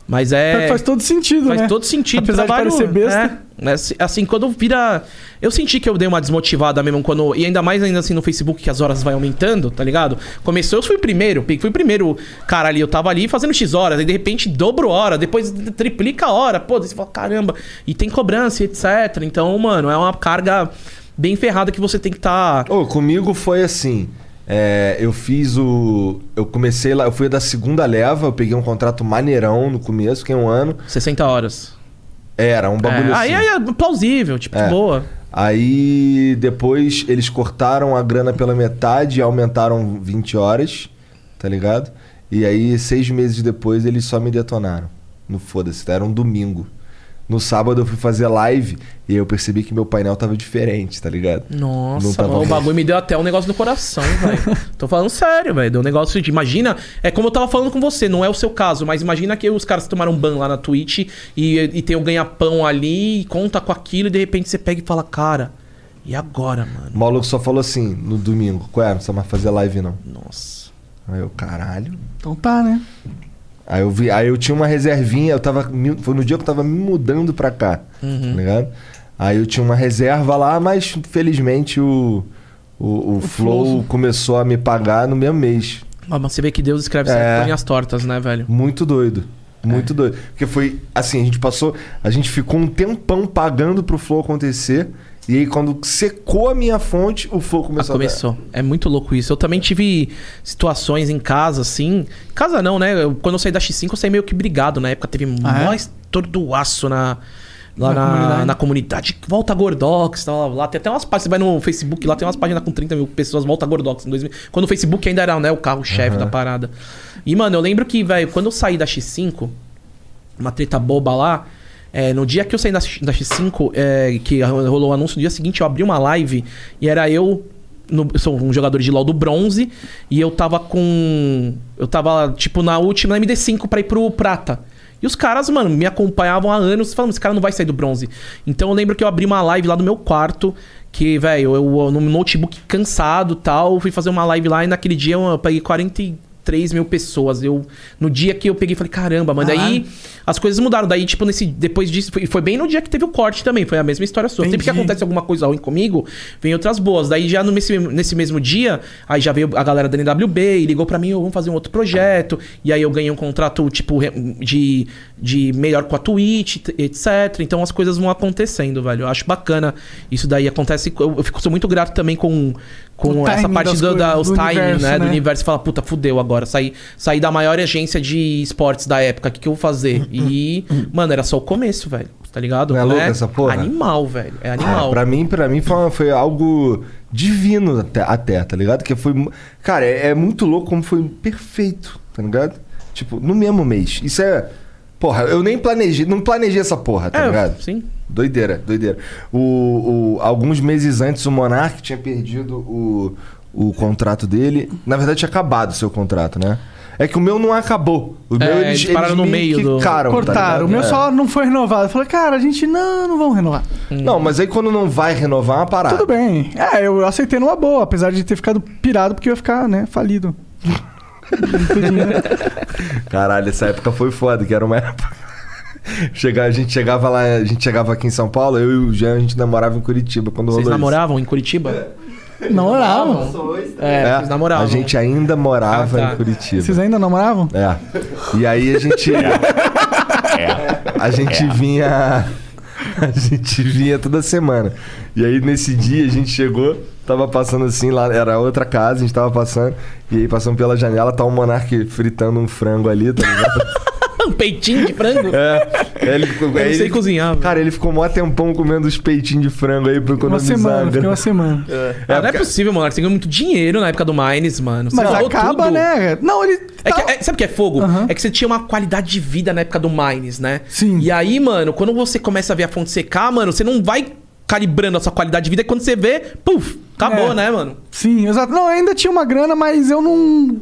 Mas é.
Faz todo sentido,
Faz
né?
todo sentido.
Apesar
trabalho,
de parecer besta.
É, Assim- assim, quando vira... Eu senti que eu dei uma desmotivada mesmo quando... E ainda mais ainda assim no Facebook, que as horas vai aumentando, tá ligado? Começou, eu fui o primeiro. Pique, fui o primeiro cara ali. Eu tava ali fazendo X horas. Aí, de repente, dobro hora. Depois, triplica a hora. Pô, daí você fala, caramba. E tem cobrança, etc. Então, mano, é uma carga bem ferrada que você tem que tá estar...
Ô, comigo foi assim. é, eu fiz o. Eu comecei lá, eu fui da segunda leva, eu peguei um contrato maneirão no começo, fiquei um ano.
60 horas.
Era um bagulho
É,
assim.
Aí é plausível, tipo,
É.
boa.
Aí depois eles cortaram a grana pela metade e aumentaram 20 horas, tá ligado? E aí, seis meses depois, eles só me detonaram. No foda-se, era um domingo. No sábado eu fui fazer live e eu percebi que meu painel tava diferente, tá ligado? Não
Nossa,
tava
mano, o
bom.
bagulho me deu até um negócio no coração, velho. Tô falando sério, velho. Deu um negócio de. Imagina, é como eu tava falando com você, não é o seu caso, mas imagina que os caras tomaram um ban lá na Twitch e, e tem um ganha-pão ali, e conta com aquilo, e de repente você pega e fala, cara, e agora, mano?
O maluco só falou assim no domingo: Qual é? Não precisa mais fazer live não.
Nossa.
Aí eu, caralho.
Então tá, né?
Aí eu vi, aí eu tinha uma reservinha, eu tava. me- Foi no dia que eu tava me mudando pra cá. Tá ligado? Aí eu tinha uma reserva lá, mas felizmente o, o, o Flow começou a me pagar no mesmo mês.
Ah, Mas você vê que Deus escreve sempre
É.
com linhas tortas, né, velho?
Muito doido. Muito doido. Porque foi assim, a gente passou. A gente ficou um tempão pagando pro Flow acontecer. E aí, quando secou a minha fonte, o Flow
Ah,
começou a.
começou. É muito louco isso. Eu também tive situações em casa, assim. Casa não, né? Eu- quando eu saí da X5, eu saí meio que brigado. Na época teve
Ah, é?
mais tordoaço na.
Na
Lá na, na
comunidade.
comunidade. volta Gordox, tá lá, lá tem até umas páginas, você vai no Facebook, lá tem umas páginas com 30 mil pessoas, volta Gordox em 2000, quando o Facebook ainda era né, o carro-chefe da parada. E, mano, eu lembro que, velho, quando eu saí da X5, uma treta boba lá. É, no dia que eu saí da, X- da X5, é, que rolou o anúncio, no dia seguinte eu abri uma live e era eu. no- eu sou um jogador de LOL do bronze e eu tava com. Eu tava, tipo, na última, na MD5 pra ir pro prata. E os caras, mano, me acompanhavam há anos falando: esse cara não vai sair do bronze. Então eu lembro que eu abri uma live lá no meu quarto. Que, velho, eu, eu no notebook cansado e tal, fui fazer uma live lá e naquele dia eu peguei 43 mil pessoas. Eu, no dia que eu peguei, falei, caramba, mano, daí as coisas mudaram. Daí, tipo, nesse, depois disso, foi, foi bem no dia que teve o corte também, foi a mesma história sua. Sempre que
Entendi.
acontece alguma coisa ruim comigo, vem outras boas. Daí já no- nesse, nesse mesmo dia, aí já veio a galera da NWB e ligou pra mim, "Ô, vamos fazer um outro projeto. E aí eu ganhei um contrato, tipo, re- de, de melhor com a Twitch, t- etc. Então as coisas vão acontecendo, velho. Eu acho bacana isso daí acontece. Eu eu fico, sou muito grato também com,
O
com essa
timing
parte
das
do, da,
coisas,
os
do
timing,
universo,
né, Do
né?
universo e fala, puta, fudeu agora. Saí, saí da maior agência de esportes da época, o que, que eu vou fazer? E, mano, era só o começo, velho. Tá ligado?
Não é louco essa porra?
Animal, velho. É
É,
animal.
pra mim, pra mim foi, uma- foi algo divino até, até, tá ligado? Que foi. mu- Cara, é, é muito louco como foi perfeito, tá ligado? Tipo, no mesmo mês. Isso é. Porra, eu nem planejei, não planejei essa porra, tá
É,
ligado?
sim.
Doideira, doideira. O, o- alguns meses antes, o Monark tinha perdido o, o contrato dele. Na verdade, tinha acabado o seu contrato, né? É que o meu não acabou. O meu
É, eles pararam no meio do-
quicaram, tá
Cortaram. o
ligado?
meu
É.
só não foi renovado. Eu falei, cara, a gente não, não vão renovar.
Não, mas aí quando não vai renovar, é uma parada.
Tudo bem. É, eu aceitei numa boa, apesar de ter ficado pirado, porque eu ia ficar, né, falido.
Caralho, essa época foi foda, que era uma época. Chega- a gente chegava lá, a gente chegava aqui em São Paulo, eu e o Jean, a gente namorava em Curitiba quando
Vocês
rolou isso.
namoravam em Curitiba?
Não oravam.
É,
É,
vocês namoravam.
A gente ainda morava
Ah, tá.
em Curitiba.
Vocês ainda namoravam?
É. E aí a gente. É. A gente
É.
vinha. A gente vinha toda semana. E aí nesse dia a gente chegou, tava passando assim, lá era outra casa, a gente tava passando, e aí passando pela janela, tá o Monark fritando um frango ali, tá ligado?
Um peitinho de frango?
É. Aí Ele, ficou-
Eu
aí
não sei
ele-
cozinhar. velho.
Cara, ele ficou mó tempão comendo os peitinhos de frango aí pra
Uma
economizar.
semana,
né?
fiquei uma semana.
Ah, não é possível, Monark. Você ganhou muito dinheiro na época do Mines, mano. Você
Mas
pagou
acaba,
tudo.
né? Não, ele.
É que-
tá-
é- sabe o que é fogo?
Aham.
É que você tinha uma qualidade de vida na época do Mines, né?
Sim.
E aí, mano, quando você começa a ver a fonte secar, mano, você não vai calibrando a sua qualidade de vida. E quando você vê, puf, acabou,
É.
né, mano?
Sim, exato. Não, ainda tinha uma grana, mas eu não.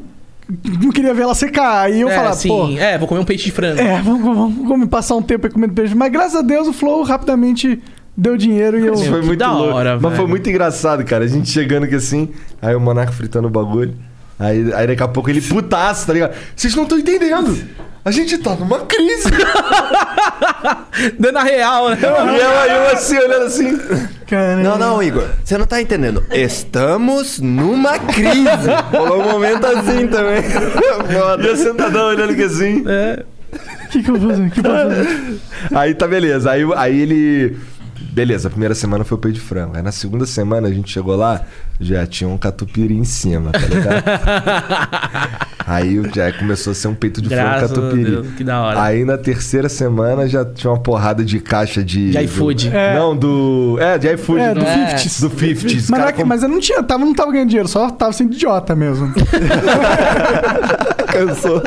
Não queria ver ela secar. Aí eu
é,
falava,
assim,
pô.
é, vou comer um peixe de frango.
É, vamos, vamos, vamos passar um tempo aí comendo peixe. Mas graças a Deus o Flow rapidamente deu dinheiro e eu.
Isso
Meu,
foi
que
muito
da
louco.
hora,
Mas
velho.
foi muito engraçado, cara. A gente chegando aqui assim, aí o Monarca fritando o bagulho. Aí, aí daqui a pouco ele putaço, tá ligado? Vocês não estão entendendo. A gente tá numa crise.
Dando a real, né?
e ela eu assim, olhando assim.
Cara,
Não, não, Igor. Você não tá entendendo. Estamos numa crise. Rolou um momento assim também.
E eu sentadão olhando aqui assim.
O que, que eu vou fazer? O que eu vou fazer?
Aí tá beleza. Aí, aí ele. Beleza, a primeira semana foi o peito de frango. Aí na segunda semana a gente chegou lá, já tinha um catupiry em cima, tá ligado? aí o- já começou a ser um peito de
Graças
frango catupiry.
a Deus, que da hora.
Aí na terceira semana já tinha uma porrada de caixa de.
De
do-
iFood.
Não, do. É, de iFood.
É, do
É.
50s.
Do 50s.
Mas,
cara,
era que-
com-
mas eu não tinha, tava, não tava ganhando dinheiro, só tava sendo idiota mesmo.
cansou.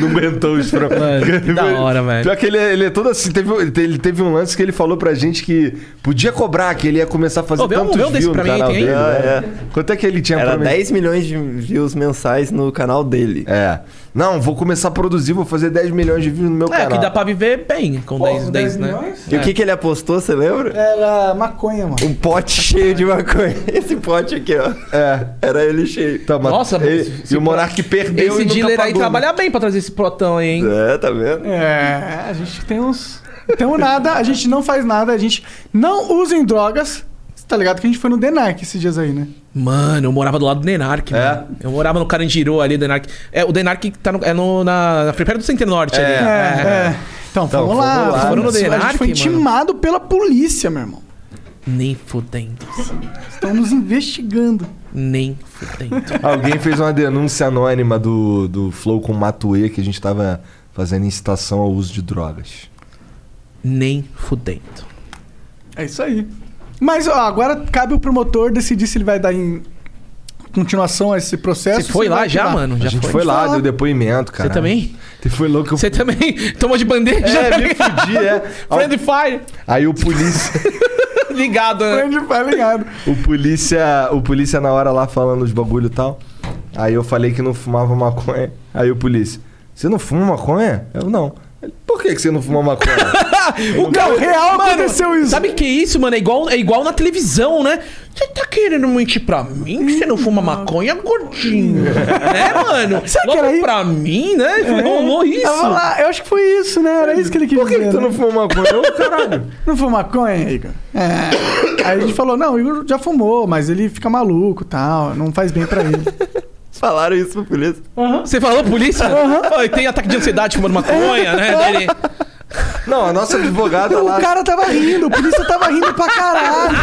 Não aguentou os frangos.
Mano, que da hora, velho.
Pior que ele, é- ele é todo assim. Teve, ele teve um lance que ele falou pra gente que podia cobrar, que ele ia começar a fazer
Ô, vê um-
tantos
vê um desse
views no
pra mim aí,
canal
tem
dele.
aí?
né? Quanto é que ele tinha
Era
prometido?
10 milhões de views mensais no canal dele.
É. Não, vou começar a produzir, vou fazer 10 milhões de views no meu
É,
canal.
que dá pra viver bem com 10, 10 né?
milhões?
E o que, que ele apostou, você lembra?
É.
Era maconha, mano.
Um pote cheio de maconha. Esse pote aqui, ó.
É.
Era ele cheio.
Tá, mas
Nossa,
ele-
mas
E o Monark perdeu e
Esse
nunca
dealer aí
pagou, né?
trabalha bem pra trazer esse protão aí, hein?
É, tá vendo?
É, a gente tem uns. Não Temos nada, a gente não faz nada, a gente não usa em drogas. Você tá ligado que a gente foi no Denark esses dias aí, né?
Mano, eu morava do lado do Denark,
É?
mano. Eu morava no Carandiru ali, Denark. É, o Denark tá no, é no, na, na perto do Centro Norte ali.
É, é. Então,
Então,
fomos lá.
fomos lá.
Foram no
a gente
Denark,
foi
mano?
intimado pela polícia, meu irmão.
Nem fudendo.
Estão nos investigando.
Nem fudendo.
Alguém fez uma denúncia anônima do, do Flow com o Matuê que a gente tava fazendo incitação ao uso de drogas.
Nem fudendo.
É isso aí. Mas ó, agora cabe o promotor decidir se ele vai dar em continuação a esse processo.
Você foi
se
lá
vai
já,
tirar.
mano? Já
a gente foi,
foi
lá,
lá.
deu depoimento, cara.
também?
Você foi louco. Eu...
Você também tomou de bandeja?
É, me fudi, é.
Friend Fire.
Aí o polícia,
Ligado, né?
Grande, tá ligado?
o polícia, o polícia na hora lá falando os bagulho e tal. Aí eu falei que não fumava maconha. Aí o polícia, você não fuma maconha? Eu não. Ele, Por que, que você não fuma maconha?
O cara,
é real aconteceu isso.
Sabe que isso, mano? É igual, é igual na televisão, né? Você tá querendo mentir pra mim que você não fuma maconha, gordinho? né, mano?
Será que
Logo
era isso?
pra mim, né? Rolou isso.
É. Eu, vou lá, eu acho que foi isso, né? Era isso que ele queria
Por que, que
dizer,
tu
né?
não fuma maconha? Eu, caralho.
Não foi maconha, Igor? É. Aí a gente falou, não, o Igor já fumou, mas ele fica maluco e tal, não faz bem pra ele.
Falaram isso pra polícia.
Você falou polícia? Ó, e Tem ataque de ansiedade fumando maconha, né? Daí ele-
Não, a nossa advogada
o
lá.
cara tava rindo, o polícia tava rindo pra caralho.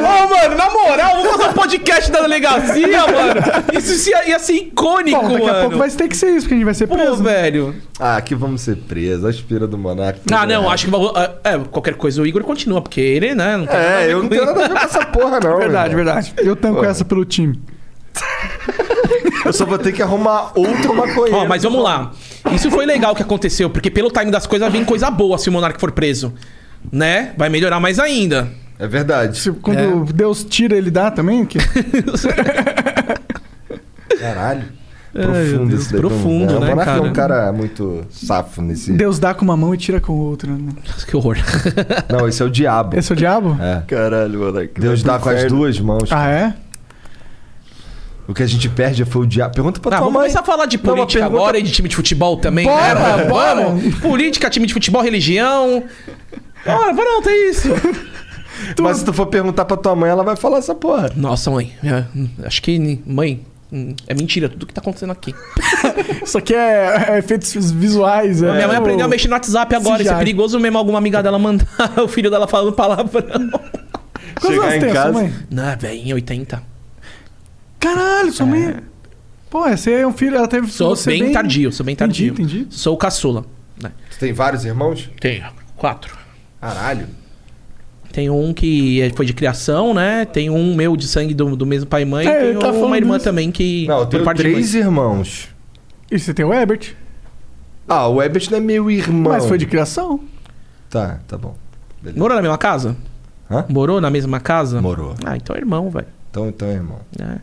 Ô, mano, na moral, vamos fazer um podcast da delegacia, mano. Isso ia, ia ser icônico,
Bom, daqui
mano.
a pouco vai ter que ser isso, porque a gente vai ser
Pô,
preso.
velho.
Ah, aqui vamos ser presos. A espira do monarca.
Ah, não, acho que. vai- É, qualquer coisa o Igor continua, porque ele, né? Não tem nada a
É,
ver
eu
com
não tenho
isso.
nada a ver com essa porra, não.
verdade,
irmão.
verdade. Eu tanco essa pelo time.
Eu só vou ter que arrumar outro maconheiro.
Ó, mas vamos lá. Isso foi legal que aconteceu, porque pelo time das coisas vem coisa boa se o Monark for preso. Né? Vai melhorar mais ainda.
É verdade.
Se- É. Quando Deus tira, ele dá também? Que...
Caralho.
meu
profundo
Deus,
isso daí. pra um-
profundo,
é,
né,
O Monark é
cara?
um cara muito safo nesse...
Deus dá com uma mão e tira com outra. Né?
Que horror.
Não, esse é o diabo.
Esse é o diabo?
É.
Caralho, moleque.
Deus dá com as
Inferno.
duas mãos.
Ah, é?
O que a gente perde é foi o diabo. Pergunta pra
Tá,
tua
vamos
mãe.
começar a falar de
Não, uma
política
pergunta-
agora e de time de futebol também,
Bora,
né? mano?
bora.
Vamos! Política, time de futebol, religião. Bora, bora, não, tem isso.
Mas se tu for perguntar pra tua mãe, ela vai falar essa porra.
Nossa, mãe. é, Acho que. Mãe, hum, é mentira tudo que tá acontecendo aqui.
Isso aqui é, é efeitos visuais. É,
Minha mãe
tipo-
aprendeu a mexer no WhatsApp agora. Isso é
já.
perigoso mesmo alguma amiga dela mandar o filho dela falando palavrão.
Quantos anos
Chegar em
tem a sua
casa-
mãe?
Não, velho, em 80.
Caralho, sua mãe. é- Pô, você é um filho, ela teve.
É. Sou
você
bem, tardio, sou bem tardio.
Entendi, entendi.
Sou o caçula. né?
Tu tem vários irmãos?
Tenho quatro.
Caralho.
Tem um que é- foi de criação, né? Tem um meu de sangue do, do mesmo pai e mãe.
É,
e
ele
tem
tá falando
uma irmã
disso.
também que.
Não, eu
por
tenho
parte de
três
mãe.
irmãos.
E você tem o Ebert.
Ah, o Ebert não é meu irmão.
Mas foi de criação.
Tá, tá bom.
Morou na mesma casa?
Hã?
Morou na mesma casa?
Morou.
Ah, então é irmão, velho.
Então, então, irmão.
É.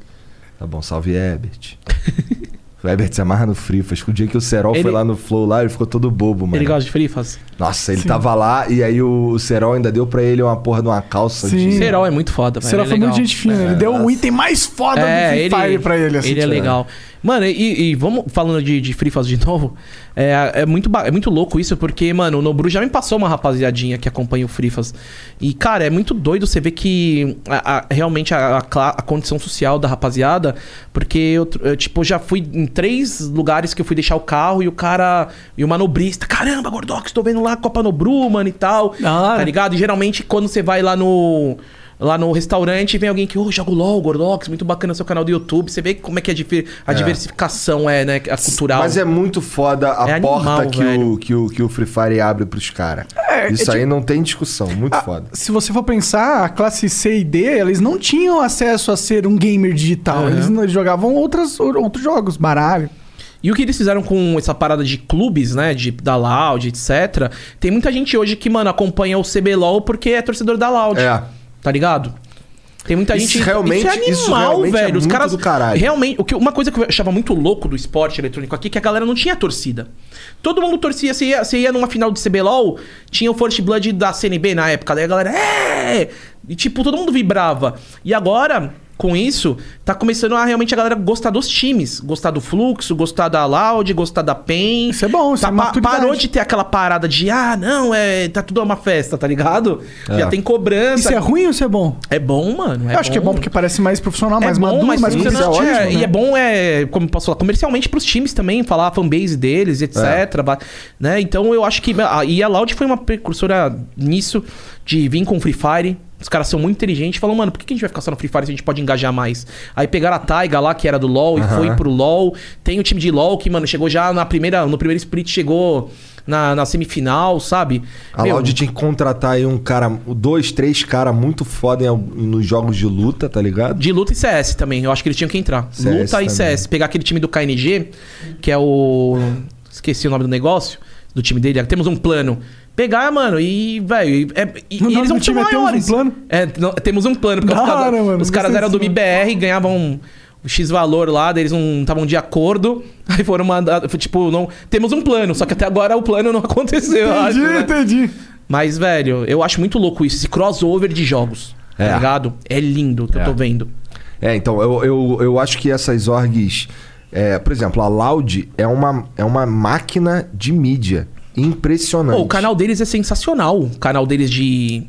Tá bom, salve Ebert. o Ebert se amarra no Free Fast. O dia que o Serol
Ele-
foi lá no Flow lá, ele ficou todo bobo, mano.
Ele gosta de frifas?
Nossa, ele tava lá e aí o Serol ainda deu pra ele uma porra de uma calça
Sim.
de.
Serol é muito foda, velho.
Será
é
foi muito
legal.
gente fina. ele deu o item mais foda do Free Fire pra ele. Assim,
É, ele é
tipo,
legal. Mano, e, e vamos falando de, de Free Faz de novo. É, é muito, ba- é muito louco isso, porque, mano, o Nobru já me passou uma rapaziadinha que acompanha o Free Faz. E, cara, é muito doido você ver que a- a- realmente a, a cla- a condição social da rapaziada. Porque eu, tr- eu, tipo, já fui em três lugares que eu fui deixar o carro e o cara. E o manobrista, caramba, Gordox, tô vendo lá a Copa Nobru, mano, e tal.
Da hora.
Tá ligado? E geralmente quando você vai lá no. Lá no restaurante vem alguém que, ô, joga o LOL, Gordox, muito bacana seu canal do YouTube. Você vê como é que a, diver- a diversificação é, né? A cultural.
Mas é muito foda a
É
porta
animal,
que,
velho. É, tipo-
o, que, o, que o Free Fire abre pros caras. Isso aí não tem discussão, muito
Ah,
foda.
Se você for pensar, a classe C e D, eles não tinham acesso a ser um gamer digital. Eles não- jogavam outras, outros jogos, baralho.
E o que eles fizeram com essa parada de clubes, né? De, da Loud, etc. Tem muita gente hoje que, mano, acompanha o CBLOL porque é torcedor da Loud.
É.
Tá ligado? Tem muita
Isso
gente.
realmente- isso realmente é
Os
muito
caras.
do caralho.
Realmente. O que, uma coisa que eu achava muito louco do esporte eletrônico aqui é que a galera não tinha torcida. Todo mundo torcia. Você ia, você ia numa final de CBLOL, tinha o First Blood da CNB na época. Daí a galera. É! E tipo, todo mundo vibrava. E agora. Com isso, tá começando a realmente a galera gostar dos times. Gostar do fluxo, gostar da Loud, gostar da PEN.
Isso é bom, isso
tá,
é
pa-
maturidade.
Parou de ter aquela parada de, ah, não, é, tá tudo uma festa, tá ligado? Já tem cobrança.
Isso é ruim ou isso é bom?
É bom, mano.
Eu acho que é bom porque parece mais profissional, mais maduro,
É mas
mais
funciona-
profissional.
é,
ótimo,
E
né?
é bom, é, como eu posso falar, comercialmente pros times também, falar a fanbase deles,
É.
etc. ba- Né? Então eu acho que. a- E a Loud foi uma precursora nisso, de vir com o Free Fire. Os caras são muito inteligentes. Falou, mano, por que que a gente vai ficar só no Free Fire se a gente pode engajar mais? Aí pegaram a Taiga lá, que era do LoL, e foi pro LoL. Tem o time de LoL que, mano, chegou já na primeira, no primeiro split, chegou na, na semifinal, sabe?
A
Meu,
Loud tinha que contratar aí um cara, dois, três caras muito foda em al- nos jogos de luta, tá ligado?
De luta e CS também. Eu acho que eles tinham que entrar.
CS
luta e
também.
CS. Pegar aquele time do KNG, que é o. Esqueci o nome do negócio. Do time dele. Temos um plano. Pegar, mano, e, velho. e- é- E,
Não,
e
não,
eles não
no time
tinham
é temos
maiores.
um plano?
É, não, temos um plano. Porque
Da
os caras,
hora, mano,
os caras
gostei
eram do
disso.
MBR e ganhavam o X valor lá, daí eles não estavam de acordo. Aí foram mandados. Tipo, não. Temos um plano, só que até agora o plano não aconteceu. eu acho,
Entendi,
né?
entendi.
Mas, velho, eu acho muito louco isso. Esse crossover de jogos. Tá
É.
ligado? É lindo o que eu
É.
tô vendo.
É, então, eu, eu, eu acho que essas orgs. é, por exemplo, a Loud é uma, é uma máquina de mídia. Impressionante.
Pô, o canal deles é sensacional. O canal deles de.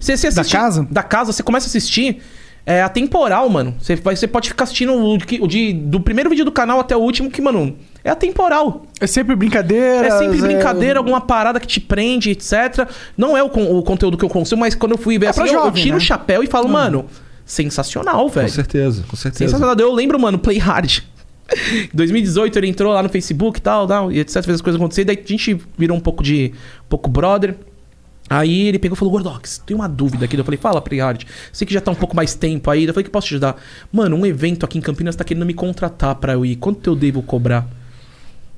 Você, você assiste-
casa?
Da casa, você começa a assistir. É atemporal, mano. Você, vai- você pode ficar assistindo o, que- o de, do primeiro vídeo do canal até o último, que, mano, é atemporal.
É sempre brincadeira.
É sempre brincadeira,
um
alguma parada que te prende, etc. Não é o, con- o conteúdo que eu consumo, mas quando eu fui ver
É pra
assim, eu- eu,
jovem,
tiro
né?
o chapéu e falo, mano, sensacional,
Com
velho.
certeza, com certeza.
Sensacional. Eu lembro, mano, Play Hard. Em 2018 ele entrou lá no Facebook e tal, tal, e etc. Fez as coisas acontecerem. Daí a gente virou um pouco de. Um pouco brother. Aí ele pegou e falou: Gordox, tem uma dúvida aqui. Eu falei: Fala, Play Hard. Sei que já tá um pouco mais tempo aí. Eu falei: Que posso te ajudar? Mano, um evento aqui em Campinas tá querendo me contratar pra eu ir. Quanto eu devo cobrar?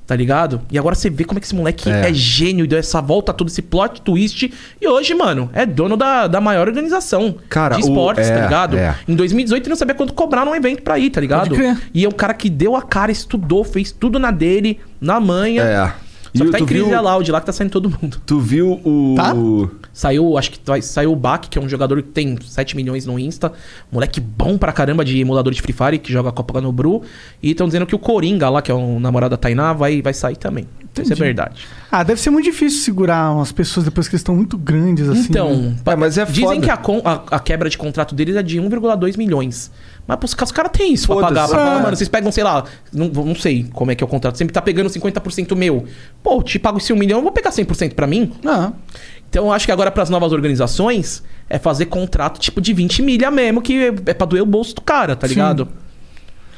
Tá ligado? E agora você vê como é que esse moleque é, gênio e deu essa volta, todo esse plot twist. E hoje, mano, é dono da, da maior organização
Cara,
de
o-
esportes,
é,
tá ligado?
é.
Em 2018 ele não sabia quanto cobrar num evento pra ir, tá ligado?
Pode crer.
E é o cara que deu a cara, estudou, fez tudo na dele, na manha.
É.
Só
E
que tá
tu
em crise
viu-
a Loud lá que tá saindo todo mundo.
Tu viu o.
Tá?
Saiu, acho que vai- saiu o Bak, que é um jogador que tem 7 milhões no Insta. Moleque bom pra caramba de emulador de Free Fire, que joga a Copa no Bru. E estão dizendo que o Coringa lá, que é o namorado da Tainá, vai, vai sair também. Isso é verdade.
Ah, deve ser muito difícil segurar umas pessoas depois que eles estão muito grandes assim. né?
Então,
É, mas é
dizem
foda.
que a, con- a- a quebra de contrato deles é de 1,2 milhões. Mas pros, ca- os caras têm isso pra
Foda-se.
pagar. Pra falar,
É.
mano, vocês pegam, sei lá, não, não sei como é que é o contrato. Sempre tá pegando 50% meu. Pô, te pago esse 1 milhão, eu vou pegar 100% pra mim?
Ah,
Então eu acho que agora para as novas organizações é fazer contrato tipo de 20 milha mesmo, que é pra doer o bolso do cara, tá ligado?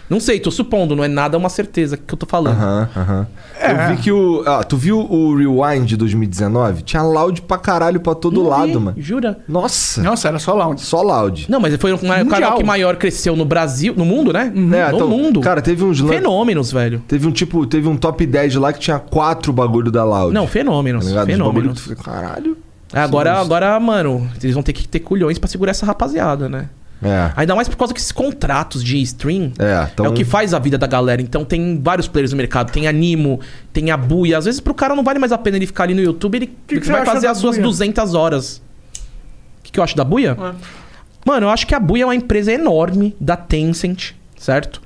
Não sei, tô supondo, não é nada uma certeza que eu tô falando.
Aham, aham.
É.
Eu vi que o. Ah, tu viu o Rewind 2019? Tinha loud pra caralho pra todo
Não
lado,
vi,
mano.
Jura?
Nossa.
nossa, era só lounge.
Só loud.
Não, mas foi o maior- o
Mundial.
canal que maior cresceu no Brasil, no mundo, né?
É,
no
então,
mundo.
Cara, teve uns lan-
Fenômenos, velho.
Teve um tipo, teve um top 10 lá que tinha quatro bagulho da Loud.
Não, fenômenos.
Tá ligado? Uns bagulho que
fenômenos.
tu fica, Caralho.
Agora,
Sinistro.
agora, mano, eles vão ter que ter culhões pra segurar essa rapaziada, né?
É.
Ainda mais por causa que esses contratos de stream
É, então-
o que faz a vida da galera. Então tem vários players no mercado. Tem a Nimo, tem a Buia. Às vezes pro cara não vale mais a pena ele ficar ali no YouTube. Ele, ele
que você
vai
acha
fazer
da
as suas
Buia?
200 horas. O que, que eu acho da Buia?
É.
Mano, eu acho que a Buia é uma empresa enorme da Tencent, certo?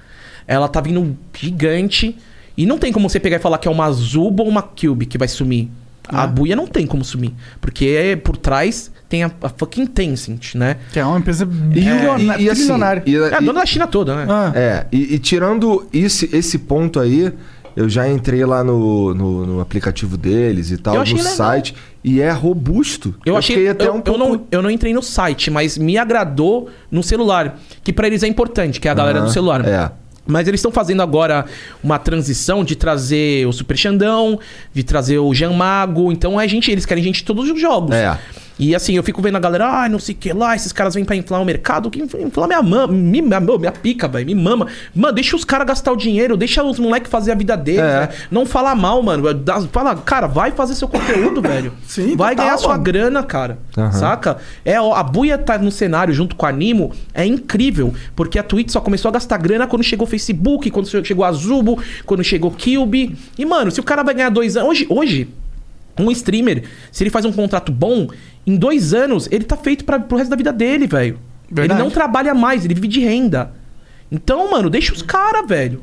Ela tá vindo gigante. E não tem como você pegar e falar que é uma Azuba ou uma Cube que vai sumir.
É.
A Buia não tem como sumir. Porque é, por trás tem a, a fucking Tencent, né?
Que é uma empresa
E,
bilionária.
e, e assim,
trilionária.
e-
É a
e-
dona da China toda, né?
Ah,
É, e, e tirando esse, esse ponto aí, eu já entrei lá no, no, no aplicativo deles e tal,
Eu
no
achei legal.
site, e é robusto.
Eu, achei.
fiquei
Eu,
até um
eu
pouco...
não, eu não entrei no site, mas me agradou no celular. Que pra eles é importante, que é a galera
Aham,
do celular.
é.
Mas eles estão fazendo agora uma transição de trazer o Super Xandão, de trazer o Jean Mago. Então é gente, eles querem gente de todos os jogos.
É.
E assim, eu fico vendo a galera, ai, não sei o que lá, esses caras vêm pra inflar o mercado, que inf- inflar minha mama, me, minha, meu, minha pica, velho, me mama. Mano, deixa os caras gastar o dinheiro, deixa os moleques fazer a vida deles,
É.
né? Não falar mal, mano. dá- Fala, cara, vai fazer seu conteúdo, velho.
Sim,
Vai
total,
ganhar sua
mano.
grana, cara.
Aham.
Saca? É, ó, a buia tá no cenário junto com a Nimo, é incrível, porque a Twitch só começou a gastar grana quando chegou o Facebook, quando che- chegou a Zubo, quando chegou Kilby. E, mano, se o cara vai ganhar dois anos. Hoje, hoje, um streamer, se ele faz um contrato bom, em dois anos ele tá feito pra, pro resto da vida dele, velho. Ele
Verdade.
não trabalha mais, ele vive de renda. Então, mano, deixa os caras, velho.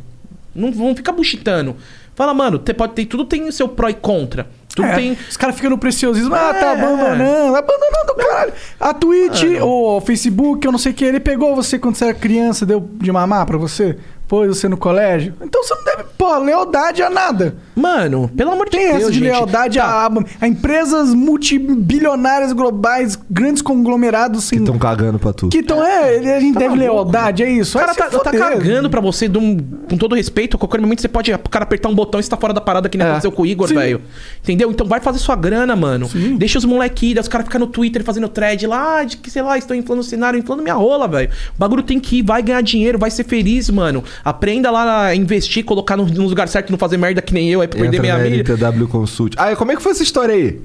Não, não fica buchitando. Fala, mano, te- pode ter, tudo tem o seu pró e contra. Tudo
É,
tem.
Os caras ficam no preciosismo, ah, tá
É.
abandonando, abandonando, caralho. A Twitch, o Facebook, eu não sei o que, ele pegou você quando você era criança, deu de mamar pra você? Pôs você no colégio? Então você não deve, pô, lealdade a nada.
Mano, pelo amor de
Tem
Deus.
essa de
gente.
lealdade
Tá,
a, a empresas multibilionárias globais, grandes conglomerados sem.
Estão cagando pra tu.
Que então é, ele- a gente deve
Tá maluco,
lealdade, é isso.
O cara
Aí
tá,
se
tá
fuder.
cagando pra você, de um- com todo respeito. A qualquer momento você pode o cara apertar um botão e você tá fora da parada, que nem aconteceu com o Igor,
É. Sim.
velho. Entendeu? Então vai fazer sua grana, mano. Deixa os moleque ir, daí os caras ficam no Twitter fazendo thread lá, "Ah, de que sei lá, estão inflando o cenário, inflando minha rola, velho. O bagulho tem que ir, vai ganhar dinheiro, vai ser feliz, mano. Aprenda lá a investir, colocar no, no lugar certo, não fazer merda que nem eu, aí pra perder
Entra
minha
na
milha.
LTW Consult. Ah, e como é que foi essa história aí?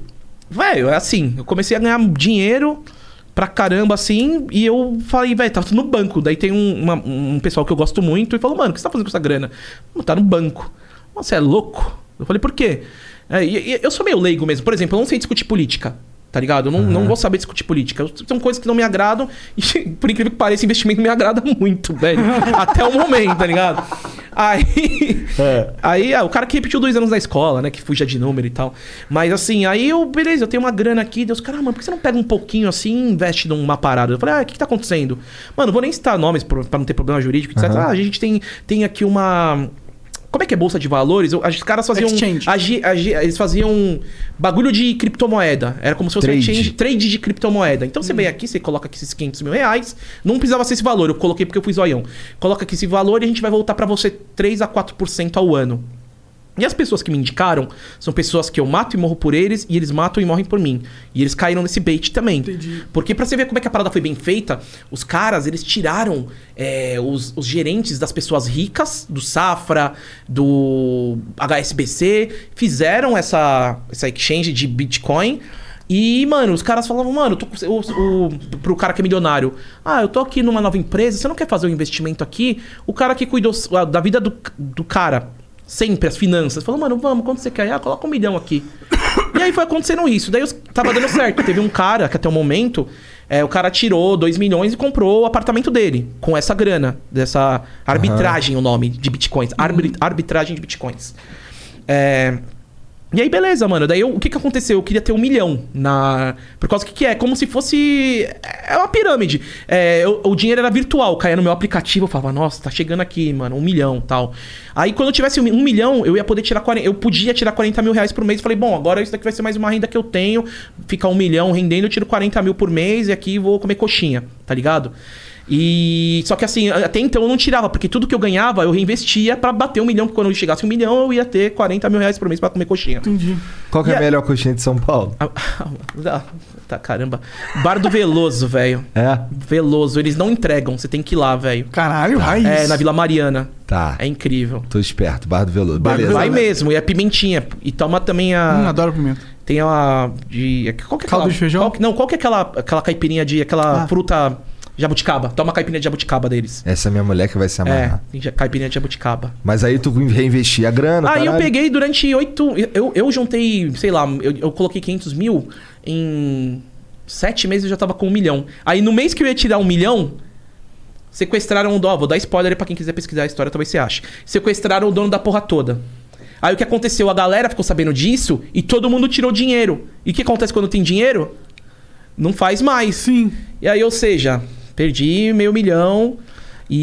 Velho, é assim, eu comecei a ganhar dinheiro pra caramba, assim, e eu falei, velho, tá tudo no banco. Daí tem um, uma- um pessoal que eu gosto muito e falou, mano, o que você tá fazendo com essa grana? Mano, tá no banco. Mano, Você é louco? Eu falei, por quê? É, e- e eu sou meio leigo mesmo. Por exemplo, eu não sei discutir política, tá ligado? Eu não, não vou saber discutir política. Eu- São coisas que não me agradam e, por incrível que pareça, investimento me agrada muito, velho. Até o momento, tá ligado? Aí, aí ah, o cara que repetiu dois anos na escola, né? Que fuja de número e tal. Mas assim, aí eu, beleza, eu tenho uma grana aqui. Deus, cara, mano, por que você não pega um pouquinho assim e investe numa parada? Eu falei, ah, o que, que tá acontecendo? Mano, vou nem citar nomes pro- pra não ter problema jurídico, etc. Ah, a gente tem, tem aqui uma. Como é que é bolsa de valores? Eu- Os caras faziam. um-
Exchange.
agi- agi- eles faziam um bagulho de criptomoeda. Era como se fosse um
Trade.
exchange, trade de criptomoeda. Então você vem aqui, você coloca aqui esses 500 mil reais. Não precisava ser esse valor, eu coloquei porque eu fui zoião. Coloca aqui esse valor e a gente vai voltar pra você 3 a 4% ao ano. E as pessoas que me indicaram são pessoas que eu mato e morro por eles, e eles matam e morrem por mim. E eles caíram nesse bait também. Entendi. Porque pra você ver como é que a parada foi bem feita, os caras, eles tiraram é, os, os gerentes das pessoas ricas, do Safra, do HSBC, fizeram essa, essa exchange de Bitcoin. E, mano, os caras falavam, mano, eu tô, com- o, o, pro cara que é milionário, ah, eu tô aqui numa nova empresa, você não quer fazer um investimento aqui? O cara que cuidou s- da vida do, do cara, sempre, as finanças, falou, mano, vamos, quanto você quer? Ah, coloca um milhão aqui. E aí foi acontecendo isso. Daí os- tava dando certo. Teve um cara que até o momento, é, o cara tirou 2 milhões e comprou o apartamento dele com essa grana, dessa arbitragem, o nome de bitcoins. Arbit- arbitragem de bitcoins. É, e aí, beleza, mano. Daí, eu- o que que aconteceu? Eu queria ter um milhão na... Por causa do que que é? Como se fosse... É uma pirâmide. É, eu- o dinheiro era virtual. Caía no meu aplicativo. Eu falava, nossa, tá chegando aqui, mano. Um milhão, tal. Aí, quando eu tivesse um, mi- um milhão, eu ia poder tirar 40... Eu podia tirar 40 mil reais por mês. Eu Falei, bom, agora isso daqui vai ser mais uma renda que eu tenho. Fica um milhão rendendo, eu tiro 40 mil por mês. E aqui vou comer coxinha, tá ligado? E só que assim, até então eu não tirava, porque tudo que eu ganhava eu reinvestia pra bater um milhão, porque quando eu chegasse um milhão eu ia ter 40 mil reais por mês pra comer coxinha.
Qual que é
E
a
a-
melhor coxinha de São Paulo?
Ah, ah, tá, caramba. Bar do Veloso, velho.
É?
Veloso, eles não entregam, você tem que ir lá, velho.
Caralho, raiz.
É, na Vila Mariana.
Tá.
É incrível.
Tô esperto, Bar do Veloso.
Bar do
Beleza.
Vai
né?
mesmo, e é pimentinha. E toma também a.
Hum, adoro pimenta.
Tem a. De, qual que é
Caldo
aquela-
de feijão?
qual que- não, qual que é aquela, aquela caipirinha de. aquela
Ah.
fruta jabuticaba? Toma a caipirinha de jabuticaba deles.
Essa é minha mulher que vai se
É,
amarrar.
tem ja- caipirinha de jabuticaba.
Mas aí tu reinvestia a grana,
Aí Ah, eu
caralho.
peguei durante oito. Eu, eu juntei, sei lá, eu, eu coloquei 500 mil. Em sete meses eu já tava com um milhão. Aí no mês que eu ia tirar um milhão, sequestraram o dono. Vou dar spoiler aí pra quem quiser pesquisar a história, talvez você ache. Sequestraram o dono da porra toda. Aí o que aconteceu? A galera ficou sabendo disso e todo mundo tirou dinheiro. E o que acontece quando tem dinheiro? Não faz mais.
Sim.
E aí, ou seja, perdi meio milhão e.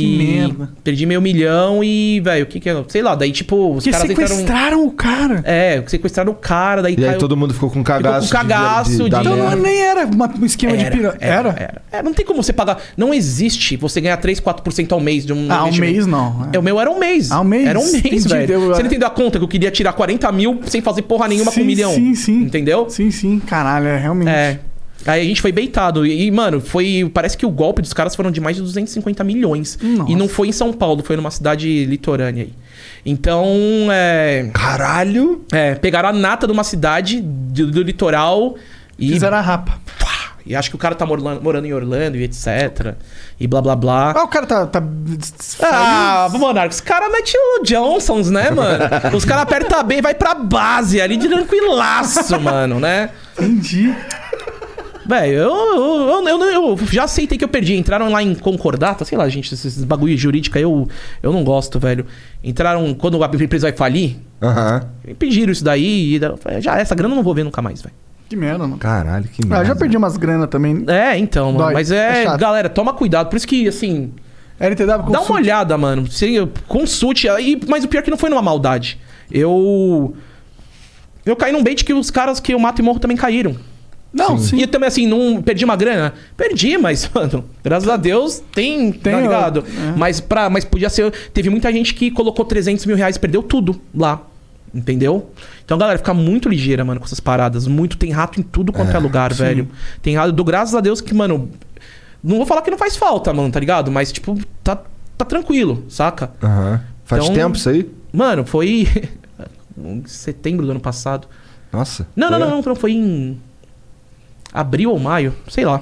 Que merda.
Perdi meio milhão e, velho, o que que é? Sei lá, daí tipo, os
Porque
caras
sequestraram
entraram.
o cara.
É, sequestraram o cara, daí
E aí todo mundo ficou com cagaço.
com cagaço de-
da
Então
Então não,
merda.
nem era uma- um esquema de
era,
pirâmide. Era?
era, era. É, não tem como você pagar. Não existe você ganhar 3, 4% ao mês de um.
Ah, um
investimento.
mês não, é.
É, o meu era um mês.
Ah, um mês?
Era um mês,
Entendi,
velho.
deu-
Você não entendeu a conta que eu queria tirar 40 mil sem fazer porra nenhuma com um milhão?
Sim, sim.
Entendeu?
Sim, sim. Caralho, é realmente.
É. Aí a gente foi beitado. E, e, mano, foi. Parece que o golpe dos caras foram de mais de 250 milhões.
Nossa.
E não foi em São Paulo, foi numa cidade litorânea aí. Então, é.
Caralho!
é, pegaram a nata de uma cidade do, do litoral e.
Fizeram a rapa.
E acho que o cara tá morla- morando em Orlando e etc. E blá blá blá.
Ah, o cara tá. tá...
Ah, Monarca, os caras metem o Johnsons, né, mano? Os caras apertam bem e vai pra base ali de tranquilaço, mano, né?
Entendi.
Velho, eu, eu, eu, eu- eu já aceitei que eu perdi. Entraram lá em concordata, sei lá, gente, esses bagulho jurídico aí eu, eu não gosto, velho. Entraram quando a empresa vai falir,
Aham.
me pediram isso daí e da- eu falei, já essa grana eu não vou ver nunca mais, velho.
Que merda, mano.
Caralho, que
Ah,
merda.
eu já perdi umas grana também.
É, então, mano.
Dói,
mas
é
é,
chato.
galera, toma cuidado. Por isso que, assim,
LTW com
Dá uma olhada, mano. Você consulte. aí- Mas o pior é que não foi numa maldade. Eu. Eu caí num bait que os caras que eu mato e morro também caíram.
Não, sim.
E também, assim, não perdi uma grana? Perdi, mas, mano, graças a Deus tem,
Tem,
tá ligado?
ó, é.
Mas, pra, mas podia ser. Teve muita gente que colocou 300 mil reais e perdeu tudo lá. Entendeu? Então, galera, fica muito ligeira, mano, com essas paradas. Muito. Tem rato em tudo quanto é, lugar, velho. Tem rato. Do graças a Deus que, mano. Não vou falar que não faz falta, mano, tá ligado? Mas, tipo, tá, tá tranquilo, saca?
Aham. Faz
Então-
tempo isso aí?
Mano, foi. em setembro do ano passado.
Nossa.
Não, não,
Foi-
não,
é?
não, não. Foi em. Abril ou maio, sei lá.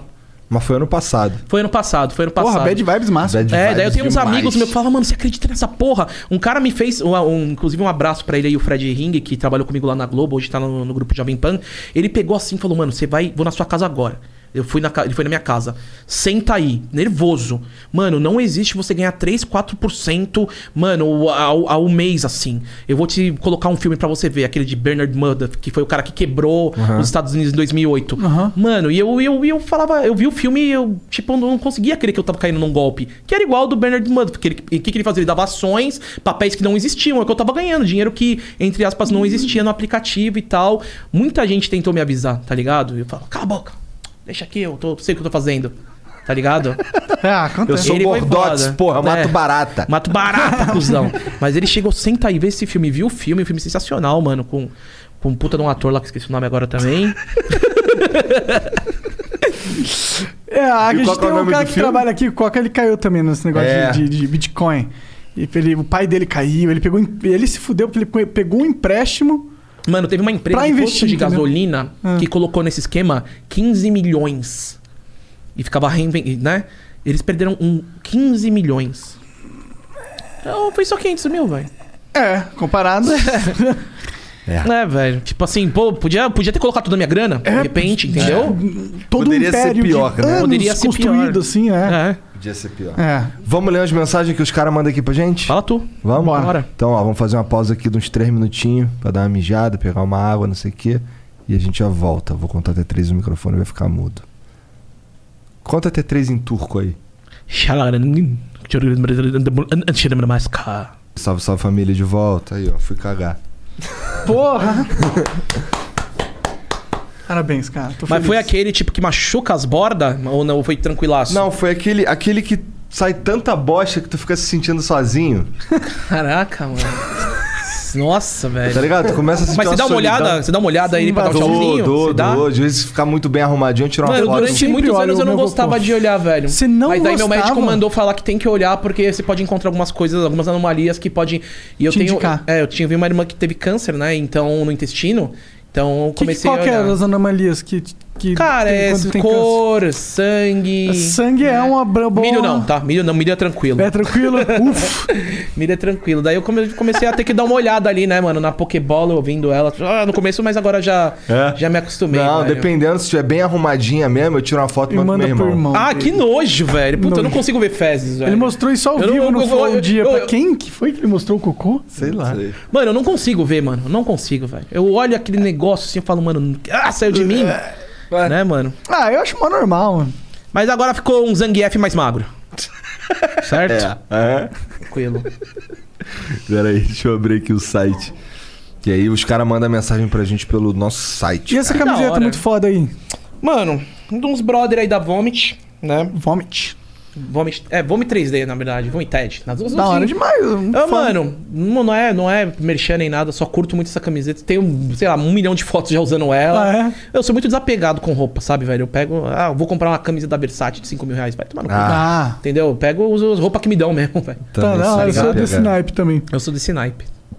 Mas foi ano passado.
Foi ano passado, foi ano passado.
Porra, bad vibes massa.
Bad
É, daí eu
vibes
tenho uns
demais.
amigos meus que falam, mano, você acredita nessa porra? Um cara me fez, um- um- inclusive um abraço pra ele aí, o Fred Ring, que trabalhou comigo lá na Globo, hoje tá no, no grupo Jovem Pan. Ele pegou assim e falou, mano, você vai, vou na sua casa agora. Eu fui na, ca- ele foi na minha casa. Senta aí, nervoso. Mano, não existe você ganhar 3, 4%, mano, ao, ao mês, assim. Eu vou te colocar um filme pra você ver, aquele de Bernard Murdoch, que foi o cara que quebrou os Estados Unidos em 2008. Mano, e eu, eu, eu falava, eu vi o filme e eu, tipo, não conseguia crer que eu tava caindo num golpe. Que era igual ao do Bernard Murdoch. porque ele- e O que, que ele fazia? Ele dava ações, papéis que não existiam. É o que eu tava ganhando. Dinheiro que, entre aspas, não existia no aplicativo e tal. Muita gente tentou me avisar, tá ligado? E eu falo, cala a boca. Deixa aqui, eu tô, sei o que eu tô fazendo. Tá ligado?
Ah, acontece.
Eu sou
Ele foi
Bordotes,
foda.
porra, eu mato
É.
barata.
Mato barata, cuzão. Mas ele chegou, senta aí, vê esse filme, viu o filme, um filme sensacional, mano, com, com um puta de um ator lá, que eu esqueci o nome agora também.
É, a
E qual
gente
que é
tem
o
um
nome
cara
do
que
filme?
trabalha aqui, o Coca, ele caiu também nesse negócio
É.
de, de- de Bitcoin. E ele- o pai dele caiu, ele pegou, em- ele se fudeu porque ele pe- pegou um empréstimo.
Mano, teve uma empresa
Pra
de posto
investir,
de
entendeu? Ah.
gasolina que colocou nesse esquema 15 milhões. E ficava reinventando, né? Eles perderam um 15 milhões. Então, foi só 500 mil, velho.
É, comparado.
É, velho. Tipo assim, pô, podia, podia ter colocado toda a minha grana,
É,
de repente, entendeu?
Todo
Poderia
um
ser
império
pior,
de
né?
anos
Poderia ser
construído,
pior.
assim, né?
É.
Podia ser pior.
É.
Vamos ler as mensagens que os caras mandam aqui pra gente?
Fala tu.
Vamos?
Bora.
Então, ó, vamos fazer uma pausa aqui de uns três minutinhos pra dar uma mijada, pegar uma água, não sei o quê. E a gente já volta. Vou contar até três, o microfone vai ficar mudo. Conta até três em turco aí. Salve, salve família de volta. Aí, ó, fui cagar.
Porra! Parabéns, cara. Tô
Mas
feliz.
foi aquele tipo que machuca as bordas? Ou não? Foi tranquilaço?
Não, foi aquele, aquele que sai tanta bosta que tu fica se sentindo sozinho.
Caraca, mano. Nossa, velho.
Tá ligado? Tu começa a sentir
Mas você
uma
dá uma
solidão.
olhada, você dá uma olhada aí pra dar um
Dou,
tchauzinho?
dou,
Você dá?
dou. Às vezes ficar muito bem arrumadinho, tirar uma
Mano,
foto.
durante
sempre
muitos
olho
anos eu
o
não
meu
gostava
cocô.
de olhar, velho.
Você não
Mas daí meu
gostava?
médico mandou falar que tem que olhar porque você pode encontrar algumas coisas, algumas anomalias que podem. E eu
Te
tenho.
indicar.
É, eu tinha vi uma irmã que teve câncer, né? Então, no intestino. Então eu
Que, que,
comecei
qual que é
a.
eram
Olhar.
as anomalias que. que
Cara,
tem
é
quando tem
cor, sangue. né?
câncer? Sangue é, uma bra- boa.
Milho não, tá? Milho não, milho é tranquilo.
É tranquilo? Uf!
Mira é tranquilo. Daí eu come- comecei a ter que dar uma olhada ali, né, mano? Na Pokébola, ouvindo ela. Ah, no começo, mas agora já,
É?
já me acostumei.
Não,
velho.
dependendo, se estiver bem arrumadinha mesmo, eu tiro uma foto e
E
mando pro
manda
meu
pro
irmão.
irmão.
Ah, que nojo, velho. Puta, eu não
Nojo.
consigo ver fezes, velho.
Ele mostrou isso ao
Eu não-
vivo no
eu- eu-
Flow um
eu-
dia.
eu-
pra quem que foi que ele mostrou o cocô?
Sei lá.
Mano, eu não consigo ver, mano. Eu não consigo, velho. Eu olho aquele negócio assim e falo, mano, ah, saiu de mim. né, mano?
Ah, eu acho mó normal, mano.
Mas agora ficou um Zangief mais magro. Certo?
É?
Tranquilo.
Peraí, deixa eu abrir aqui o site. E aí os caras mandam mensagem pra gente pelo nosso
E
site.
essa
É da
camiseta
hora.
muito foda aí?
Mano, uns brother aí da Vomit, né?
Vomit.
Vomit, é, Vomit 3D, na verdade. Vomit TED. Nas duas
Da hora demais. um foda.
Ah, mano, não não é, não é merchan nem nada, só curto muito essa camiseta. Tenho, sei lá, um milhão de fotos já usando ela.
Ah, é?
Eu sou muito desapegado com roupa, sabe, velho? Eu pego, ah, eu vou comprar uma camisa da Versace de 5 mil reais, vai tomar no cu.
Ah,
Entendeu? Eu pego, uso as roupas que me dão mesmo, velho.
tá,
Também
não,
sai
eu sou
ligado.
desse naipe Tá também.
Eu sou desse naipe.
é um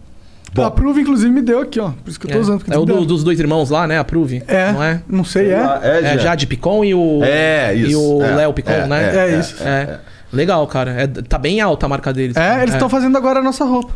Bom.
A Prove, inclusive, me deu aqui, ó. Por isso que eu tô
É,
usando. porque
é o
me
do-
deu.
dos dois irmãos lá, né? A Prove,
É,
não é?
não sei,
Ah,
é.
É, Jade Picon e o.
É, isso.
E o
É,
Léo Picon,
é,
né?
é, é isso.
É. Legal, cara. É, tá bem alta a marca deles.
É,
cara.
eles estão fazendo agora a nossa roupa.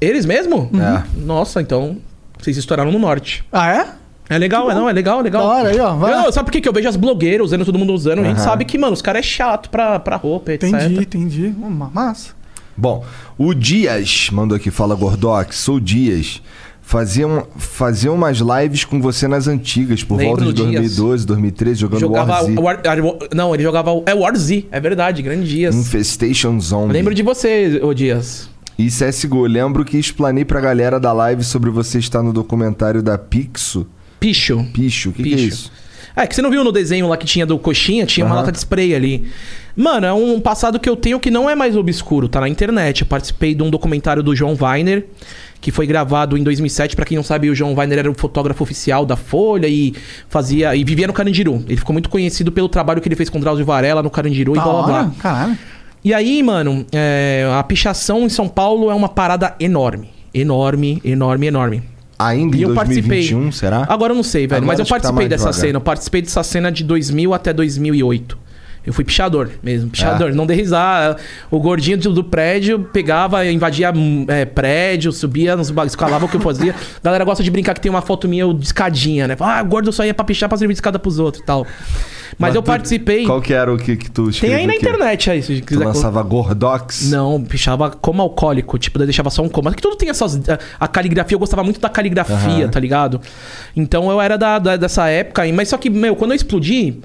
Eles mesmo?
É.
Nossa, então. Vocês estouraram no norte.
Ah, é?
É legal, é, não, é legal, é legal.
Da hora aí, ó, vai
Não,
lá.
sabe por quê? que eu vejo as blogueiras usando, todo mundo usando? A gente sabe que, mano, os caras é chato pra, pra roupa, etc.
Entendi, entendi. Uma massa.
Bom, o Dias mandou aqui, fala Gordox, sou o Dias. Faziam, faziam umas lives com você nas antigas, por
Lembro
volta de
do Dias.
2012, 2013, jogando
Jogava.
War Z.
o War- War- não, ele jogava. o- É War Z, é verdade, grandes dias.
Infestation Zone.
Lembro de você, ô Dias.
E CSGO, lembro que explanei pra galera da live sobre você estar no documentário da Pixo.
Picho.
Picho, o que, que é
Picho.
isso?
É, que você não viu no desenho lá que tinha do coxinha, tinha uma lata de spray ali. Mano, é um passado que eu tenho que não é mais obscuro, tá na internet. Eu participei de um documentário do João Weiner, que foi gravado em 2007. Pra quem não sabe, o João Weiner era o fotógrafo oficial da Folha e fazia e vivia no Carandiru. Ele ficou muito conhecido pelo trabalho que ele fez com Drauzio Varela no Carandiru e
Da
blá blá blá.
hora, caralho.
E aí, mano, é, a pichação em São Paulo é uma parada enorme. Enorme, enorme, enorme.
Ainda
E
em
eu participei.
2021, será?
Agora eu não sei, velho.
Agora
mas eu
acho que tá
participei
mais
dessa
devagar.
cena. Eu participei dessa cena de 2000 até 2008. Eu fui pichador mesmo,
É.
pichador. Não dei risada. O gordinho do, do prédio pegava, invadia hum, é, prédio, subia nos bagulhos, escalava o que eu fazia. A galera gosta de brincar que tem uma foto minha eu de escadinha, né? Fala, Ah, gordo só ia pra pichar pra servir de escada pros outros e tal. Mas, eu
tu-
participei.
Qual que era o que, que tu
Tem
escreveu
aí na
aqui?
internet aí, se
Tu
quiser.
lançava Gordox?
Não, pichava como alcoólico, tipo, daí deixava só um coma. Que tudo tem essas. a- A caligrafia, eu gostava muito da caligrafia, tá ligado? Então eu era da, da- dessa época aí, mas só que, meu, quando eu explodi,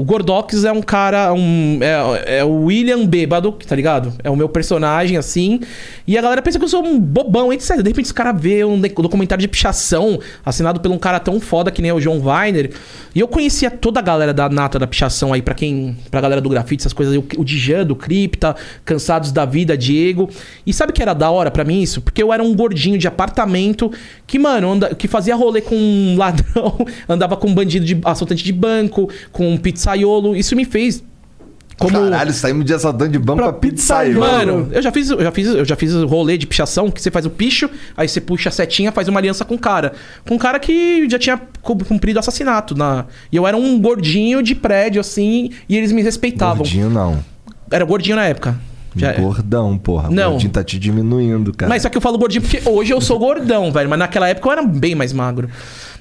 O Gordox é um cara, um, é, é o William Bêbado, tá ligado? É o meu personagem, assim. E a galera pensa que eu sou um bobão, etc. De repente os caras vê um de- documentário de pichação assinado por um cara tão foda que nem é o John Viner. E eu conhecia toda a galera da nata da pichação aí, pra quem. pra galera do grafite, essas coisas aí. O, o Dijan, do Cripta, Cansados da Vida, Diego. E sabe o que era da hora pra mim isso? Porque eu era um gordinho de apartamento que, mano, anda- que fazia rolê com um ladrão, andava com um bandido de assaltante de banco, com um pizzaiolo. Isso me fez. Como...
Caralho, saímos de assaltante de banco pra,
Pra
pizzaiolo.
Mano, eu já fiz, eu já fiz, eu já fiz o rolê de pichação, que você faz o picho, aí você puxa a setinha, faz uma aliança com o cara. Com um cara que já tinha cu- cumprido assassinato na. E eu era um gordinho de prédio assim, e eles me respeitavam.
Gordinho não.
Era gordinho na época. Já- é.
Gordão, porra.
Não.
Gordinho tá te diminuindo, cara.
mas só que eu falo gordinho porque hoje eu sou gordão, velho. Mas naquela época eu era bem mais magro.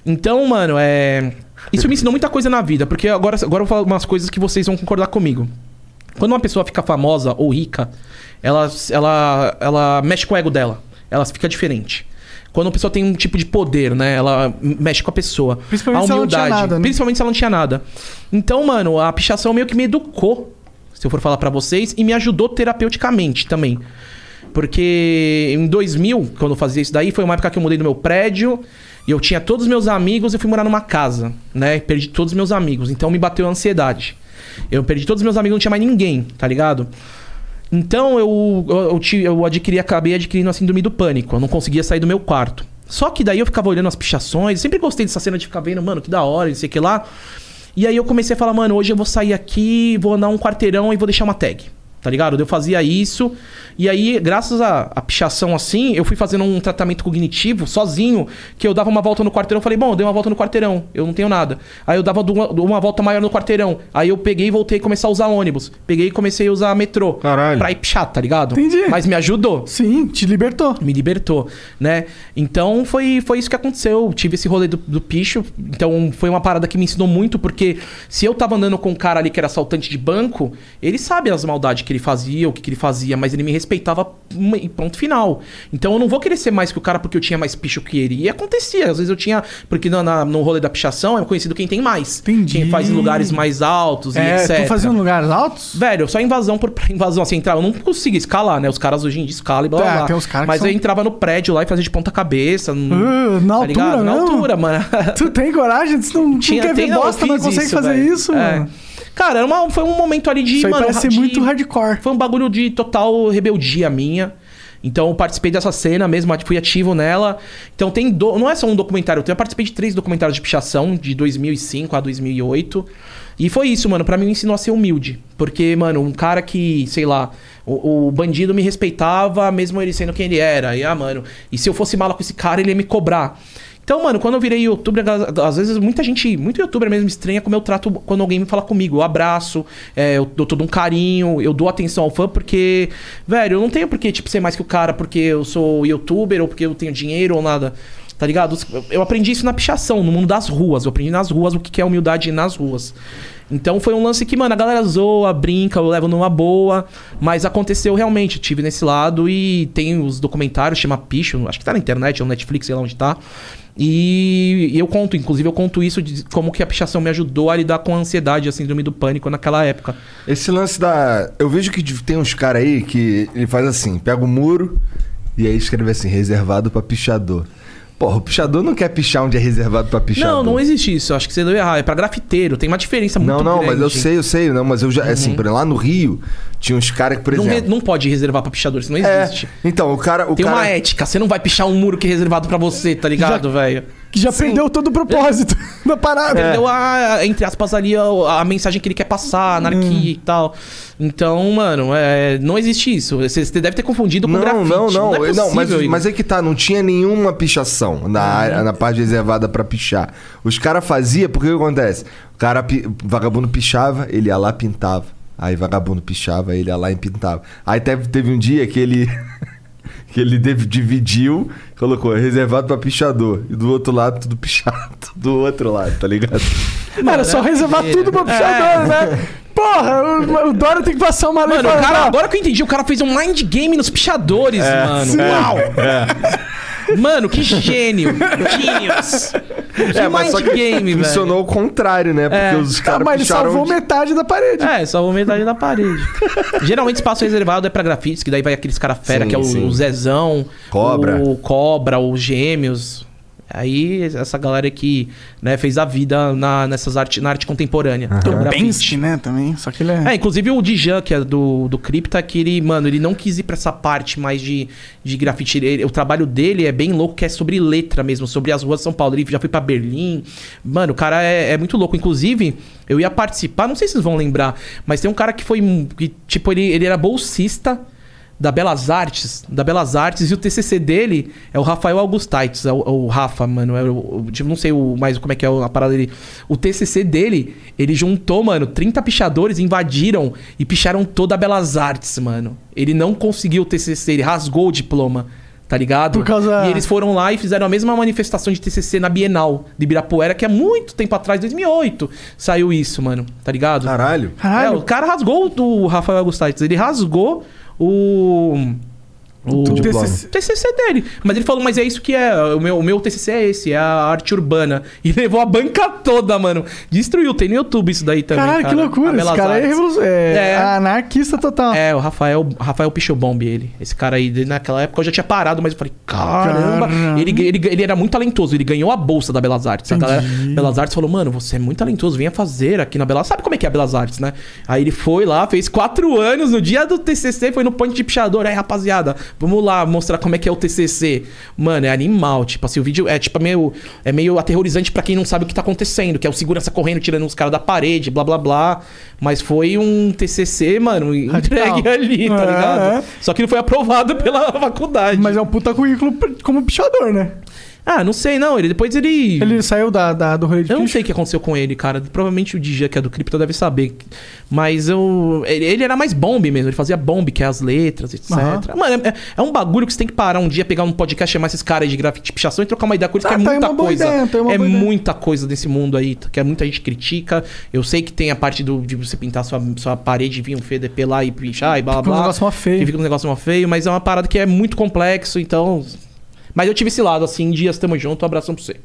Então, mano, é. Isso me ensinou muita coisa na vida, porque agora, agora eu vou falar umas coisas que vocês vão concordar comigo. Quando uma pessoa fica famosa ou rica, ela, ela, ela mexe com o ego dela. Ela fica diferente. Quando uma pessoa tem um tipo de poder, né? Ela mexe com a pessoa.
Principalmente
a
se ela não tinha
humildade.
nada, né?
Principalmente se ela não tinha nada. Então, mano, a pichação meio que me educou, se eu for falar pra vocês, e me ajudou terapeuticamente também. Porque em 2000, quando eu fazia isso daí, foi uma época que eu mudei do meu prédio e eu tinha todos os meus amigos e fui morar numa casa, né? Perdi todos os meus amigos, então me bateu a ansiedade. Eu perdi todos os meus amigos, não tinha mais ninguém, tá ligado? Então eu, eu, eu, ti- eu adquiri, acabei adquirindo a síndrome do pânico. Eu não conseguia sair do meu quarto. Só que daí eu ficava olhando as pichações. Sempre gostei dessa cena de ficar vendo, mano, que da hora, não sei o que lá. E aí eu comecei a falar, mano, hoje eu vou sair aqui, vou andar um quarteirão e vou deixar uma tag. Tá ligado? Eu fazia isso. E aí, graças à, à pichação assim, eu fui fazendo um tratamento cognitivo sozinho, que eu dava uma volta no quarteirão. Eu falei, bom, eu dei uma volta no quarteirão, eu não tenho nada. Aí eu dava du- uma, uma volta maior no quarteirão. Aí eu peguei e voltei a começar a usar ônibus. Peguei e comecei a usar metrô.
Caralho.
Pra ir chato, tá ligado?
Entendi.
Mas me ajudou
Sim, te libertou.
me libertou, né? Então foi, foi isso que aconteceu. Eu tive esse rolê do, do picho. Então foi uma parada que me ensinou muito, porque se eu tava andando com um cara ali que era assaltante de banco, ele sabe as maldades que ele fazia, o que, que ele fazia, mas ele me respeitava hum, e ponto final. Então eu não vou querer ser mais que o cara porque eu tinha mais picho que ele. E acontecia, às vezes eu tinha. Porque na, na- no rolê da pichação é conhecido quem tem mais.
Entendi.
Quem faz em lugares mais altos e
É,
etc.
tu fazia em lugares altos?
Velho, só invasão por invasão, assim, entrar. Eu não conseguia escalar, né? Os caras hoje em dia escalam e blá blá.
Tá,
blá.
tem uns caras que
Mas
são-
eu entrava no prédio lá e fazia de ponta cabeça.
Ah, na altura
Na
mesmo?
altura, mano.
Tu tem coragem? Tu não, tu
Tinha-
não quer
tem-
ver
não, eu
bosta, mas
fiz
consegue
isso,
fazer
velho.
isso,
É.
mano.
Cara, era uma- foi um momento ali de,
Isso aí
mano,
parece
de-
muito hardcore.
Foi um bagulho de total rebeldia minha. Então eu participei dessa cena mesmo, fui ativo nela. Então tem do... não é só um documentário, eu participei de três documentários de pichação de 2005 a 2008. E foi isso, mano, pra mim me ensinou a ser humilde, porque mano, um cara que, sei lá, o, o bandido me respeitava mesmo ele sendo quem ele era. E ah, mano, e se eu fosse mala com esse cara, ele ia me cobrar. Então, mano, quando eu virei youtuber, às- às vezes muita gente, muito youtuber mesmo estranha como eu trato quando alguém me fala comigo. Eu abraço, é, eu dou todo um carinho, eu dou atenção ao fã, porque, velho, eu não tenho por que tipo, ser mais que o cara porque eu sou youtuber ou porque eu tenho dinheiro ou nada. Tá ligado? Os- eu- Eu aprendi isso na pichação, no mundo das ruas. Eu aprendi nas ruas o que que é humildade nas ruas. Então foi um lance que, mano, a galera zoa, brinca, eu levo numa boa. Mas aconteceu realmente, eu tive nesse lado e tem os documentários, chama Picho, acho que tá na internet, ou no Netflix, sei lá onde tá. E eu conto, inclusive eu conto isso de como que a pichação me ajudou a lidar com a ansiedade, a síndrome do pânico naquela época.
Esse lance da. Eu vejo que de- tem uns caras aí que ele faz assim: pega o muro e aí escreve assim, reservado pra pichador. Porra, o pichador não quer pichar onde é reservado pra pichador.
Não, não existe isso, acho que você deu errar, é pra grafiteiro, tem uma diferença muito
Não, não, mas eu
grande. Uhum.
sei, eu sei, não, mas eu já. Assim, por exemplo, lá no Rio, tinha uns caras que, por
Não, re-
exemplo.
não pode reservar pra pichador, isso não
É,
existe.
então, o cara. O
Tem
cara,
uma ética, você não vai pichar um muro que é reservado pra você, tá ligado, velho?
Que já perdeu todo o propósito da
É.
parada.
Perdeu a, entre aspas, ali a, a mensagem que ele quer passar, a
Hum.
anarquia e tal. Então, mano, é, não existe isso. Você você deve ter confundido com
Não,
grafite.
não, não,
é
não,
possível,
mas,
Igor.
mas é que tá, não tinha nenhuma pichação na, área, na parte reservada pra pichar. Os caras faziam, porque o que acontece? O cara, pi- vagabundo pichava, ele ia lá e pintava. Aí vagabundo pichava, ele ia lá e pintava. Aí teve, teve um dia que ele, que ele dev- dividiu, colocou "É reservado pra pichador. E do outro lado, tudo pichado. Do outro lado, tá ligado?
Era é só reservar
é
tudo pra puxador, né? Porra, o, o Dória tem que passar uma né? lei pra-
Mano,
É.
o cara, agora que eu entendi, o cara fez um mind game nos pichadores, mano.
Sim.
Uau! Mano, que gênio. Genius.
É, mas só que
game, velho.
funcionou o contrário, né? Porque os
Tá,
caras
mas ele
picharam
salvou
de-
metade da parede.
É, só vou metade da parede. Geralmente espaço reservado é pra grafites, que daí vai aqueles cara fera,
Sim,
que é o,
sim.
o Zezão,
Cobra.
o Cobra, o Gêmeos. Aí essa galera que né, fez a vida na, nessas arte, na arte contemporânea. que é o grafite.
Bench, né, também. Só que ele é...
É, inclusive o Dijan, que é do, do Crypta, que ele, mano, ele não quis ir pra essa parte mais de, de grafite. Ele- o trabalho dele é bem louco, que é sobre letra mesmo, sobre as ruas de São Paulo. Ele já foi pra Berlim. Mano, o cara é, é muito louco. Inclusive, eu ia participar, não sei se vocês vão lembrar, mas tem um cara que foi. um- Que, tipo, ele, ele era bolsista. Da Belas Artes, da Belas Artes, e o TCC dele é o Rafael Augustaitis, é o, é o Rafa, mano, é o, o- tipo, não sei o, mais como é que é a parada dele. O TCC dele, ele juntou, mano, 30 pichadores, invadiram e picharam toda a Belas Artes, mano. Ele não conseguiu o TCC, ele rasgou o diploma, tá ligado?
Por causa-
E eles foram lá e fizeram a mesma manifestação de TCC na Bienal de Ibirapuera, que há muito tempo atrás, 2008, saiu isso, mano, tá ligado?
Caralho.
Caralho.
É, o cara rasgou o do Rafael Augustais. Ele rasgou o. O
Tudo de
TCC. dele. Mas ele falou, mas é isso que é. O meu, o meu TCC é esse, é a arte urbana. E levou a banca toda, mano. Destruiu. Tem no YouTube isso daí também.
Caralho, que
cara. A
loucura. Esse
Belas
cara aí é,
Artes.
revolu- é,
É.
anarquista total.
É, o Rafael, Rafael Pichobomb, ele. Esse cara aí, dele, naquela época eu já tinha parado, mas eu falei, caramba.
Caramba.
Ele, ele, ele era muito talentoso, ele ganhou a bolsa da Belas Artes. A galera Belas Artes falou, mano, você é muito talentoso, venha fazer aqui na Belas Sabe como é que é a Belas Artes, né? Aí ele foi lá, fez quatro anos, no dia do TCC, foi no ponte de pichador. Aí, rapaziada, vamos lá mostrar como é que é o TCC. Mano, é animal, tipo assim, o vídeo é tipo meio, é meio aterrorizante pra quem não sabe o que tá acontecendo, que é o segurança correndo, tirando os caras da parede, blá, blá, blá. Mas foi um TCC, mano,
Radical.
entregue ali, tá
É,
ligado?
é.
Só que não foi aprovado pela faculdade.
Mas é um puta currículo pra- como pichador, né?
Ah, não sei, não. Ele depois ele.
Ele saiu da, da- do rolê de
Eu não
picho.
sei o que aconteceu com ele, cara. Provavelmente o DJ, que é do cripto, deve saber. Mas eu. Ele ele era mais bombe mesmo. Ele fazia bombe, que é as letras, etc.
Aham.
Mano, é, é um bagulho que você tem que parar um dia, pegar um podcast, chamar esses caras aí de grafite pichação e trocar uma ideia com eles,
Ah,
que é
tá aí
muita
uma boa
coisa.
ideia, tá aí uma
é
boa ideia.
muita coisa desse mundo aí, que é muita gente critica. Eu sei que tem a parte do, de você pintar sua, sua parede, vir um FDP lá e pinchar e blá blá.
Fica um
blá,
negócio mó feio.
Que fica um negócio mó feio, mas é uma parada que é muito complexo, então. Mas eu tive esse lado, assim, dias tamo junto, um abração pra você.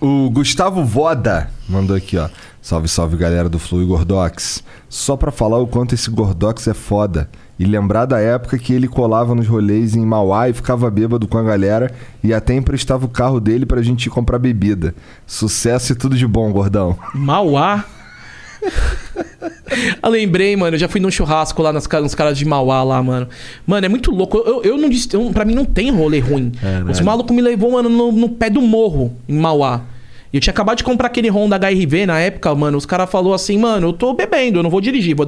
O Gustavo Voda mandou aqui, ó. Salve, salve, galera do Flu e Gordox. Só pra falar o quanto esse Gordox é foda. E lembrar da época que ele colava nos rolês em Mauá e ficava bêbado com a galera e até emprestava o carro dele pra gente ir comprar bebida. Sucesso e tudo de bom, gordão.
Mauá. eu lembrei, mano, eu já fui num churrasco lá nas, ca- nos caras de Mauá lá, mano. Mano, é muito louco. Eu, eu não disse, eu, pra mim não tem rolê ruim. Os malucos me levou, mano, no, no pé do morro em Mauá. E eu tinha acabado de comprar aquele Honda HRV na época, mano. Os caras falaram assim, mano, eu tô bebendo, eu não vou dirigir, vou,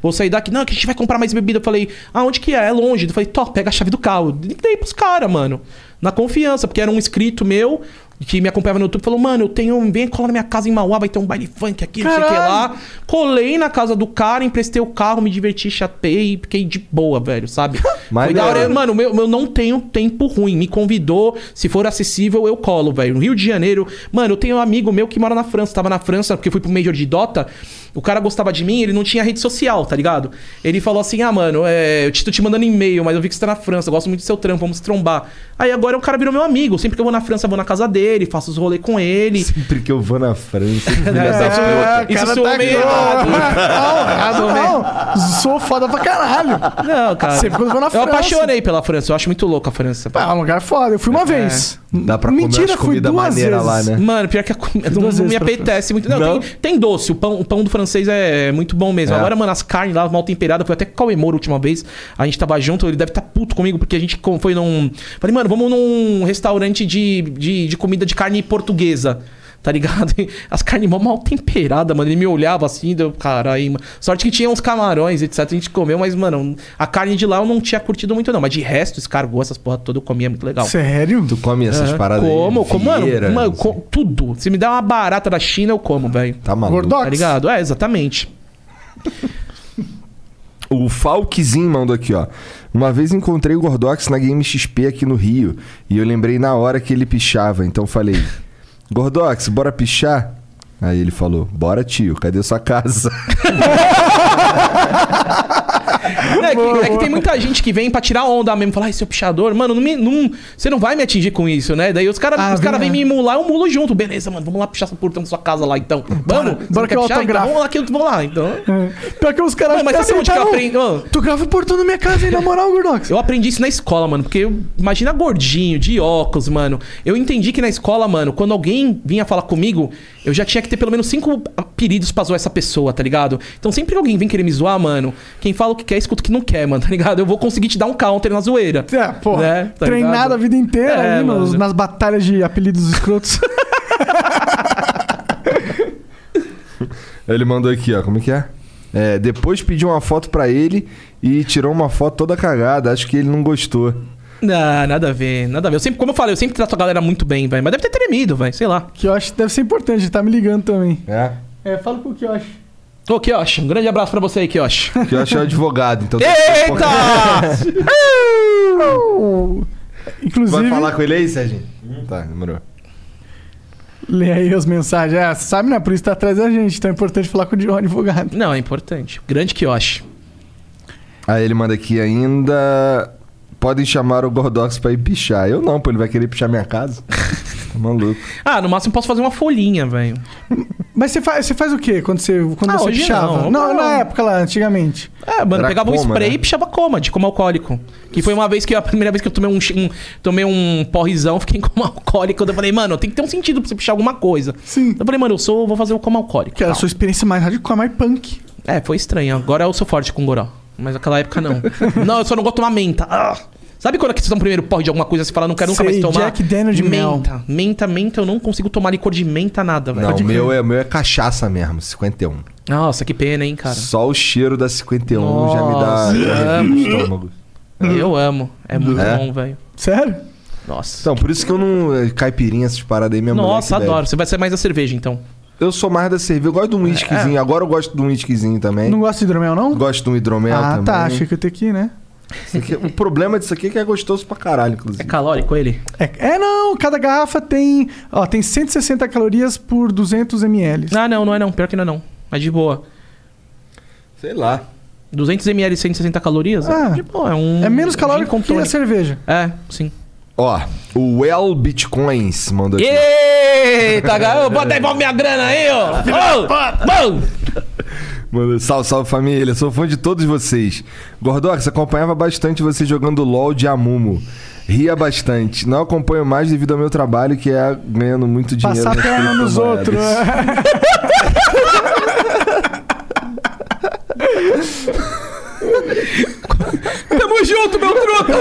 vou sair daqui. Não, que a gente vai comprar mais bebida. Eu falei, aonde que é? É longe. Eu falei, top, pega a chave do carro. E dei pros caras, mano. Na confiança, porque era um inscrito meu que me acompanhava no YouTube falou, mano, eu tenho. Vem colar na minha casa em Mauá, vai ter um baile funk aqui, não sei o que lá. Colei na casa do cara, emprestei o carro, me diverti, chapei e fiquei de boa, velho, sabe? Foi
Maneiro.
da hora. Mano, eu, eu não tenho tempo ruim. Me convidou, se for acessível, eu colo, velho. No Rio de Janeiro, mano, eu tenho um amigo meu que mora na França. Tava na França, porque eu fui pro Major de Dota. O cara gostava de mim, ele não tinha rede social, tá ligado? Ele falou assim: ah, mano, é, eu te- tô te mandando e-mail, mas eu vi que você tá na França, eu gosto muito do seu trampo, vamos se trombar. Aí agora o cara virou meu amigo. Sempre que eu vou na França, eu vou na casa dele, faço os rolês com ele.
Sempre que eu vou na França. filha da
Isso-
Ah,
isso soou
tá
meio errado.
Não, não, não. Sou foda pra caralho.
Não, cara.
Sempre quando eu vou na França.
Eu apaixonei pela França, eu acho muito louca a França.
Pá, é um lugar foda. Eu fui uma vez.
Dá pra comer umas
fui
comida
duas
maneira
vezes.
lá, né?
Mano, pior que a comida não,
Duas
não me
vezes pra
apetece muito. Não,
Não?
Tem, tem doce. O pão, o pão do francês é muito bom mesmo.
É.
Agora, mano, as carnes lá mal temperadas. Foi até com o Cauê Moura a última vez. A gente tava junto. Ele deve estar puto comigo porque a gente com- foi num. Falei, mano, vamos num restaurante de, de, de comida de carne portuguesa. Tá ligado? As carnes mó mal temperadas, mano. Ele me olhava assim, deu. Caralho, mano. Sorte que tinha uns camarões, etc. A gente comeu, mas, mano, a carne de lá eu não tinha curtido muito, não. Mas de resto, escargou essas porra toda, eu comia muito legal.
Sério?
Tu come essas paradas aí,
É. Como, como, mano,
vieira,
mano,
não sei.
co- tudo. Se me der uma barata da China, eu como, velho.
Tá maluco.
Gordox?
Tá ligado? É, exatamente.
O Falkzinho mandou aqui, ó. Uma vez encontrei o Gordox na Game XP aqui no Rio e eu lembrei na hora que ele pichava, então falei: Gordox, bora pichar? Aí ele falou: Bora, tio, cadê sua casa?
É que, é que tem muita gente que vem pra tirar onda mesmo, falar, ai, seu pichador, mano, não me- não- você não vai me atingir com isso, né? Daí os caras
Ah,
os cara
vem,
vêm
é.
me emular, eu mulo junto. Beleza, mano, vamos lá pichar essa portão da sua casa lá, então. Vamos, você
bora
não
que
quer
eu
pichar?
autografo. É.
Então, vamos lá, que eu vou lá, então.
Pior que os caras
Mano, mas
até
sabe onde que eu
aceitaram.
aprendi? Ô,
Tu grava o portão da minha casa, hein, na moral, Gordox.
Eu aprendi isso na escola, mano, porque eu- imagina gordinho, de óculos, mano. Eu entendi que na escola, mano, quando alguém vinha falar comigo, eu já tinha que ter pelo menos cinco apelidos pra zoar essa pessoa, tá ligado? Então sempre que alguém vem querer me zoar, mano, quem fala o que quer, escuta o que não quer, mano, tá ligado? Eu vou conseguir te dar um counter na zoeira.
É, porra.
Né? Tá
treinado
ligado?
a vida inteira
É,
ali nos-
mano.
nas batalhas de apelidos escrotos.
Ele mandou aqui, ó. Como é que é? É, depois pedi uma foto pra ele e tirou uma foto toda cagada. Acho que ele não gostou.
Não, nada a ver, nada a ver. Eu sempre, como eu falei, eu sempre trato a galera muito bem, velho. Mas deve ter tremido, velho, sei lá.
que eu acho que deve ser importante, ele tá me ligando também.
É.
É, fala com o que eu acho.
Ô, Kiosh, um grande abraço pra você aí, Kiosh.
Que eu achei advogado, então.
Eita!
Inclusive,
Vai falar com ele aí, Serginho? Tá, demorou.
lê aí as mensagens. É, você sabe, né? Por isso tá atrás da gente, então é importante falar com o John, advogado.
Não, é importante. Grande Kiosh.
Aí ele manda aqui ainda. Podem chamar o Gordox pra ir pichar. Eu não, pô, ele vai querer pichar minha casa. Tá maluco.
Ah, no máximo posso fazer uma folhinha, velho.
Mas você faz, você faz o quê quando você, quando
Ah,
você
hoje
pichava?
não.
Não, na
Não.
época lá, antigamente.
É, mano,
Era
pegava um
coma,
spray
né?
e pichava coma de coma alcoólico. Que foi uma vez que a primeira vez que eu tomei um, chi- um- tomei um porrizão, fiquei em coma alcoólico. Eu falei, mano, tem que ter um sentido pra você pichar alguma coisa.
Sim.
Eu falei, mano, eu sou, vou fazer o coma alcoólico.
Que era a
Tal.
sua experiência mais hardcore, mais punk.
É, foi estranho. Agora eu sou forte com goró. Mas naquela época não. não, eu só não gosto de tomar menta. Ah! Sabe quando é que você toma o primeiro porre de alguma coisa e você fala, não quero nunca
Sei,
mais tomar?
Jack Daniel de mel.
menta. Menta, menta, eu não consigo tomar licor de menta, nada, velho.
Não, o meu é, o meu é cachaça mesmo, 51.
Nossa, que pena, hein, cara.
Só o cheiro da 51 já me
Nossa.
dá arrepio no estômago.
Eu amo. É muito
É?
bom, velho.
Sério?
Nossa.
Então, por isso que eu não. eh, Caipirinha, essas paradas aí, minha mulher
Nossa,
que bebe.
adoro. Você vai ser mais da cerveja, então.
Eu sou mais da cerveja. Eu gosto de um whiskyzinho. Agora eu gosto de um whiskyzinho também.
É, Não gosta de hidromel, não?
Gosto de um hidromel
ah,
também.
tá. Achei que eu tenho que ir, né?
Isso aqui- o problema disso aqui é que é gostoso pra caralho, inclusive.
É calórico ele?
É, é, não. Cada garrafa tem... Ó, tem 160 calorias por 200 ml.
Ah, não, não é não. Pior que não é não. Mas de boa.
Sei lá.
200ml, 160 calorias?
Ah.
de boa, é um...
É menos
gin
calórico
com
que a
tônica.
cerveja.
É, sim.
Ó, o Well Bitcoins mandou aqui.
Eita, garoto. Bota aí pra minha grana aí, ó. Ô, bom.
Mandou, salve, salve família. Sou fã de todos vocês. Gordox, acompanhava bastante você jogando LOL de Amumu. Ria bastante. Não acompanho mais devido ao meu trabalho, que é ganhando muito dinheiro.
Passar
nas
perna nos
criptomoedas.
outros. né?
Tamo junto, meu truta.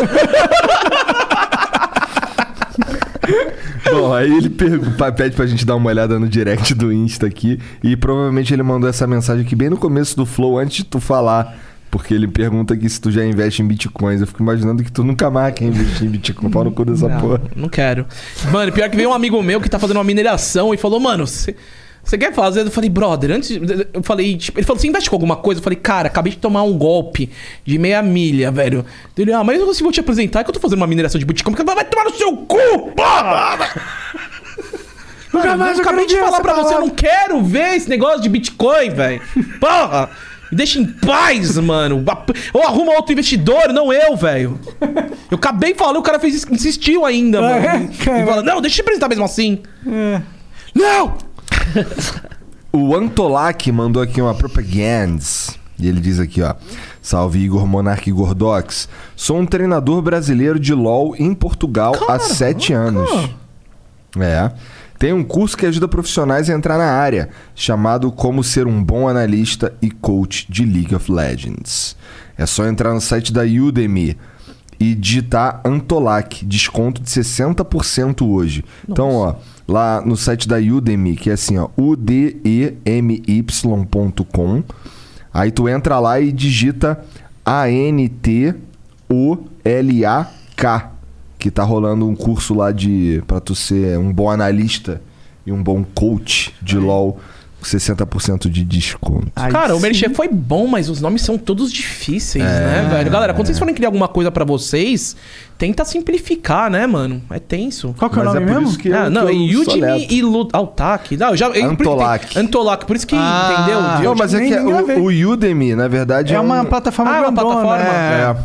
Bom, aí ele pergunta, pede pra gente dar uma olhada no direct do Insta aqui. E provavelmente ele mandou essa mensagem aqui bem no começo do Flow, antes de tu falar. Porque ele pergunta aqui se tu já investe em bitcoins. Eu fico imaginando que tu nunca mais quer investir em bitcoin. Pau no cu dessa porra.
Não quero. Mano, pior que veio um amigo meu que tá fazendo uma mineração e falou, mano, você... Você quer fazer? Eu falei, brother, antes. de- Eu falei, tipo, ele falou, você investe com alguma coisa? Eu falei, cara, acabei de tomar um golpe de meia milha, velho. Então Ele, ah, mas eu não vou te apresentar, é que eu tô fazendo uma mineração de Bitcoin. Eu falei, vai tomar no seu cu, porra!
Nunca
Mano,
mais
eu acabei
quero
de
ver
falar
essa
pra você, eu
palavra.
não quero ver esse negócio de Bitcoin, velho. Porra! Me deixa em paz, mano. Ap- Ou arruma outro investidor, não eu, velho. Eu acabei falando, o cara fez, isso- insistiu ainda, mano. E
cara.
fala, não, deixa eu te apresentar mesmo assim.
É.
Não!
O Antolac mandou aqui uma propagandas. E ele diz aqui, ó. Salve Igor Monarque Gordox. Sou um treinador brasileiro de LOL em Portugal há sete anos. É. Tem um curso que ajuda profissionais a entrar na área, chamado Como Ser um Bom Analista e Coach de League of Legends. É só entrar no site da Udemy e digitar Antolac, desconto de 60% hoje. Então, ó, lá no site da Udemy, que é assim, ó, udemy.com. Aí tu entra lá e digita A-N-T-O-L-A-K que tá rolando um curso lá de para tu ser um bom analista e um bom coach de LoL 60% de desconto.
Aí
Cara, o
sim.
Merchan foi bom, mas os nomes são todos difíceis, né, velho? Galera, quando vocês forem criar alguma coisa pra vocês, tenta simplificar, né, mano? É tenso.
Qual que é o
Mas
nome
é por
mesmo?
isso que eu-
ah, não,
eu
e Udemy
soleto.
e Lu- Altac. Não, eu já, eu-
Antolac.
Antolac, por isso que,
Ah,
entendeu?
Não,
Eu
mas é
nem
que
gravei.
o, o Udemy, na verdade,
É uma
um-
plataforma
Ah, é uma
grandona,
plataforma?
É.
É.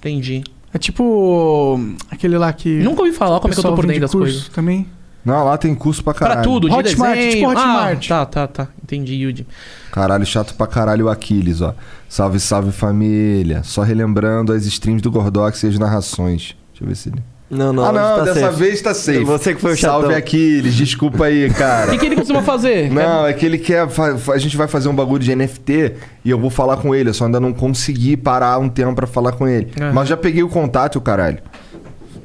Entendi.
É tipo aquele lá que...
Nunca ouvi falar como é que eu tô
pessoal
por
vende
dentro das
curso
coisas.
Também.
Não, lá tem curso pra caralho.
Pra tudo, de
Hotmart,
desenho.
tipo Hotmart.
Ah, tá, tá, tá. Entendi, Udemy.
Caralho, chato pra caralho o Aquiles, ó. Salve, salve família. Só relembrando as streams do Gordox e as narrações. Deixa eu ver se ele.
Não, não,
ah, não,
tá
dessa
safe.
vez tá safe.
Você que foi o
Salve
chatão.
Aquiles, desculpa aí,
O que,
cara.
que ele costuma fazer?
Não, é que ele quer. fa- fa- A gente vai fazer um bagulho de NFT e eu vou falar com ele. Eu só ainda não consegui parar um tempo pra falar com ele.
Aham.
Mas já peguei o contato, caralho.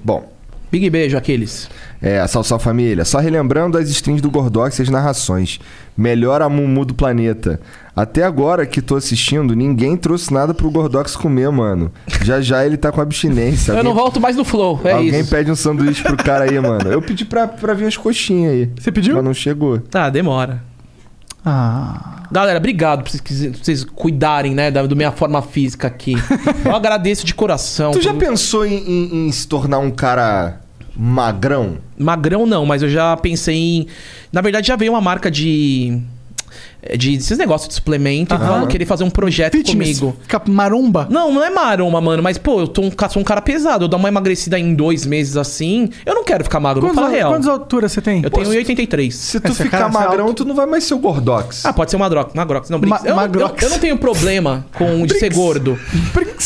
Bom,
Big beijo, aqueles.
é, Sal Sal Família. Só relembrando as streams do Gordox e as narrações. Melhor a Mumu do planeta. Até agora que tô assistindo, ninguém trouxe nada pro Gordox comer, mano. Já já ele tá com abstinência.
Eu não
Alguém-
volto mais no flow, é
Alguém
isso.
pede um sanduíche pro cara aí, mano. Eu pedi pra, pra vir as coxinhas aí. Você
pediu?
Mas não chegou.
Tá, demora.
Ah,
Galera, obrigado por vocês, quise- por vocês cuidarem, né, da, da minha forma física aqui. Eu agradeço de coração.
Tu já pensou em, em- em se tornar um cara magrão?
Magrão não, mas eu já pensei em... Na verdade, já veio uma marca de... De esses negócios de suplemento e falou querer fazer um projeto
fitness.
comigo.
Fica maromba.
Não, não é maroma, mano, mas pô, eu tô um, ca- sou um cara pesado. Eu dou uma emagrecida em dois meses assim. Eu não quero ficar magro, vou
Quantos,
falar a real.
quantas alturas você tem?
Eu tenho 1,83.
Se tu
Essa
ficar
cara, essa
magrão,
alta-
tu não vai mais ser o Gordox.
Ah, pode ser uma droga, uma grox, não brinca.
Ma-
eu, não- eu,
magrox.
eu não tenho problema com de ser gordo.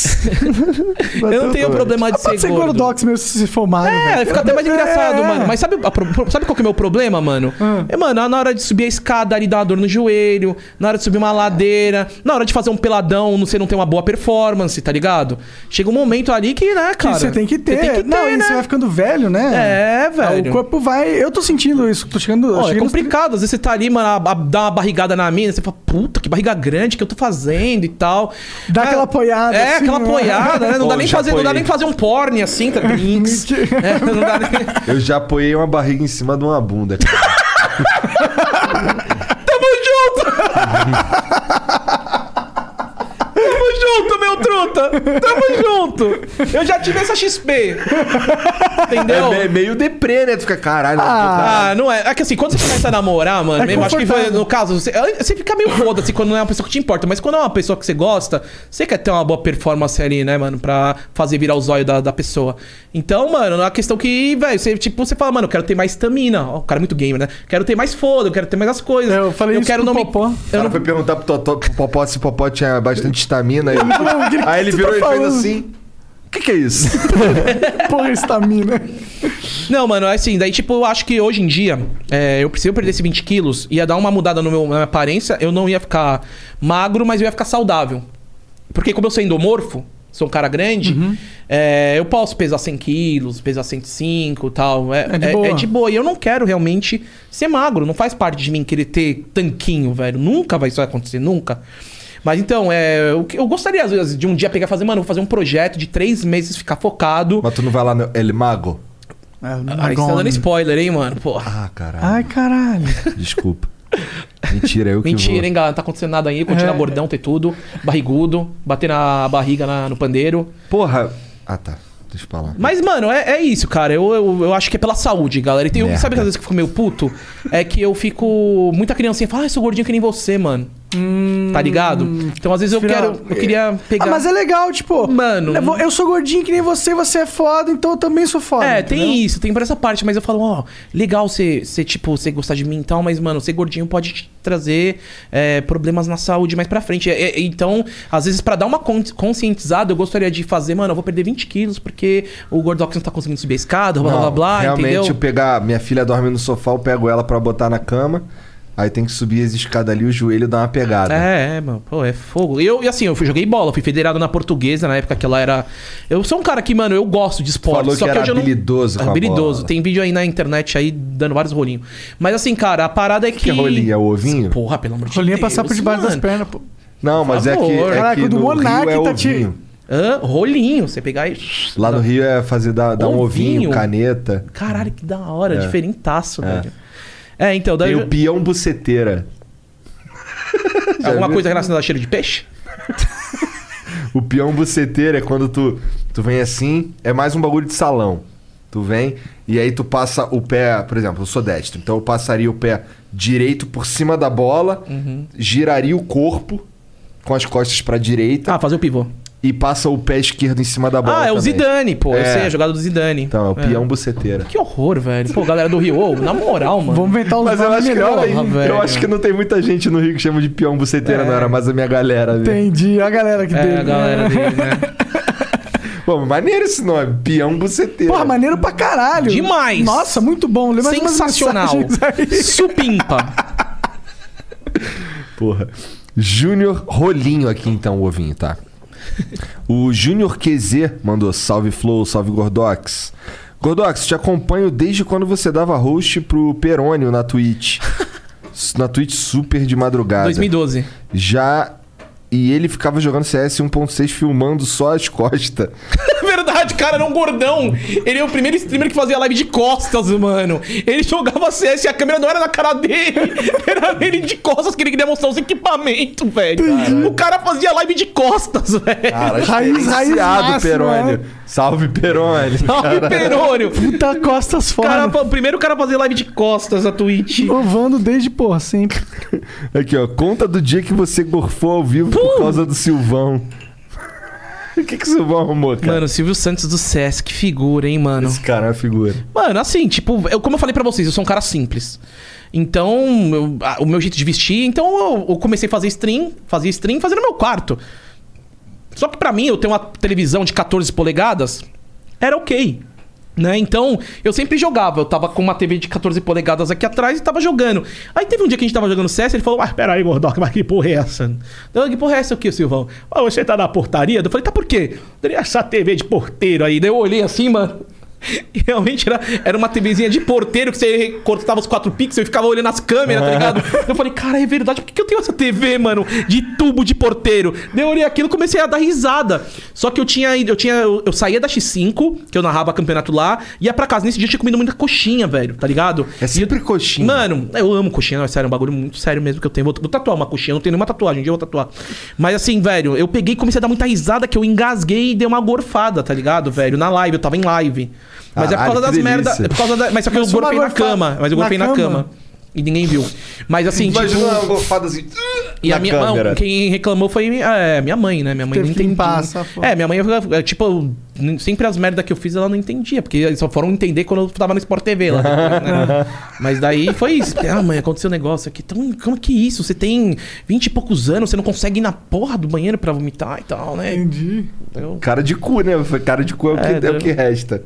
eu não tenho problema de
Ah, pode ser gordox mesmo se você for magro.
É,
velho.
fica até mais engraçado,
É. Ah.
mano. Mas sabe, a pro- sabe qual que é o meu problema, mano? É, mano, na hora de subir a escada ali dá uma dor no joelho, na hora de subir uma ladeira, na hora de fazer um peladão, não- você não tem uma boa performance, tá ligado? Chega um momento ali que, né,
Que
cara?
você tem que ter.
Você tem que ter,
não, e
né?
você vai ficando velho, né?
É, velho.
O corpo vai. Eu tô sentindo isso. Tô chegando.
Ó, é
chegando nos
complicado, às vezes você tá ali, mano, a- a- dá uma barrigada na mina, você fala, puta, que barriga grande que eu tô fazendo e tal.
Dá
É,
aquela apoiada,
É,
assim,
aquela
né?
apoiada, né? Não,
Pô,
dá nem
já
fazer, não dá
apoiei.
nem fazer um porn assim, tá? Brinks. é, não dá nem...
Eu já apoiei uma barriga em cima de uma bunda. cara.
Tamo junto, meu truta! Tamo junto! Eu já tive essa XP. Entendeu?
é me- meio deprê, né? Tu fica, caralho,
Ah, não é. É que assim, quando você começa a namorar, mano,
Tá. É
mesmo, acho que foi,
confortável.
no caso, você, você fica meio foda-se quando não é uma pessoa que te importa, mas quando é uma pessoa que você gosta, você quer ter uma boa performance ali, né, mano, pra fazer virar os olhos da, da pessoa. Então, mano, é uma questão que, velho, você, tipo, você fala, mano, eu quero ter mais stamina. Ó, o cara é muito gamer, né? Quero ter mais foda, eu quero ter mais as coisas.
É, Eu falei isso
quero
pro
não me-
Popó.
O
Eu
cara
não
foi perguntar pro, Totó, pro Popó se o Popó tinha bastante estamina. Ele...
Não, o que que
Aí ele
tu
virou
tá
e fez
falando?
assim... O que, que é isso?
Porra, estamina.
Não, mano, é assim, daí tipo, eu acho que hoje em dia, é, eu preciso perder esses 20 quilos, ia dar uma mudada no meu, na minha aparência, eu não ia ficar magro, mas eu ia ficar saudável. Porque como eu sou endomorfo, sou um cara grande,
Uhum.
é, eu posso pesar 100 quilos, pesar 105 e tal. É,
É de
é-
boa.
é de boa. E eu não quero realmente ser magro, não faz parte de mim querer ter tanquinho, velho. Nunca vai isso vai acontecer, nunca. Mas então, é, eu, eu gostaria às vezes de um dia pegar e fazer, mano, eu vou fazer um projeto de três meses, ficar focado.
Mas tu não vai lá no El Mago?
Aí você tá dando spoiler, hein, mano? Porra.
Ah, caralho.
Ai, caralho.
Desculpa. Mentira, eu que vou.
Mentira, hein, galera? Não tá acontecendo nada aí. Continua
É.
bordão, ter tudo. Barrigudo, bater na barriga na- no pandeiro.
Porra... Ah, tá. Deixa pra lá.
Mas, mano, é, é isso, cara. Eu, eu, eu acho que é pela saúde, galera. E tem, um
É,
Merda.
sabe que às vezes que eu fico meio puto? É que eu fico. Muita criancinha fala, ah, eu sou gordinho que nem você, mano. tá ligado? Então, às vezes eu
Afinal,
quero. Eu queria pegar.
Ah, mas Hum. é legal, tipo.
Mano.
eu vou- Eu sou gordinho que nem você, você é foda, então eu também sou foda.
É,
entendeu?
tem isso, tem por essa parte, mas eu falo, ó, legal você, você, tipo, você gostar de mim e tal, mas, mano, ser gordinho pode te trazer é, problemas na saúde mais pra frente. É, é, então, às vezes, pra dar uma con- conscientizada, eu gostaria de fazer, mano, eu vou perder 20 quilos porque o gordox não tá conseguindo subir a escada, blá, blá,
Não,
blá, blá,
Realmente, eu
entendeu?
pegar... Minha filha dorme no sofá, eu pego ela pra botar na cama. Aí tem que subir as escadas ali, o joelho dá uma pegada.
É, é, mano, pô, é fogo. Eu, e assim, eu fui- joguei bola, fui federado na portuguesa na época que ela era. Eu sou um cara que, mano, eu gosto de esporte.
Falou
só
que
que,
era
hoje eu não.
habilidoso com a
Habilidoso.
bola.
Tem vídeo aí na internet aí dando vários rolinhos. Mas assim, cara, a parada é que.
que é rolinho? É o ovinho?
Porra, pelo amor de
Rolinha é
Deus.
passar por debaixo das
mano.
pernas, pô.
Não, mas é que,
favor.
é
Caraca,
que
o do
no
Monark
Rio é
tá te-
ovinho.
Hã? Rolinho. Você pegar e.
Lá no Rio é fazer dar, dar um ovinho,
Ovinho?
caneta.
Caralho, que da hora. Diferentaço,
É.
velho. É, então, daí.
Tem
eu-
o peão buceteira.
Alguma
viu?
coisa relacionada a cheiro de peixe?
O peão buceteiro é quando tu, tu vem assim, é mais um bagulho de salão. Tu vem e aí tu passa o pé, por exemplo, eu sou destro, então eu passaria o pé direito por cima da bola,
Uhum.
giraria o corpo com as costas pra direita.
Ah, fazer o pivô.
E passa o pé esquerdo em cima da bola.
Ah, é o
Tá. também.
Zidane, pô. Eu
É.
sei, é a jogada do Zidane.
Então, é o peão buceteira.
Que horror, velho. Pô, galera do Rio, ô, na moral, mano.
Vamos inventar uns
Mas eu
nomes
acho, que não,
melhores.
tem-
Porra, velho.
eu acho que não tem muita gente no Rio que chama de peão buceteira, não era mais a minha galera. viu?
Entendi, a galera que
É,
dele.
a galera dele, né?
Pô, maneiro esse nome, peão buceteira.
Porra, maneiro pra caralho.
Demais.
Nossa, muito bom. Lê mais umas
Sensacional.
mensagens aí.
Supimpa.
Porra. Júnior Rolinho aqui então, o ovinho, tá? O Júnior QZ mandou salve Flow, salve Gordox. Gordox, te acompanho desde quando você dava host pro Perônio na Twitch. na Twitch super de madrugada.
2012.
Já. E ele ficava jogando CS 1.6 filmando só as costas.
Verdade, cara, era um gordão. Ele é o primeiro streamer que fazia live de costas, mano. Ele jogava CS e a câmera não era na cara dele. Era ele de costas que ele queria mostrar os equipamentos, velho. O cara fazia live de costas, velho.
Cara,
Raiz- raiz
diferenciado,
máxima,
Perônio. Salve, Perônio.
né? Salve, Perônio.
Puta costas fora.
Cara, o primeiro cara fazia live de costas na Twitch.
Ovando desde, porra, sempre.
Aqui, ó. Conta do dia que você gorfou ao vivo por causa do Silvão. O que, que o Silvão arrumou, cara?
Mano, Silvio Santos do CS, que figura, hein, mano.
Esse cara é uma figura.
Mano, assim, tipo, eu, como eu falei pra vocês, eu sou um cara simples. Então, eu- ah, o meu jeito de vestir, então eu, eu comecei a fazer stream, fazia stream, fazendo meu quarto. Só que pra mim, eu tenho uma televisão de 14 polegadas, era ok. Né? Então, eu sempre jogava. Eu tava com uma TV de 14 polegadas aqui atrás e tava jogando. Aí teve um dia que a gente tava jogando CS, ele falou: Ah, pera aí, Gordoc, mas que porra é essa? Eu, que porra é essa aqui, Silvão? Ah, você tá na portaria? Eu falei, tá por quê? Daí, Essa TV de porteiro aí. Daí eu olhei assim, mano. E realmente era, era uma TVzinha de porteiro que você cortava os quatro pixels e ficava olhando as câmeras, tá ligado? Eu falei, cara, é verdade, por que que eu tenho essa TV, mano, de tubo de porteiro? Daí eu olhei aquilo e comecei a dar risada. Só que eu tinha ido- eu tinha. Eu, eu saía da X5, que eu narrava campeonato lá, ia pra casa. Nesse dia eu tinha comido muita coxinha, velho, tá ligado?
É sempre
E eu-
coxinha.
Mano, eu amo coxinha, não, é sério, é um bagulho muito sério mesmo que eu tenho. Vou, vou tatuar uma coxinha, eu não tenho nenhuma tatuagem, um dia eu vou tatuar. Mas assim, velho, eu peguei e comecei a dar muita risada que eu engasguei e dei uma gorfada, tá ligado, velho? Na live, eu tava em live. Mas é por
Caralho,
causa das
Ah, que
merda.
delícia.
É por causa da, mas só que
Mas
eu
uma
gorfei na
gorfada
cama. Mas eu
na
gorfei na
cama?
cama. E ninguém viu. Mas assim,
Imagina uma
tipo.
gorfada assim.
E
na
a minha
câmera.
mão, quem reclamou foi é, minha mãe, né? Minha mãe
Teve
não
que limpar
entendia.
essa porra.
É, minha mãe, é, tipo, nem- sempre as merdas que eu fiz ela não entendia, porque eles só foram entender quando eu tava no Sport TV lá. depois, né? Mas daí foi isso. Porque, Ah, mãe, aconteceu um negócio aqui. Então, como que é isso? Você tem 20 e poucos anos, você não consegue ir na porra do banheiro pra vomitar e tal, né?
Entendi.
Eu-
Cara de cu, né? Foi Cara de cu é o
É,
que, é,
deu-
o que resta.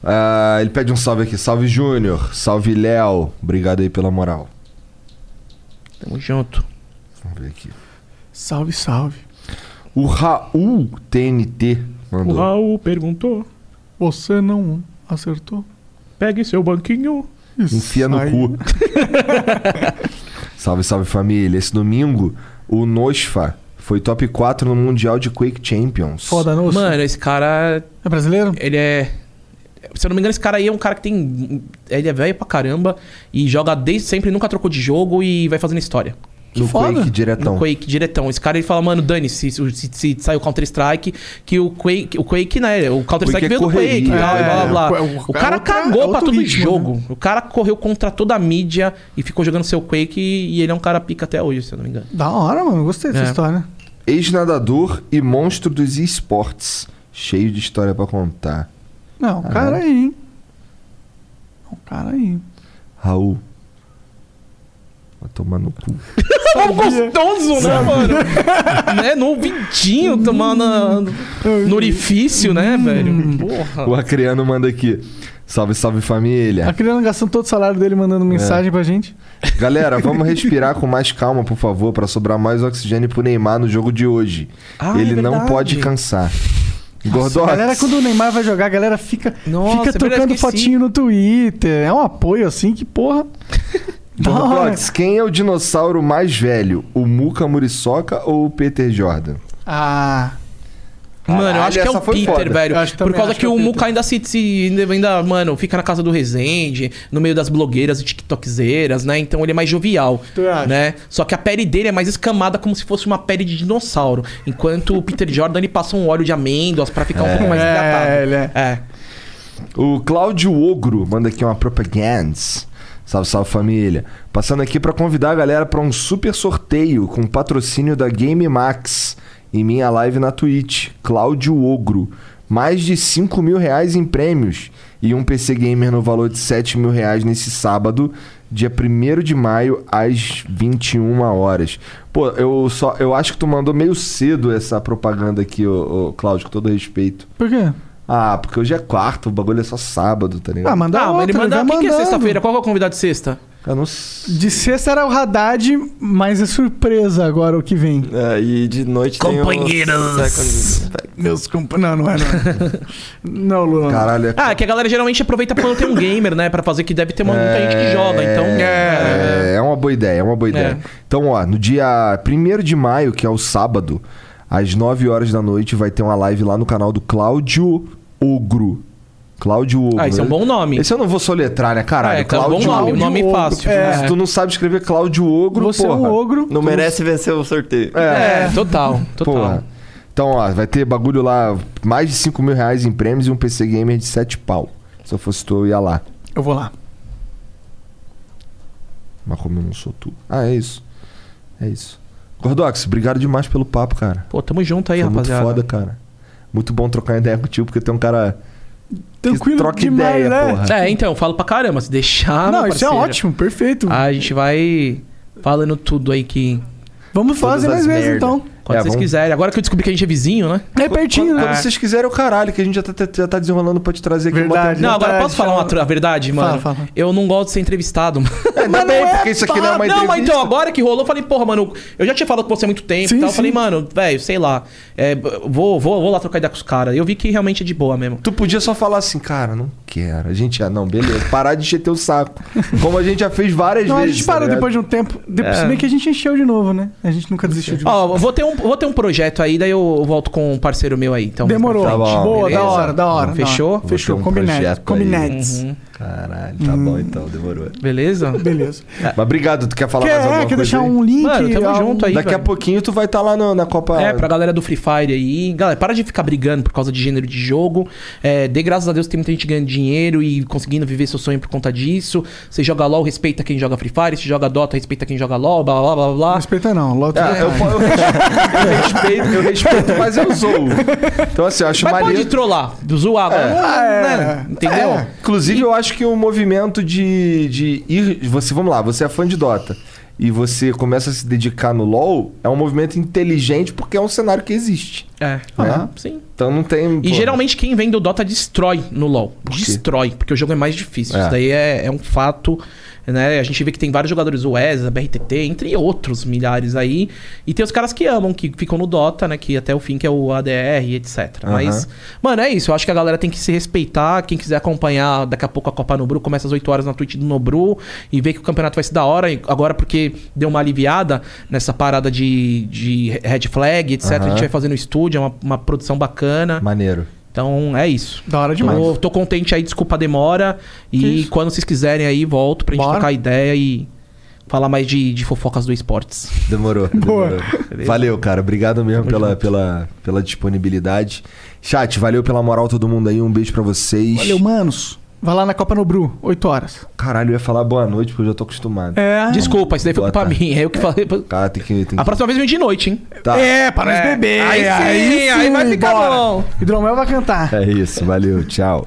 Ah, ele pede um salve aqui. Salve, Júnior. Salve, Léo. Obrigado aí pela moral.
Tamo junto.
Vamos ver aqui.
Salve, salve.
O Raul TNT
O
mandou.
Raul perguntou:
Você não acertou?
pegue seu banquinho.
Isso.
Enfia no
aí.
cu. salve, salve família. Esse domingo, o Nosfa foi top 4 no Mundial de Quake Champions.
Foda, não.
Mano, esse cara
É brasileiro?
Ele é. Se eu não me engano, esse cara aí é um cara que tem. Ele é velho pra caramba e joga desde sempre, nunca trocou de jogo e vai fazendo história.
No
foda.
Quake diretão.
No Quake diretão. Esse cara ele fala, mano, dane-se se, se, se sai o Counter-Strike, que o Quake, o Quake, né? O
Quake
Counter-Strike
é
veio do Quake,
correria,
tal,
é.
e blá blá blá.
É,
O
o- é outra-
cara
é
cagou pra
outro
todo
ritmo,
jogo. O cara correu contra toda a mídia e ficou jogando seu Quake e, e ele é um cara pica até hoje, se eu não me engano.
Da hora, mano. Gostei dessa
É.
história.
Ex-nadador e monstro dos esportes. Cheio de história pra contar.
Não, um cara aí, hein? Um cara aí.
Raul. Vai tomar no cu.
Tão É gostoso, né, mano? né? No vidinho, tomando no orifício, né,
Hum.
velho?
O
Porra.
Acreano manda aqui. Salve, salve família.
A criança Tá gastando todo o salário dele mandando mensagem pra gente.
Galera, vamos respirar com mais calma, por favor, pra sobrar mais oxigênio pro Neymar no jogo de hoje.
Ah, é
Ele não
verdade.
pode cansar.
A
Gordox.
galera, quando o Neymar vai jogar, a galera fica,
Nossa, é
fica
verdade,
trocando
esqueci.
fotinho no Twitter. É um apoio assim que, porra. da hora.
Gordox, quem é o dinossauro mais velho? O Muca Muriçoca ou o Peter Jordan?
Ah.
Mano, eu acho que é
essa
o
foi
Peter,
foda.
velho.
Eu acho que
Por
também
causa
acho
que,
que é o
o
Peter.
Muca ainda se, se- ainda- ainda, mano, fica na casa do Rezende, no meio das blogueiras e tiktokzeiras, né? Então ele é mais jovial,
Tu acha?
né? Só que a pele dele é mais escamada como se fosse uma pele de dinossauro. Enquanto o Peter Jordan, ele passa um óleo de amêndoas pra ficar um pouco mais
É,
hidratado.
ele é.
É.
O Cláudio Ogro manda aqui uma propaganda. Salve, salve família. Passando aqui pra convidar a galera pra um super sorteio com patrocínio da Game Max em minha live na Twitch. Cláudio Ogro. Mais de 5 mil reais em prêmios e um PC Gamer no valor de 7 mil reais nesse sábado, dia 1 de maio, às 21 horas. Pô, eu, só, eu acho que tu mandou meio cedo essa propaganda aqui, ô, ô, Cláudio, com todo respeito.
Por quê?
Ah, porque hoje é quarta, o bagulho é só sábado, tá ligado?
Ah, mandar
Ah, mas
outra,
ele manda.
vai
O que, que é
mandando.
sexta-feira? Qual que é o convidado de sexta?
Eu não sei.
De sexta era o Haddad, mas é surpresa agora o que vem.
É, e de noite tem o...
Companheiros.
Second-
Meus companheiros. Não, não é não. não, Luan.
Caralho, é...
Ah, é que a galera geralmente aproveita quando tem um gamer, né? Pra fazer que deve ter uma, muita gente que joga, então.
É, é uma boa ideia, é uma boa ideia.
É.
Então, ó, no dia 1 de maio, que é o sábado, às 9 horas da noite, vai ter uma live lá no canal do Cláudio Ogro. Cláudio Ogro.
Ah, esse é um bom nome.
Esse eu não vou soletrar, né, caralho?
é, que é um bom nome, um
Ogro.
nome
Ogro.
fácil.
É.
Se tu não sabe escrever Cláudio Ogro,
Você
porra.
é um ogro.
Não merece vencer o sorteio.
É, total, total.
Porra. Então, ó, vai ter bagulho lá, mais de 5 mil reais em prêmios e um PC Gamer de 7 pau. Se eu fosse tu, eu ia lá.
Eu vou lá.
Mas como eu não sou tu. Ah, é isso. É isso. Gordox, obrigado demais pelo papo, cara.
Pô, tamo junto aí,
Foi muito
rapaziada.
foda, cara. Muito bom trocar ideia contigo, porque tem um cara.
Tranquilo
troca
demais,
ideia,
né?
porra.
É, então, eu falo pra caramba, se deixar.
não,
meu
isso é
parceiro,
ótimo, perfeito.
A gente vai falando tudo aí que.
Vamos fazer
todas
mais
as
vezes,
merda.
então.
Quando
É,
vocês
vamos-
quiserem. Agora que eu descobri que a gente é vizinho, né?
É pertinho,
Quando
né?
vocês quiserem, o caralho, que a gente já tá, já tá desenrolando pra te trazer aqui.
Verdade.
Não, agora
Verdade,
posso falar uma
fala.
tr- a verdade, mano?
Fala, fala.
Eu não gosto de ser entrevistado, mano.
Ainda É, bem, porque isso aqui não é uma
Não, mas
entrevista.
então, agora que rolou, eu falei, porra, mano, eu já tinha falado com você há muito tempo
Sim,
e tal. Eu
sim.
falei, mano, velho, sei lá. é, b- vou, vou, vou lá trocar ideia com os caras. Eu vi que realmente é de boa mesmo.
Tu podia só falar assim, cara, não quero. A gente, ah, não, beleza. Parar de encher teu saco. Como a gente já fez várias
Não, a
vezes.
gente
tá
parou
ligado?
depois de um tempo. Depois, Se bem que a gente encheu de novo, né? A gente nunca desistiu de
Ó, vou ter, um, vou ter um projeto aí, daí eu volto com um parceiro meu aí. Então,
Demorou.
Tá bom,
Boa,
beleza?
da hora, da hora.
Fechou?
Da hora. Fechou,
Vou ter um projeto
combinado.
aí. Uhum.
Combinado.
Caralho, tá
Hum.
bom então, demorou.
Beleza?
Beleza.
Mas obrigado, tu quer falar
É. Quer,
mais alguma
é, quer
coisa?
deixar
aí?
um link?
Mano, tamo
algum-
junto aí.
Daqui a
velho.
pouquinho tu vai estar lá no- na Copa.
É, pra galera do Free Fire aí. Galera, para de ficar brigando por causa de gênero de jogo. É, dê graças a Deus que tem muita gente ganhando dinheiro e conseguindo viver seu sonho por conta disso. Você joga LOL, respeita quem joga Free Fire. Se joga Dota, respeita quem joga LOL, blá blá blá blá.
Não
blá.
respeita, não. Logo tá
Ah, eu, eu- eu respeito, eu respeito, mas eu zoo. Então, assim, eu acho
Mas
maneiro.
pode trollar, zoar,
É.
mas não- né? entendeu?
É.
Inclusive, eu acho que o movimento de, de ir. Você, vamos lá, você é fã de Dota e você começa a se dedicar no LoL, é um movimento inteligente porque é um cenário que existe.
É,
Aham.
sim.
Então não tem.
E geralmente quem vem do Dota destrói no LoL. destrói, porque o jogo é mais difícil.
É.
Isso daí é, é um fato. Né? A gente vê que tem vários jogadores, o ESA, BRTT, entre outros milhares aí. E tem os caras que amam, que ficam no Dota, né? Que até o fim, que é o ADR, etc. Mas, mano, é isso. Eu acho que a galera tem que se respeitar. Quem quiser acompanhar daqui a pouco a Copa Nobru, começa às 8 horas na Twitch do Nobru e ver que o campeonato vai ser da hora. E Agora, porque deu uma aliviada nessa parada de, de red flag, etc. A gente vai fazer no estúdio, é uma, uma produção bacana.
Maneiro.
Então é isso.
Da hora demais.
Tô, tô contente aí, desculpa a demora.
Que
E
isso.
quando vocês quiserem aí, volto pra gente
Bora.
trocar ideia e falar mais de, de fofocas do esportes.
Demorou.
Boa.
demorou. Valeu, cara. Obrigado mesmo pela, pela, pela disponibilidade. Chat, valeu pela moral todo mundo aí. Um beijo pra vocês.
Valeu, manos. Vai lá na Copa no Bru, 8 horas.
Caralho, eu ia falar boa noite, porque eu já tô acostumado.
É.
Desculpa, isso daí foi
Boa
culpa
tarde.
minha. É eu que falei.
Cara, tem que. Tem
A
que...
próxima vez vem de noite, hein?
Tá.
É, para nós beber.
Aí sim, aí vai ficar bom.
Hidromel vai cantar.
É isso, valeu, tchau.